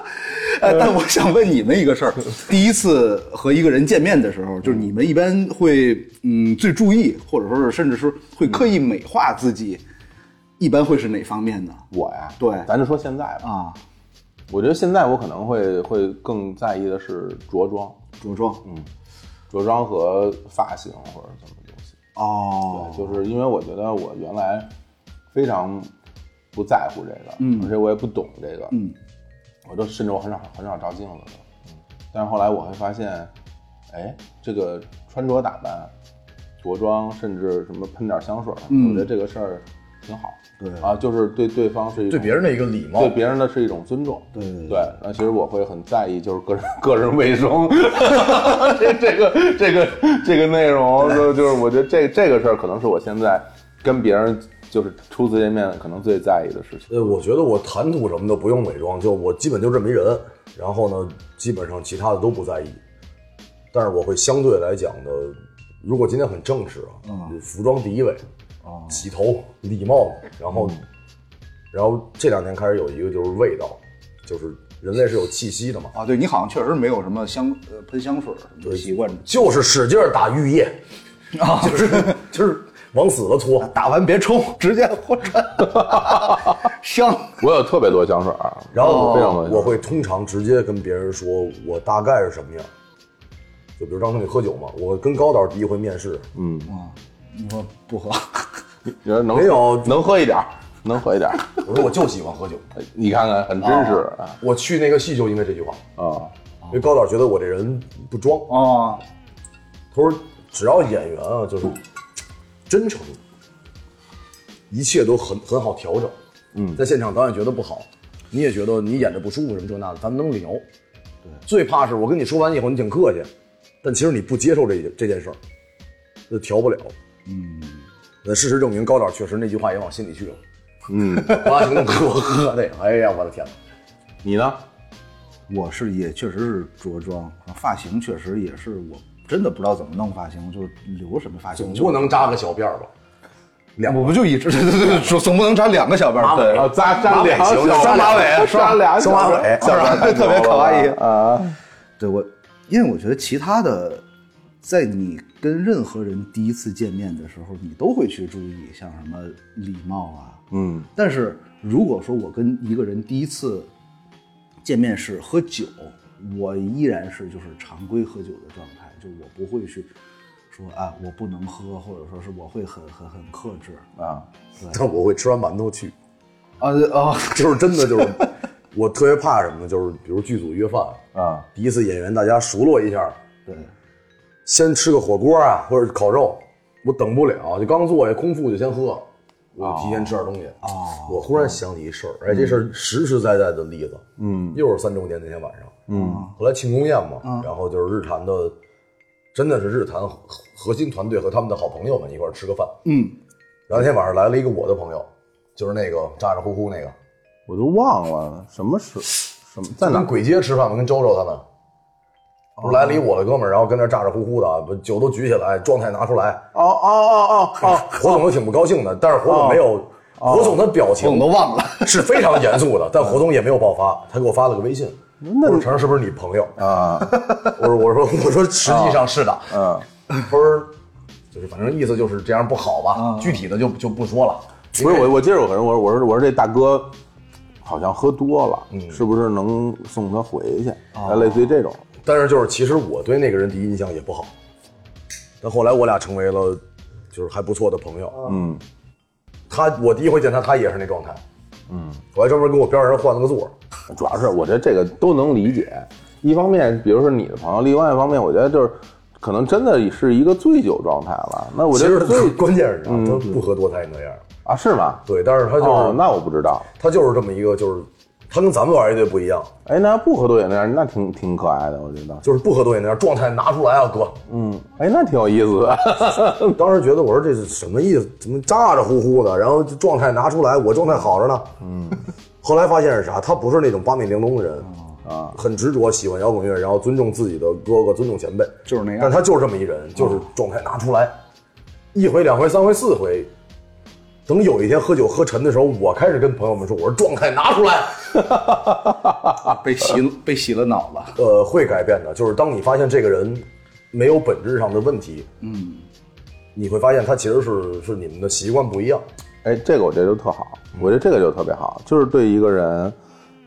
Speaker 4: 哎，但我想问你们一个事儿： 第一次和一个人见面的时候，就是你们一般会嗯最注意，或者说是甚至是会刻意美化自己，一般会是哪方面呢？
Speaker 2: 我呀，
Speaker 4: 对
Speaker 2: 咱就说现在吧，
Speaker 4: 啊，
Speaker 2: 我觉得现在我可能会会更在意的是着装，嗯
Speaker 4: 着装
Speaker 2: 着装和发型或者什么东西。
Speaker 4: 哦
Speaker 2: 对，，就是因为我觉得我原来非常不在乎这个，
Speaker 4: 嗯
Speaker 2: 而且我也不懂这个，
Speaker 4: 嗯，
Speaker 2: 我都甚至我很少很少照镜子的。嗯，但是后来我会发现，哎，这个穿着打扮、着装，甚至什么喷点香水儿，
Speaker 4: 嗯
Speaker 2: 我觉得这个事儿挺好。
Speaker 4: 对
Speaker 2: 啊，就是对对方是一
Speaker 3: 对
Speaker 2: 种
Speaker 3: 别人的一个礼貌
Speaker 2: 对。别人的是一种尊重。
Speaker 4: 对对对
Speaker 2: 对，那其实我会很在意，就是个人个人卫生， 这这个这个这个内容，就就是我觉得这这个事儿可能是我现在跟别人就是初次见面可能最在意的事情。
Speaker 3: 呃，我觉得我谈吐什么的不用伪装，就我基本就这么一人，然后呢，基本上其他的都不在意。但是我会相对来讲呢，如果今天很正式啊，服装第一位，啊，洗头、礼貌，然后，然后这两年开始有一个就是味道，就是人类是有气息的嘛，
Speaker 4: 啊，对你好像确实没有什么香呃喷香水儿什么的习惯，
Speaker 3: 就是使劲儿打浴液，
Speaker 4: 啊，就是
Speaker 3: 就是往死了搓。
Speaker 4: 打完别冲，直接豁穿，香
Speaker 2: 我有特别多香水儿，啊
Speaker 3: 然后
Speaker 2: 非常多香水儿
Speaker 3: 我会通哦常直接跟别人说我大概是什么样。就比如张成你喝酒嘛，我跟高导第一回面试，
Speaker 2: 嗯，
Speaker 4: 啊，你说不喝，
Speaker 2: 觉得能
Speaker 3: 没有
Speaker 2: 能喝一点儿，能喝一点儿，哎
Speaker 3: 我说我就喜欢喝酒。
Speaker 2: 你看看很真实啊
Speaker 3: 我去那个戏就因为这句话，
Speaker 2: 啊，
Speaker 3: 因为高导觉得我这人不装。
Speaker 4: 啊，
Speaker 3: 他说只要演员啊，就是真诚，一切都很很好调整。嗯，在现场导演觉得不好，你也觉得你演的不舒服什么这那的，咱们能聊。对，最怕是我跟你说完以后你挺客气，但其实你不接受这一这件事儿，就调不了。嗯，事实证明高导确实那句话也往心里去了。
Speaker 2: 嗯，
Speaker 3: 八行给我 喝的，哎呀，我的天哪！
Speaker 2: 你呢？
Speaker 4: 我是也确实是着装，发型确实也是我真的不知道怎么弄发型，就是留什么发型，
Speaker 3: 总不能扎个小辫儿吧？
Speaker 4: 两，我不就一直对对对，总总不能扎两个小辫儿，对，
Speaker 2: 啊，扎扎俩
Speaker 3: 行
Speaker 2: 小
Speaker 3: 扎马尾
Speaker 2: 扎俩
Speaker 3: 双马
Speaker 2: 小
Speaker 3: 尾
Speaker 2: 小
Speaker 4: 是吧
Speaker 2: 太
Speaker 4: 特别
Speaker 2: 牛了
Speaker 4: 可爱
Speaker 2: 啊。
Speaker 4: 对我，因为我觉得其他的，在你跟任何人第一次见面的时候，你都会去注意，像什么礼貌啊，
Speaker 2: 嗯，
Speaker 4: 但是如果说我跟一个人第一次见面是喝酒，我依然是就是常规喝酒的状态，就我不会去说啊我不能喝，或者说是我会很很很克制
Speaker 2: 啊，
Speaker 3: 但我会吃完馒头去，
Speaker 4: 啊啊
Speaker 3: 就是真的就是，我特别怕什么呢？就是比如剧组约饭，
Speaker 2: 啊，
Speaker 3: 第一次演员大家熟络一下，
Speaker 4: 对
Speaker 3: 先吃个火锅啊，或者烤肉，我等不了，就刚坐下空腹就先喝，我就提前吃点东西。
Speaker 4: 哦嗯
Speaker 3: 我忽然想起一事儿，哎，这事儿实实在在的例子，
Speaker 2: 嗯
Speaker 3: 又是三周年那天晚上，
Speaker 2: 嗯
Speaker 3: 后来庆功宴
Speaker 4: 嗯
Speaker 3: 嘛，然后就是日坛的，真的是日坛核核心团队和他们的好朋友们一块儿吃个饭。
Speaker 4: 嗯
Speaker 3: 然后那天晚上来了一个我的朋友，就是那个咋咋呼呼那个，，
Speaker 2: 我都忘了什么时什么在哪
Speaker 3: 跟
Speaker 2: 儿
Speaker 3: 鬼街吃饭嘛，跟周周他们，不是来了一我的哥们儿，然后跟那咋咋呼呼的啊，把酒都举起来，状态拿出来，
Speaker 2: 哦哦哦哦哦，
Speaker 3: 火总都挺不高兴的，但是火总没有，火总的表情
Speaker 4: 我都忘了，
Speaker 3: 是非常严肃的，但火总也没有爆发，他给我发了个微信，我说程是不是你朋友啊？我说我说我说实际上是的，
Speaker 2: 嗯，
Speaker 3: 他说就是反正意思就是这样不好吧，具体的就就不说了。
Speaker 2: 不是我，我记着我可能我我说我说这大哥好像喝多了，
Speaker 3: 嗯
Speaker 2: 是不是能送他回去？
Speaker 3: 哦
Speaker 2: 啊，类似于这种。
Speaker 3: 但是就是其实我对那个人第一印象也不好，但后来我俩成为了就是还不错的朋友。
Speaker 2: 嗯，
Speaker 3: 他我第一回见他，他也是那状态。嗯，我还专门跟我边上人换了个座儿。
Speaker 2: 主要是我觉得这个都能理解。一方面，比如说你的朋友；，另外一方面，我觉得就是可能真的是一个醉酒状态了。那我
Speaker 3: 其
Speaker 2: 觉
Speaker 3: 实
Speaker 2: 得醉
Speaker 3: 最关键是啥？他不喝多他也那样。
Speaker 2: 啊，是吗？
Speaker 3: 对，但是他就是、
Speaker 2: 哦，那我不知道。
Speaker 3: 他就是这么一个，就是他跟咱们玩乐队不一样，
Speaker 2: 哎，那不喝多也那样，那挺挺可爱的，我觉得。
Speaker 3: 就是不喝多也那样，状态拿出来啊，哥。
Speaker 2: 嗯，哎，那挺有意思的。
Speaker 3: 当时觉得我说这是什么意思？怎么咋咋呼呼的？然后状态拿出来，我状态好着呢。嗯，后来发现是啥？他不是那种八面玲珑的人啊，很执着，喜欢摇滚乐，然后尊重自己的哥哥，尊重前辈，
Speaker 4: 就是那样
Speaker 3: 但他就是这么一人，就是状态拿出来，一回、两回、三回、四回。等有一天喝酒喝沉的时候，我开始跟朋友们说：“我说状态拿出来。
Speaker 4: 嗯被洗了被洗了脑了”。
Speaker 3: 呃，会改变的，就是当你发现这个人没有本质上的问题，嗯，你会发现他其实是是你们的习惯不一样。
Speaker 2: 哎，这个我觉得就特好，我觉得这个就特别好，就是对一个人，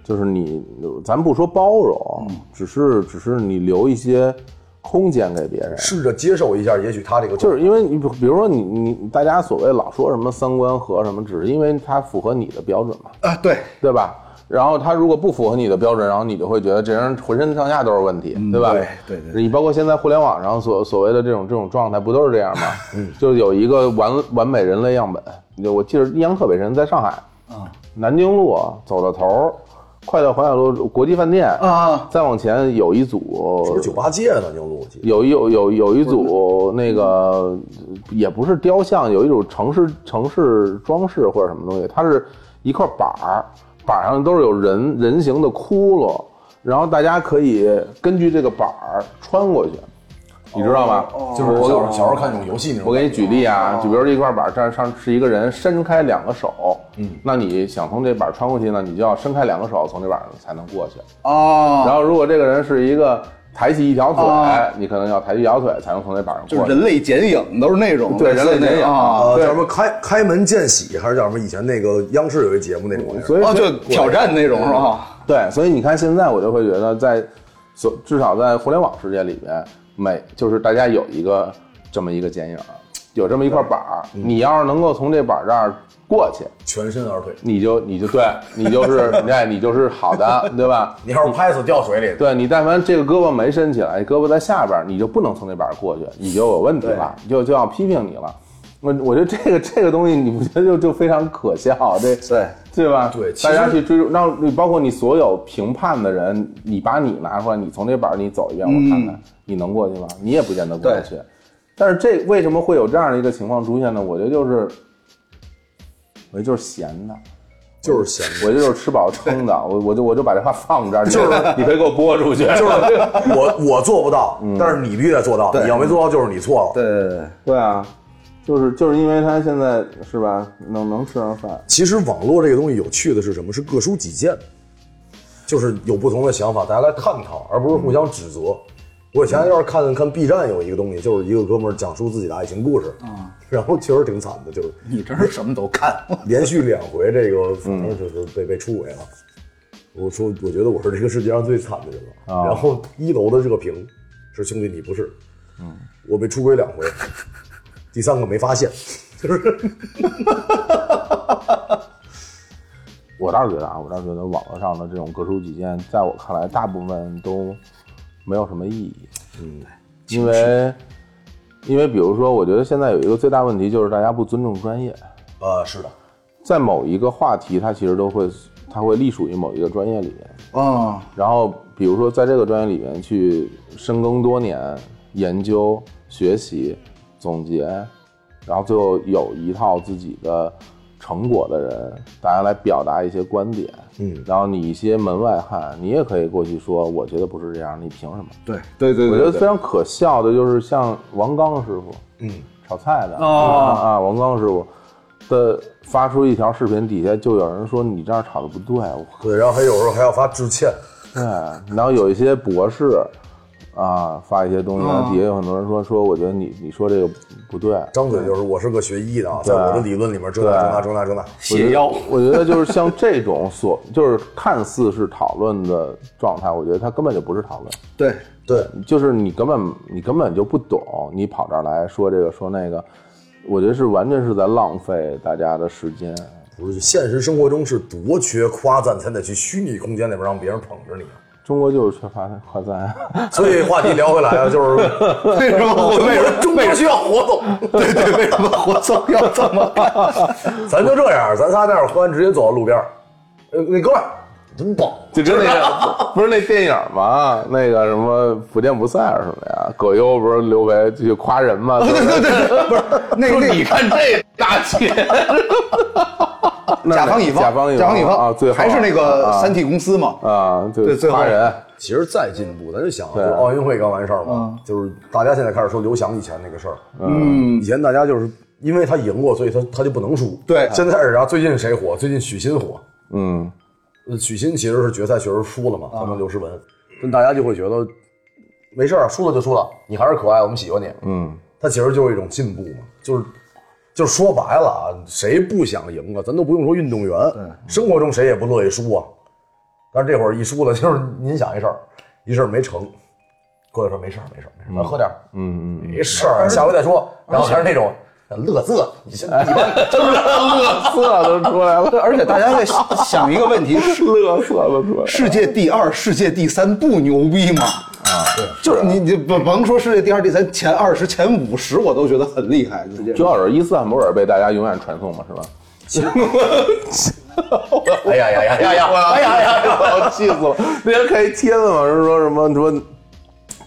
Speaker 2: 就是你，咱不说包容，只是只是你留一些空间给别人。
Speaker 3: 试着接受一下，也许他这个
Speaker 2: 就是因为你，比如说你你大家所谓老说什么三观合什么，只是因为它符合你的标准嘛，
Speaker 4: 啊，对，
Speaker 2: 对吧？然后他如果不符合你的标准，然后你就会觉得这人浑身上下都是问题，对吧？
Speaker 4: 嗯对对对
Speaker 2: 你包括现在互联网上所所谓的这种这种状态，不都是这样吗？嗯，就是有一个完完美人类样本，就我记得印象特别深，在上海，
Speaker 4: 嗯
Speaker 2: 啊，南京路啊走到头儿，快到淮海路国际饭店
Speaker 4: 啊，
Speaker 2: 再往前有一组
Speaker 3: 不是酒吧界呢，牛路我记得
Speaker 2: 有有有有一组那个也不是雕像，有一种城市城市装饰或者什么东西，它是一块板儿，板儿上都是有人人形的窟窿，然后大家可以根据这个板儿穿过去，哦你知道吗？
Speaker 3: 就是小时候小时候看那种游戏那种。
Speaker 2: 我给你举例啊，就比如这一块板儿，这儿上是一个人伸开两个手，嗯，那你想从这板儿穿过去呢，你就要伸开两个手从这板儿上才能过去。
Speaker 4: 哦，
Speaker 2: 然后如果这个人是一个抬起一条腿，
Speaker 4: 啊
Speaker 2: 你可能要抬起一条腿才能从那板上
Speaker 4: 就是
Speaker 2: 过去。
Speaker 4: 人类剪影都是那种
Speaker 2: 对
Speaker 4: 类似
Speaker 2: 人类剪影
Speaker 4: 那啊，
Speaker 3: 啊，
Speaker 2: 对
Speaker 3: 叫什么开开门见喜，还是叫什么？以前那个央视有一节目那种玩意儿，
Speaker 2: 所以
Speaker 4: 哦，
Speaker 2: 所以
Speaker 4: 就挑战那种是吧？
Speaker 2: 对，所以你看现在我就会觉得在，所至少在互联网世界里面，每就是大家有一个这么一个剪影，有这么一块板儿，你要是能够从这板儿这儿过去，
Speaker 3: 全身而退。
Speaker 2: 你就你就对你就是你看你就是好 的，对吧？
Speaker 3: 你要是拍死掉水里，
Speaker 2: 对你，但凡这个胳膊没伸起来，胳膊在下边儿，你就不能从那边儿过去，你就有问题了，就就要批评你了。我我觉得这个这个东西，你不觉得就就非常可笑？这
Speaker 4: 对，
Speaker 2: 对吧？
Speaker 3: 对其
Speaker 2: 大
Speaker 3: 实
Speaker 2: 家去追逐，让你包括你所有评判的人，你把你拿出来，你从这板儿你走一遍，我看看、
Speaker 3: 嗯
Speaker 2: 你能过去吗？你也不见得过得去。但是这为什么会有这样的一个情况出现呢？我觉得就是，我觉得就是闲的。
Speaker 3: 就是闲着。
Speaker 2: 我就是吃饱撑的，我我就我就把这话放这儿，就是你别给我播出去，
Speaker 3: 就是 我我做不到，但是你必须得做到。你要没做到，就是你错了。
Speaker 4: 对对对对，
Speaker 2: 嗯对啊，就是就是因为他现在是吧，能能吃上饭，
Speaker 3: 其实网络这个东西有趣的是什么？是各抒己见，就是有不同的想法，大家来探讨，而不是互相指责。
Speaker 2: 嗯
Speaker 3: 我以前要是看看 B 站有一个东西，就是一个哥们儿讲述自己的爱情故事，
Speaker 2: 嗯
Speaker 3: 然后确实挺惨的，就是
Speaker 4: 你真是什么都看，
Speaker 3: 连续两回，这个反正就是被被出轨了。我说，我觉得我是这个世界上最惨的人了。然后一楼的热评是兄弟你不是，我被出轨两回，第三个没发现，就是
Speaker 2: 我倒是觉得啊，我倒是觉得网络上的这种各抒己见，在我看来，大部分都没有什么意义。嗯，因为因为比如说，我觉得现在有一个最大问题就是大家不尊重专业，
Speaker 3: 呃，是的，
Speaker 2: 在某一个话题，它其实都会它会隶属于某一个专业里面。
Speaker 4: 嗯，
Speaker 2: 然后比如说在这个专业里面去深耕多年，研究、学习、总结，然后最后有一套自己的成果的人，大家来表达一些观点。
Speaker 3: 嗯，
Speaker 2: 然后你一些门外汉，你也可以过去说，我觉得不是这样，你凭什么？
Speaker 4: 对对对
Speaker 2: 我觉
Speaker 4: 对
Speaker 2: 得
Speaker 4: 对，
Speaker 2: 非常可笑的就是像王刚师傅，
Speaker 3: 嗯，
Speaker 2: 炒菜的
Speaker 4: 哦
Speaker 2: 啊，王刚师傅的发出一条视频，底下就有人说你这样炒的不对，我嗯
Speaker 3: 对，然后还有时候还要发致歉，
Speaker 2: 对，然后有一些博士，啊，发一些东西，然
Speaker 4: 嗯
Speaker 2: 后底下有很多人说说，我觉得你你说这个不对，
Speaker 3: 张嘴就是我是个学医的，啊在我的理论里面这那这那这那这那，
Speaker 4: 解药，
Speaker 2: 我觉得就是像这种所， 就是看似是讨论的状态，我觉得它根本就不是讨论，
Speaker 4: 对，
Speaker 3: 对，
Speaker 2: 就是你根本你根本就不懂，你跑这儿来说这个说那个，我觉得是完全是在浪费大家的时间。
Speaker 3: 不是现实生活中是多缺夸赞，才得去虚拟空间里边让别人捧着你。
Speaker 2: 中国就是缺乏 夸赞啊，
Speaker 3: 所以话题聊回来啊，就是
Speaker 4: 为什么我
Speaker 3: 为什么中国需要活动？
Speaker 4: 对对，为什么活动要这么干？
Speaker 3: 咱就这样，咱仨待会儿喝完直接走到路边儿，呃，那哥们儿真棒，
Speaker 2: 就真那个，不是那电影吗？那个什么不见不散是什么呀？葛优不是刘维就夸人 吗？对对对，
Speaker 4: 那
Speaker 2: 说
Speaker 4: 那
Speaker 2: 你看这大气。
Speaker 4: 甲方乙方，
Speaker 2: 甲方乙
Speaker 4: 甲方乙
Speaker 2: 啊，最后
Speaker 4: 还是那个
Speaker 2: 啊
Speaker 4: 三 T 公司嘛？
Speaker 2: 啊，对
Speaker 4: 对最后
Speaker 2: 夸人，
Speaker 3: 其实再进步，咱就想，就
Speaker 2: 对
Speaker 4: 啊
Speaker 3: 是奥运会刚完事儿
Speaker 4: 嗯
Speaker 3: 嘛，就是大家现在开始说刘翔以前那个事儿。嗯，以前大家就是因为他赢过，所以他他就不能输。
Speaker 4: 对
Speaker 3: 现在是啊，最近谁火？最近许昕火。
Speaker 2: 嗯，啊
Speaker 3: 呃许昕其实是决赛确实输了嘛，他们刘诗雯，但大家就会觉得没事儿，输了就输了，你还是可爱，我们喜欢你。
Speaker 2: 嗯，
Speaker 3: 它其实就是一种进步嘛，就是。就是说白了啊，谁不想赢啊？咱都不用说运动员，生活中谁也不乐意输啊。但是这会儿一输了，就是您想一事儿，一事儿没成，过来说没事儿没事儿没事儿，咱喝点儿，
Speaker 2: 嗯嗯，
Speaker 3: 没事儿，下回再说。然后还是那种乐色，你先哎你们
Speaker 2: 乐色都出来了，
Speaker 4: 而且大家在想一个问题：是
Speaker 2: 乐色都出来了。
Speaker 4: 世界第二、世界第三不牛逼吗？啊，对，就是你你甭甭说世界第二、第三，前二十、前五十我都觉得很厉害。世界
Speaker 2: 主要是伊斯坦布尔被大家永远传颂嘛，是吧？
Speaker 3: 哎呀呀呀呀呀，哎呀呀呀！
Speaker 2: 我气死了！那天看一帖子嘛，是说什么说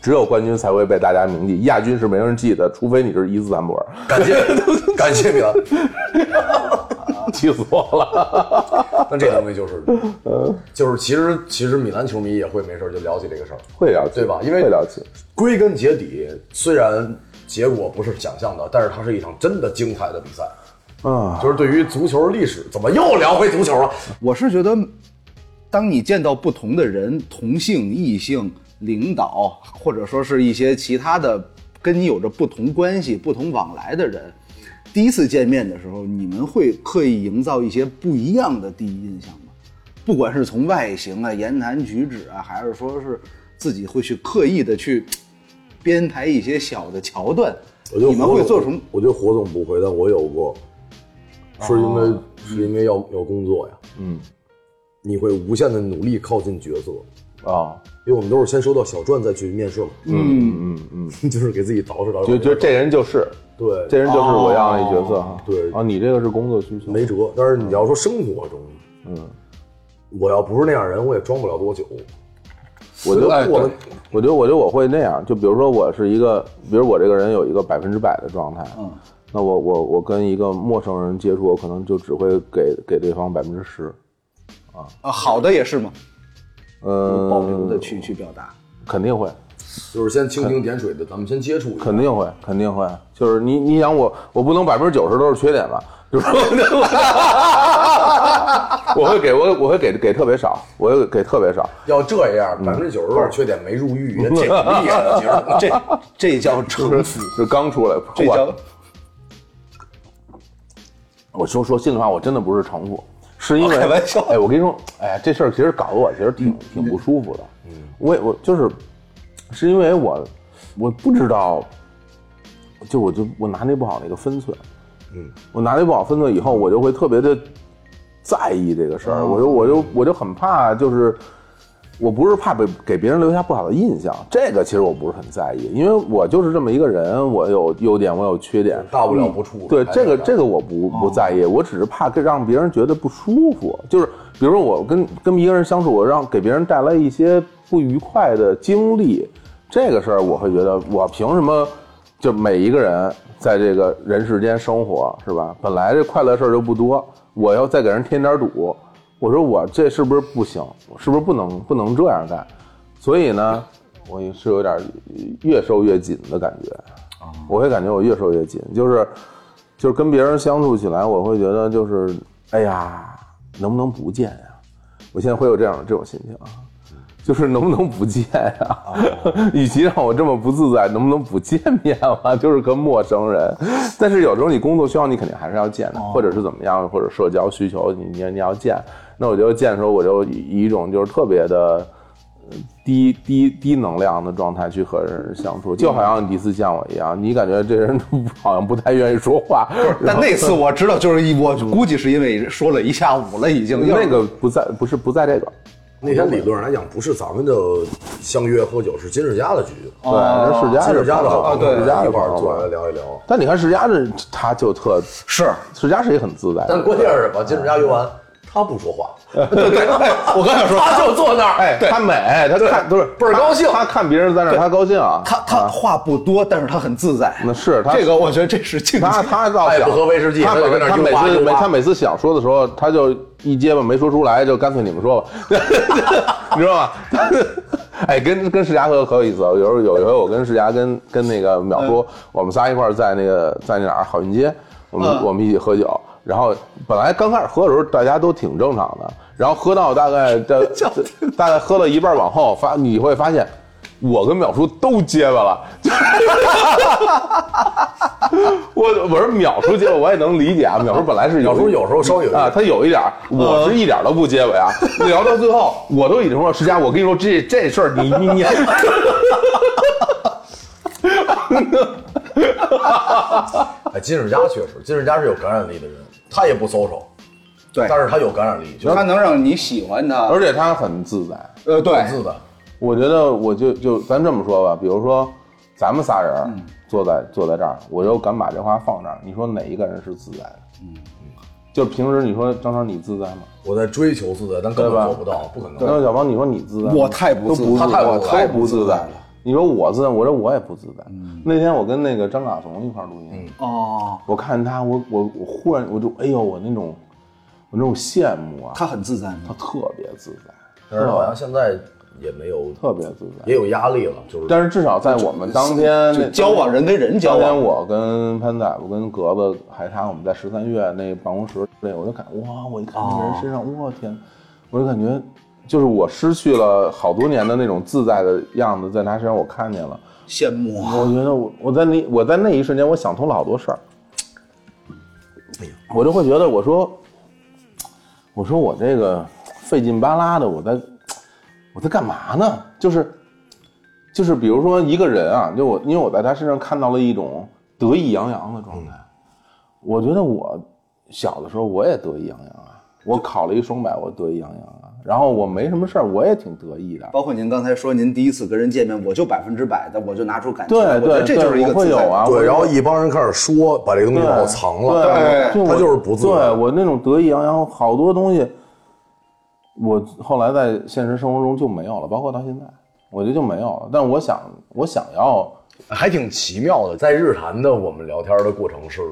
Speaker 2: 只有冠军才会被大家铭记，亚军是没人记得，除非你是伊斯坦布尔，
Speaker 3: 感谢感谢米兰，
Speaker 2: 气死我了。
Speaker 3: 但这东西就是，就是其实其实米兰球迷也会没事儿就聊起这个事儿。
Speaker 2: 会聊起
Speaker 3: 对吧因为
Speaker 2: 会聊起，
Speaker 3: 归根结底，虽然结果不是想象的，但是它是一场真的精彩的比赛。
Speaker 2: 啊，
Speaker 3: 就是对于足球历史，怎么又聊回足球了？
Speaker 4: 我是觉得，当你见到不同的人，同性、异性、领导，或者说是一些其他的跟你有着不同关系、不同往来的人，第一次见面的时候，你们会刻意营造一些不一样的第一印象吗？不管是从外形啊、言谈举止啊，还是说是自己会去刻意的去编排一些小的桥段，
Speaker 3: 我觉得
Speaker 4: 你们会做成
Speaker 3: 我觉得火总不会，但我有过，是因为、是因为要要工作呀，
Speaker 2: 嗯，
Speaker 3: 你会无限的努力靠近角色，
Speaker 2: 啊，
Speaker 3: 因为我们都是先收到小传再去面试嘛，
Speaker 2: 嗯嗯嗯，
Speaker 3: 就是给自己捯饬捯饬。
Speaker 2: 就就这人就是，
Speaker 3: 对，
Speaker 2: 这人就是我要的那角色哈。
Speaker 3: 哦对
Speaker 2: 啊，你这个是工作需求，
Speaker 3: 没辙。但是你要说生活中，嗯，我要不是那样人，我也装不了多久。
Speaker 2: 我觉得
Speaker 3: 哎
Speaker 2: 我我觉
Speaker 3: 对，
Speaker 2: 得，我觉得我会那样。就比如说，我是一个，比如我这个人有一个百分之百的状态，
Speaker 4: 嗯，
Speaker 2: 那我我我跟一个陌生人接触，我可能就只会给给对方百分之十，
Speaker 4: 啊好的也是吗？
Speaker 2: 嗯，
Speaker 4: 保留的去去表达。
Speaker 2: 肯定会，
Speaker 3: 就是先蜻蜓点水的，咱们先接触一下。
Speaker 2: 肯定会，肯定会。就是你你想我，我不能百分之九十都是缺点吧？ 就是我会给我我会给给特别少，我会给特别 少。
Speaker 3: 要这样，
Speaker 2: 嗯
Speaker 3: 百分之九十多缺点没入狱也挺厉害的。 其实
Speaker 4: 这这叫城府，
Speaker 2: 就刚出来，
Speaker 4: 这
Speaker 2: 我
Speaker 4: 叫
Speaker 2: 我说说心里话，我真的不是城府，是因为
Speaker 4: 哦开玩笑
Speaker 2: 哎，我跟你说，哎，这事儿其实搞得我其实挺、挺不舒服的。嗯，我也我就是是因为我我不知道，就我就我拿捏不好那个分寸。
Speaker 3: 嗯，
Speaker 2: 我拿捏不好分寸以后，我就会特别的在意这个事儿，
Speaker 4: 哦
Speaker 2: 我就我就我就很怕就是。我不是怕被给别人留下不好的印象，这个其实我不是很在意，因为我就是这么一个人，我有优点，我有缺点，
Speaker 4: 嗯
Speaker 3: 大不了不处。
Speaker 2: 嗯对
Speaker 3: 还
Speaker 2: 这个
Speaker 3: 是哦
Speaker 2: 这个我不不在意，我只是怕跟让别人觉得不舒服。就是比如说我跟跟一个人相处，我让给别人带来一些不愉快的经历，这个事儿我会觉得我凭什么？就每一个人在这个人世间生活是吧？本来这快乐事儿就不多，我要再给人添点堵，我说我这是不是不行？我是不是不能不能这样干？所以呢，我也是有点越收越紧的感觉。
Speaker 3: 哦
Speaker 2: 我会感觉我越收越紧，就是就是跟别人相处起来，我会觉得就是哎呀，能不能不见呀？我现在会有这样这种心情啊，就是能不能不见啊？
Speaker 3: 哦
Speaker 2: 与其让我这么不自在，能不能不见面啊？ 就是跟陌生人。但是有时候你工作需要，你肯定还是要见
Speaker 3: 哦
Speaker 2: 的，或者是怎么样，或者社交需求，你你你要见。那我觉得见的时候，我就以一种就是特别的呃低低低能量的状态去和人相
Speaker 3: 嗯
Speaker 2: 处，就好像你第一次见我一样，你感觉这人好像不太愿意说话。
Speaker 4: 但那次我知道，就是一我估计是因为说了一下午了，已经要
Speaker 2: 那个不在，不是不在这个。
Speaker 3: 那天理论上来讲，不是咱们的相约喝酒，是金世佳的局，
Speaker 2: 对，那世家
Speaker 3: 金
Speaker 2: 是
Speaker 3: 世佳的啊
Speaker 2: 朋友
Speaker 3: 对，
Speaker 2: 世家
Speaker 3: 一
Speaker 2: 的
Speaker 3: 块儿
Speaker 2: 朋友
Speaker 3: 坐下来聊一聊。
Speaker 2: 但你看世家这，他就特
Speaker 4: 是
Speaker 2: 世家是也很自在的，
Speaker 3: 但关键是什么？金世佳约完，他不 说话，
Speaker 4: 哎我刚想说，
Speaker 3: 他就坐那儿，
Speaker 2: 哎，他美，他看都是
Speaker 3: 倍儿高兴
Speaker 2: 他他看别人在那儿，他高兴啊，
Speaker 4: 他他话不多，但是他很自在。
Speaker 2: 那是他
Speaker 4: 这个，我觉得这是境界。
Speaker 2: 他他倒
Speaker 3: 他也
Speaker 2: 想
Speaker 3: 不喝威士忌
Speaker 2: 他
Speaker 3: 他就在那儿
Speaker 2: 他
Speaker 3: 悠
Speaker 2: 每
Speaker 3: 吧
Speaker 2: 次
Speaker 3: 悠
Speaker 2: 每
Speaker 3: 吧
Speaker 2: 他每次想说的时候，他就一结巴没说出来，就干脆你们说吧， 你知道吗？哎，跟跟世佳哥可有意思了。啊有时候有一回我跟世佳跟跟那个淼叔，我们仨一块儿在那个在那哪儿好运街，我们、我们一起喝酒。然后本来刚开始喝的时候大家都挺正常的，然后喝到大概的大概喝了一半往后发，你会发现我跟淼叔都结巴了。我我说淼叔结巴我也能理解啊，淼叔本来是
Speaker 3: 有时候
Speaker 2: 一
Speaker 3: 有时候稍微有一
Speaker 2: 啊，
Speaker 3: 点嗯
Speaker 2: 他有一点儿，我是一点儿都不结巴呀。聊到最后，我都已经说石佳，我跟你说这这事儿你你你，
Speaker 3: 哎，金世佳确实，金世佳是有感染力的人，他也不 social，
Speaker 4: 对
Speaker 3: 但是他有感染力，就是
Speaker 4: 他能让你喜欢他。
Speaker 2: 而且他很自在。
Speaker 4: 呃，对
Speaker 3: 他，自的。
Speaker 2: 我觉得我就就咱这么说吧，比如说咱们仨
Speaker 3: 嗯
Speaker 2: 人坐在坐在这儿，我就敢把这话放这儿，你说哪一个人是自在的？嗯，就平时你说张超你自在吗？
Speaker 3: 我在追求自在，但根
Speaker 2: 对吧
Speaker 3: 本做不到，不可能。
Speaker 2: 那小王你说你自在吗？
Speaker 4: 我太不自在
Speaker 3: 他太不自在
Speaker 2: 都不自在了。你说我自在，我说我也不自在。
Speaker 4: 嗯
Speaker 2: 那天我跟那个张嘎怂一块儿录音，
Speaker 4: 哦，
Speaker 2: 我看他，我我我忽然我就哎呦，我那种我那种羡慕啊，
Speaker 4: 他很自在吗
Speaker 2: 他？特别自在，
Speaker 3: 但是好像现在也没有，
Speaker 2: 特别自在。
Speaker 3: 也有压力了，就是。
Speaker 2: 但是至少在我们当天那
Speaker 4: 就交往人跟人交
Speaker 2: 当天
Speaker 4: 往，
Speaker 2: 我跟潘仔，我跟格子、海沙，我们在十三月那办公室里，我就感哇，我一看那
Speaker 4: 哦
Speaker 2: 人身上，我、天，我就感觉就是我失去了好多年的那种自在的样子，在他身上我看见了。
Speaker 4: 羡慕啊！
Speaker 2: 我觉得我我在那我在那一瞬间，我想通了好多事儿。
Speaker 4: 哎
Speaker 2: 我就会觉得，我说，我说我这个费劲巴拉的，我在我在干嘛呢？就是就是，比如说一个人啊，就我因为我在他身上看到了一种得意洋洋的状态。
Speaker 4: 嗯
Speaker 2: 我觉得我小的时候我也得意洋洋啊，我考了一双百，我得意洋洋啊，然后我没什么事儿，我也挺得意的。
Speaker 4: 包括您刚才说，您第一次跟人见面，我就百分之百的，我就拿出感情，
Speaker 2: 对
Speaker 4: 我觉得
Speaker 2: 对
Speaker 4: 这就
Speaker 2: 对，
Speaker 4: 是一
Speaker 2: 我
Speaker 4: 个
Speaker 2: 会
Speaker 4: 自
Speaker 2: 有
Speaker 4: 在
Speaker 2: 啊，我
Speaker 3: 对，然后一帮人开始说，把这个东西
Speaker 2: 对
Speaker 3: 往后藏了。
Speaker 2: 对，
Speaker 4: 对
Speaker 2: 我
Speaker 3: 他就是不自在
Speaker 2: 对我那种得意洋洋，好多东西，我后来在现实生活中就没有了，包括到现在，我觉得就没有了。但我想，我想要，
Speaker 3: 还挺奇妙的。在日坛的我们聊天的过程是，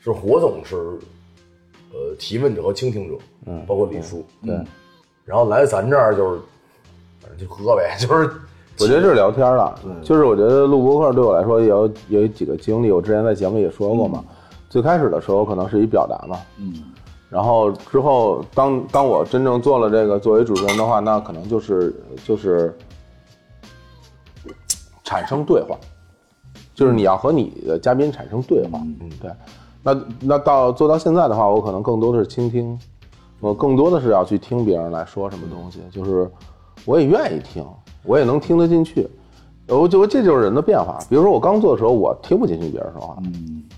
Speaker 3: 是火总是，呃，提问者和倾听者，嗯，包括李叔，对、然后来咱这儿就是，反正就喝呗， 就是
Speaker 2: 我觉得这是聊天了。就是我觉得录播客对我来说也有有几个经历，我之前在节目里也说过嘛。最开始的时候可能是以表达嘛，嗯。然后之后，当当我真正做了这个作为主持人的话，那可能就是就是产生对话，就是你要和你的嘉宾产生对话。嗯，对。那那到做到现在的话，我可能更多的是倾听，我更多的是要去听别人来说什么东西，就是我也愿意听，我也能听得进去。我就这就是人的变化。比如说我刚做的时候，我听不进去别人说话，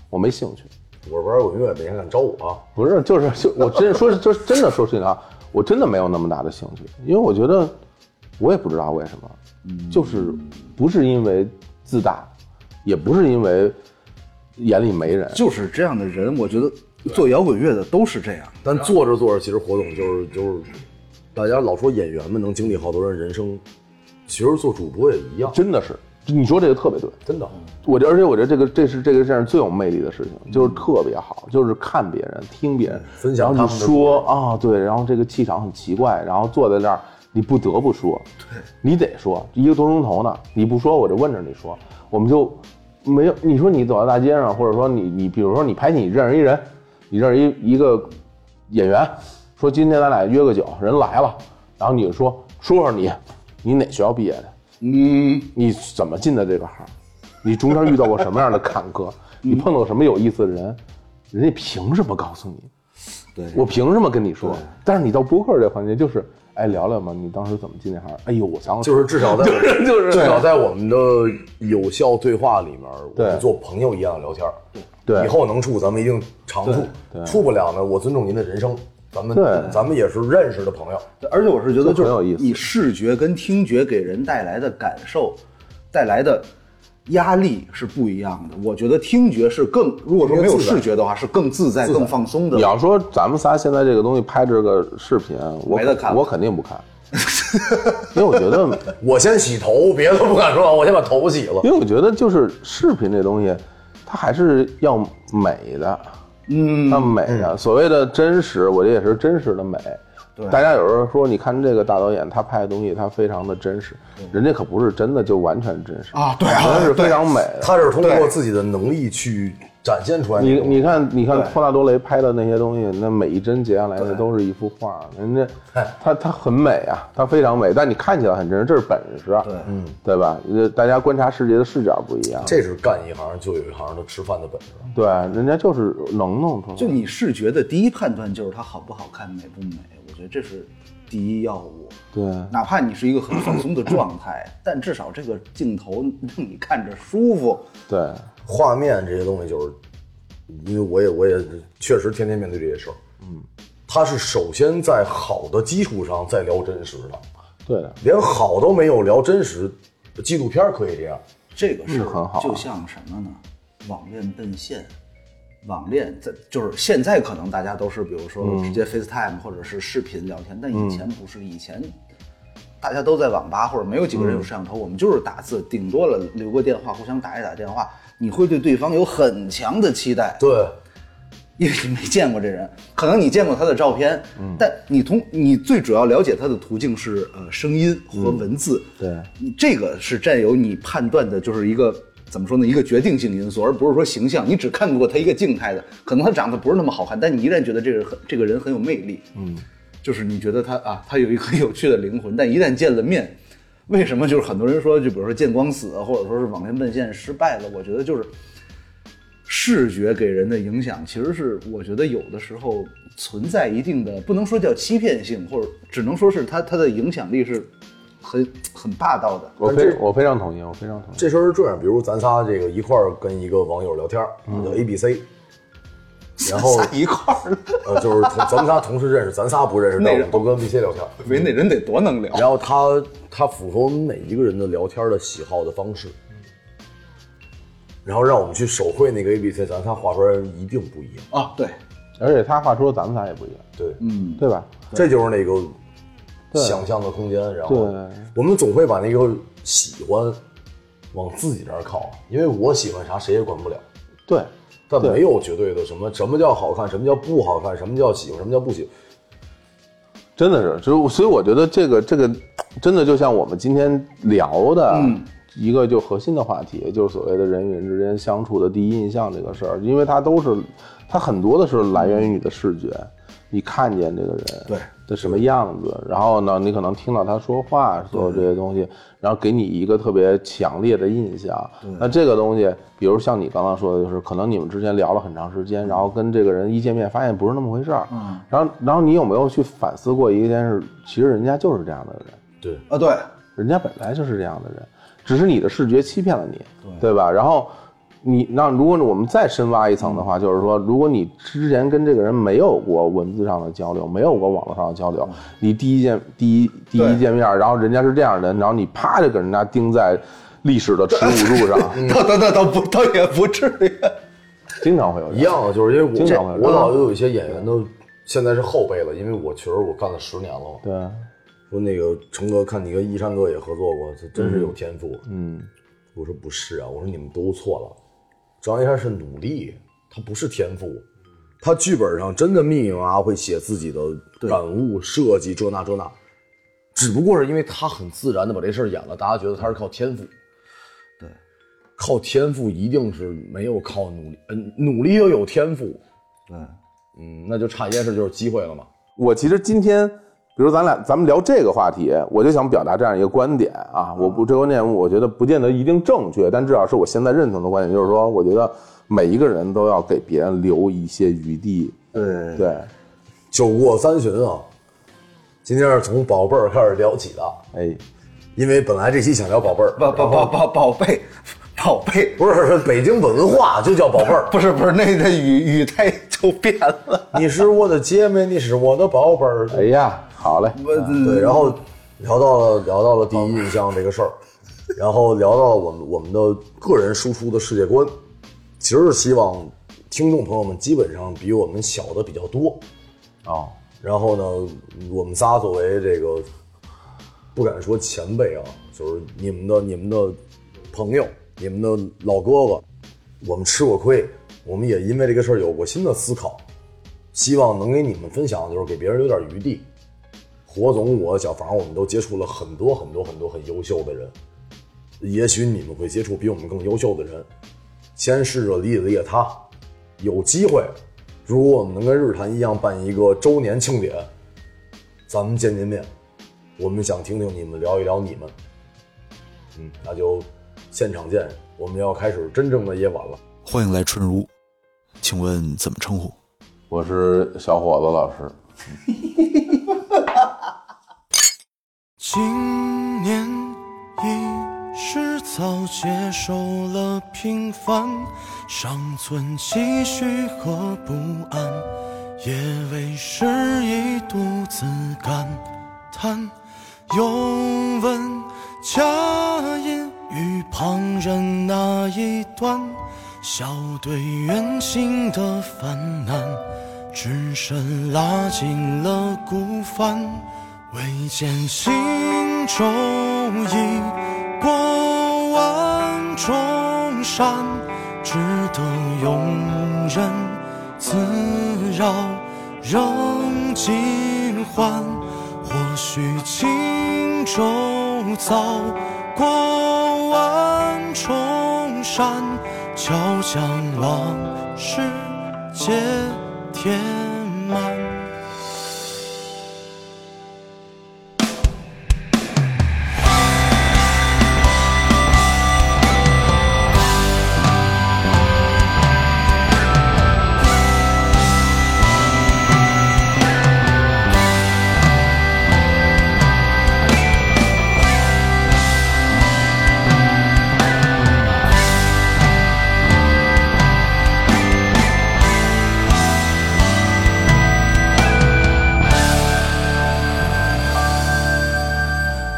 Speaker 2: 我没兴趣。
Speaker 3: 我玩滚乐，没人敢招我。啊
Speaker 2: 不是，就是就我真说，就是真的说实话，我真的没有那么大的兴趣，因为我觉得我也不知道为什么，就是不是因为自大，也不是因为眼里没人，
Speaker 4: 就是这样的人，我觉得做摇滚乐的都是这样。
Speaker 3: 但做着做着，其实火总就是就是，大家老说演员们能经历好多人人生，其实做主播也一样，
Speaker 2: 真的是你说这个特别对。
Speaker 3: 真的。
Speaker 2: 我觉得，而且我觉得这个这是这个世界上最有魅力的事情，就是特别好，就是看别人、听别人，
Speaker 3: 嗯分享
Speaker 2: 然
Speaker 3: 他
Speaker 2: 后
Speaker 3: 们
Speaker 2: 你
Speaker 3: 的
Speaker 2: 说啊，对，然后这个气场很奇怪，然后坐在那儿，你不得不说，你得说一个多钟头呢，你不说我就问着你说，我们就没有你说你走在大街上，或者说你你比如说你拍戏，你认识一人，你认识一一个演员，说今天咱俩约个酒，人来了，然后你就说说说你，你哪学校毕业的？
Speaker 6: 嗯，
Speaker 2: 你怎么进的这个行？你中间遇到过什么样的坎
Speaker 3: 嗯
Speaker 2: 坷？你碰到什么有意思的人？人家凭什么告诉你？
Speaker 6: 对
Speaker 2: 我凭什么跟你说？但是你到播客这环节，就是哎聊聊嘛，你当时怎么进这行？哎呦，我想想，
Speaker 3: 就是至 少在 就是就是至少在我们的有效对话里面，我
Speaker 2: 对
Speaker 3: 们做朋友一样聊天儿。
Speaker 2: 对
Speaker 3: 以后能处咱们一定常处，处不了呢，我尊重您的人生。咱
Speaker 2: 对
Speaker 3: 们咱们也是认识的朋友，
Speaker 6: 而且我是觉得，
Speaker 2: 这很有
Speaker 6: 就
Speaker 2: 意
Speaker 6: 是
Speaker 2: 思
Speaker 6: 你视觉跟听觉给人带来的感受，带来的压力是不一样的。我觉得听觉是更，如果说没有视觉的话，是更自在、更放松的
Speaker 2: 你。要说咱们仨现在这个东西拍这个视频，我
Speaker 6: 没得看
Speaker 2: 我肯定不看， 因为我觉得，
Speaker 3: 我先洗头，别的不敢说，我先把头洗了。
Speaker 2: 因为我觉得就是视频这东西，它还是要美的，
Speaker 6: 嗯，
Speaker 2: 那美啊，所谓的真实，我这也是真实的美。大家有时候说，你看这个大导演他拍的东西，他非常的真实，人家可不是真的就完全真实
Speaker 6: 啊对啊
Speaker 2: 人家是
Speaker 6: 对
Speaker 2: 非常美的。
Speaker 3: 他是通过自己的能力去展现出来那
Speaker 2: 你
Speaker 3: 种。
Speaker 2: 你看，你看托纳多雷拍的那些东西，那每一帧截下来的都是一幅画，人家他他很美啊，他非常美，但你看起来很真实，这是本事，对，嗯，对吧？呃大家观察世界的视角不一样，
Speaker 3: 这是干一行就有一行的吃饭的本事。
Speaker 2: 对，人家就是能弄出来。
Speaker 6: 就你视觉的第一判断就是它好不好看、美不美，我觉得这是第一要务。
Speaker 2: 对
Speaker 6: 哪怕你是一个很放松的状态，但至少这个镜头让你看着舒服。
Speaker 2: 对，
Speaker 3: 画面这些东西，就是因为我也我也确实天天面对这些事儿。嗯，他是首先在好的基础上再聊真实的，
Speaker 2: 对的，
Speaker 3: 连好都没有聊真实，纪录片可以这样。
Speaker 6: 这个是
Speaker 2: 嗯很好
Speaker 6: 就像什么呢？网恋奔现，网恋在就是现在可能大家都是比如
Speaker 2: 嗯
Speaker 6: 说直接 FaceTime 或者是视频聊天，但以前不是，以前大家都在网吧或者没有几个人有摄像头，
Speaker 2: 嗯
Speaker 6: 我们就是打字，顶多了留个电话，互相打一打电话，你会对对方有很强的 期待，
Speaker 3: 对，
Speaker 6: 因为你没见过这人，可能你见过他的照片，
Speaker 2: 嗯
Speaker 6: 但你通你最主要了解他的途径是呃声音和
Speaker 2: 嗯
Speaker 6: 文字，对，这个是占有你判断的，就是一个怎么说呢，一个决定性因素，而不是说形象。你只看过他一个静态的，可能他长得不是那么好看，但你依然觉得这个人很这个人很有魅力，嗯，就是你觉得他啊，他有一个很有趣的灵魂，但一旦见了面。为什么就是很多人说，就比如说见光死，或者说是网恋奔现失败了？我觉得就是视觉给人的影响，其实是我觉得有的时候存在一定的，不能说叫欺骗性，或者只能说是它它的影响力是很很霸道的。
Speaker 2: 我非我非常同意，我非常同意。
Speaker 3: 这事儿是这样，比如咱仨这个一块儿跟一个网友聊天儿，叫 A B C，然后
Speaker 6: 一块儿
Speaker 3: 呃就是同咱们仨同时认识，咱仨不认识，但我们都跟 B C 聊天儿。
Speaker 6: 为那人得多能聊，
Speaker 3: 然后他他符合我们每一个人的聊天的喜好的方式，然后让我们去手绘那个 A B C，咱仨画出来一定不一样。
Speaker 6: 啊，对，
Speaker 2: 而且他画出咱们仨也不一样，
Speaker 3: 对，
Speaker 6: 嗯
Speaker 2: 对嗯吧？
Speaker 3: 这就是那个想象的空间。然后
Speaker 2: 对
Speaker 3: 我们总会把那个喜欢往自己这儿靠，因为我喜欢啥谁也管不了，
Speaker 2: 对，
Speaker 3: 但
Speaker 2: 对
Speaker 3: 没有绝对的什么什么叫好看，什么叫不好看，什么叫喜欢，什么叫不喜欢。
Speaker 2: 真的是，所以所以我觉得这个这个真的就像我们今天聊的一个就核心的话题，就是所谓的人与人之间相处的第一印象这个事儿，因为它都是它很多的是来源于你的视觉，你看见这个人
Speaker 6: 对
Speaker 2: 的什么样子，然后呢，你可能听到他说话，所有这些东西，然后给你一个特别强烈的印象。那这个东西，比如像你刚刚说的，就是可能你们之前聊了很长时间，然后跟这个人一见面发现不是那么回事儿，嗯，然后然后你有没有去反思过一件事？其实人家就是这样的人，
Speaker 3: 对，
Speaker 6: 啊，对，
Speaker 2: 人家本来就是这样的人，只是你的视觉欺骗了你，对吧？然后你那如果我们再深挖一层的话，就是说，如果你之前跟这个人没有过文字上的交流，没有过网络上的交流，你第一见第一第一见面，然后人家是这样的人，然后你啪就给人家钉在历史的耻辱柱上，
Speaker 6: 倒倒倒倒不倒也不至于，
Speaker 2: 经常会有这
Speaker 3: 一
Speaker 2: 样。
Speaker 3: 样的，就是因为
Speaker 2: 经常会
Speaker 3: 我我老有一些演员都现在是后辈了，因为我确实我干了十年了嘛。
Speaker 2: 对，
Speaker 3: 说那个成哥，看你跟一山哥也合作过，这真是有天赋。嗯，我说不是啊，我说你们都错了，张一山是努力，他不是天赋，他剧本上真的密密麻麻会写自己的感悟、设计这那这那，只不过是因为他很自然的把这事儿演了，大家觉得他是靠天赋。
Speaker 6: 对，
Speaker 3: 靠天赋一定是没有靠努力，嗯、努力又有天赋，
Speaker 6: 对，
Speaker 3: 嗯，那就差一件事就是机会了嘛。
Speaker 2: 我其实今天
Speaker 6: 比如咱俩咱们聊这个话题，我就想表达这样一个观点啊，我不这观点我觉得不见得一定正确，但至少是我现在认同的观点，就是说，我觉得每一个人都要给别人留一些余地。
Speaker 3: 对，
Speaker 6: 对，
Speaker 3: 酒过三巡啊，今天是从宝贝儿开始聊起的，
Speaker 6: 哎，
Speaker 3: 因为本来这期想聊宝贝儿，
Speaker 5: 宝宝宝宝宝贝，宝贝，
Speaker 3: 不是北京文化就叫宝贝儿，
Speaker 5: 不是不是，那那语语态就变了。
Speaker 3: 你是我的姐妹，你是我的宝贝儿。
Speaker 6: 哎呀，好
Speaker 7: 呃
Speaker 2: 啊
Speaker 6: 嘞，
Speaker 5: 我
Speaker 3: 对，然后聊到了聊到了第一印象这个事儿，然后聊到了我们我们的个人输出的世界观，其实是希望听众朋友们基本上比我们小的比较多。
Speaker 6: 哦，
Speaker 3: 然后呢，我们仨作为这个不敢说前辈啊，就是你们的你们的朋友，你们的老哥哥，我们吃过亏，我们也因为这个事儿有过新的思考，希望能给你们分享，就是给别人留点余地。火总，我小房，我们都接触了很多很多很多很优秀的人，也许你们会接触比我们更优秀的人，先试着理解理解他。有机会，如果我们能跟日坛一样办一个周年庆典，咱们见见面，我们想听听你们聊一聊你们。嗯，那就现场见。我们要开始真正的夜晚了。
Speaker 7: 欢迎来春如，请问怎么称呼？
Speaker 6: 我是小伙子老师，
Speaker 7: 今年已是早接受了平凡，尚存唏嘘和不安，也为失意独自感叹。又问佳音与旁人那一端，笑对远行的烦难，只身拉紧了孤帆，唯见心舟已过万重山，只得庸人自扰，仍尽欢。或许轻舟早过万重山，悄将往事皆填满。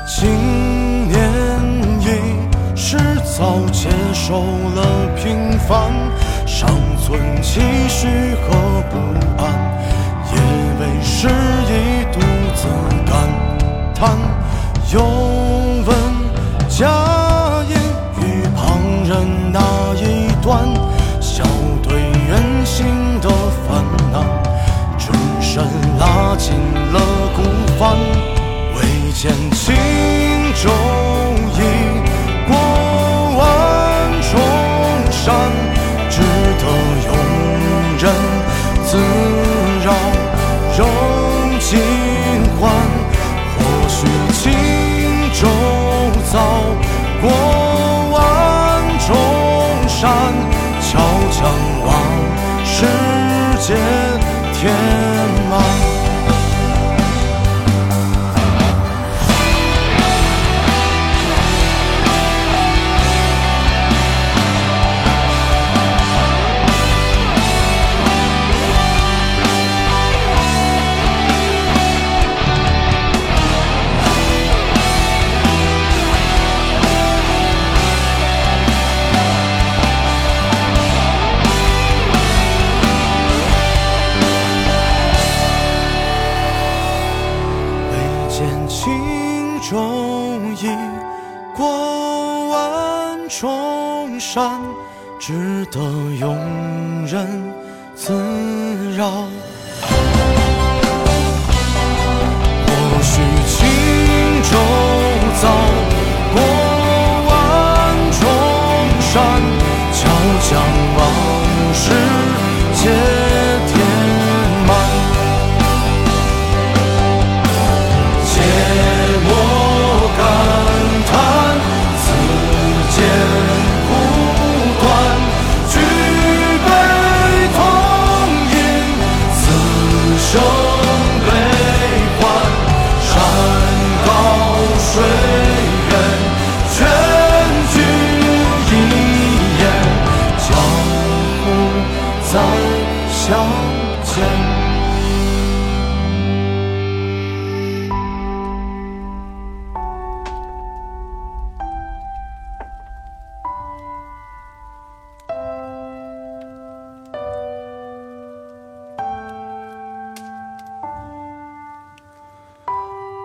Speaker 7: 今年已是早接受了平凡，尚存唏嘘和不安，也为失意独自感叹。又问佳音与旁人那一端，笑对人心的烦恼，只身拉紧了孤帆。唯见轻舟已过万重山，只得庸人自扰，仍尽欢。或许轻舟早过万重山，悄将往事皆填满。唯见轻舟已过万重山，只得庸人自扰。或许轻舟早过万重山，悄将往事皆填满。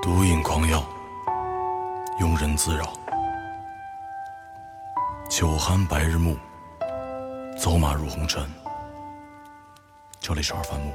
Speaker 7: 毒饮狂药，庸人自扰。酒酣白日暮，走马入红尘。这里是二番木。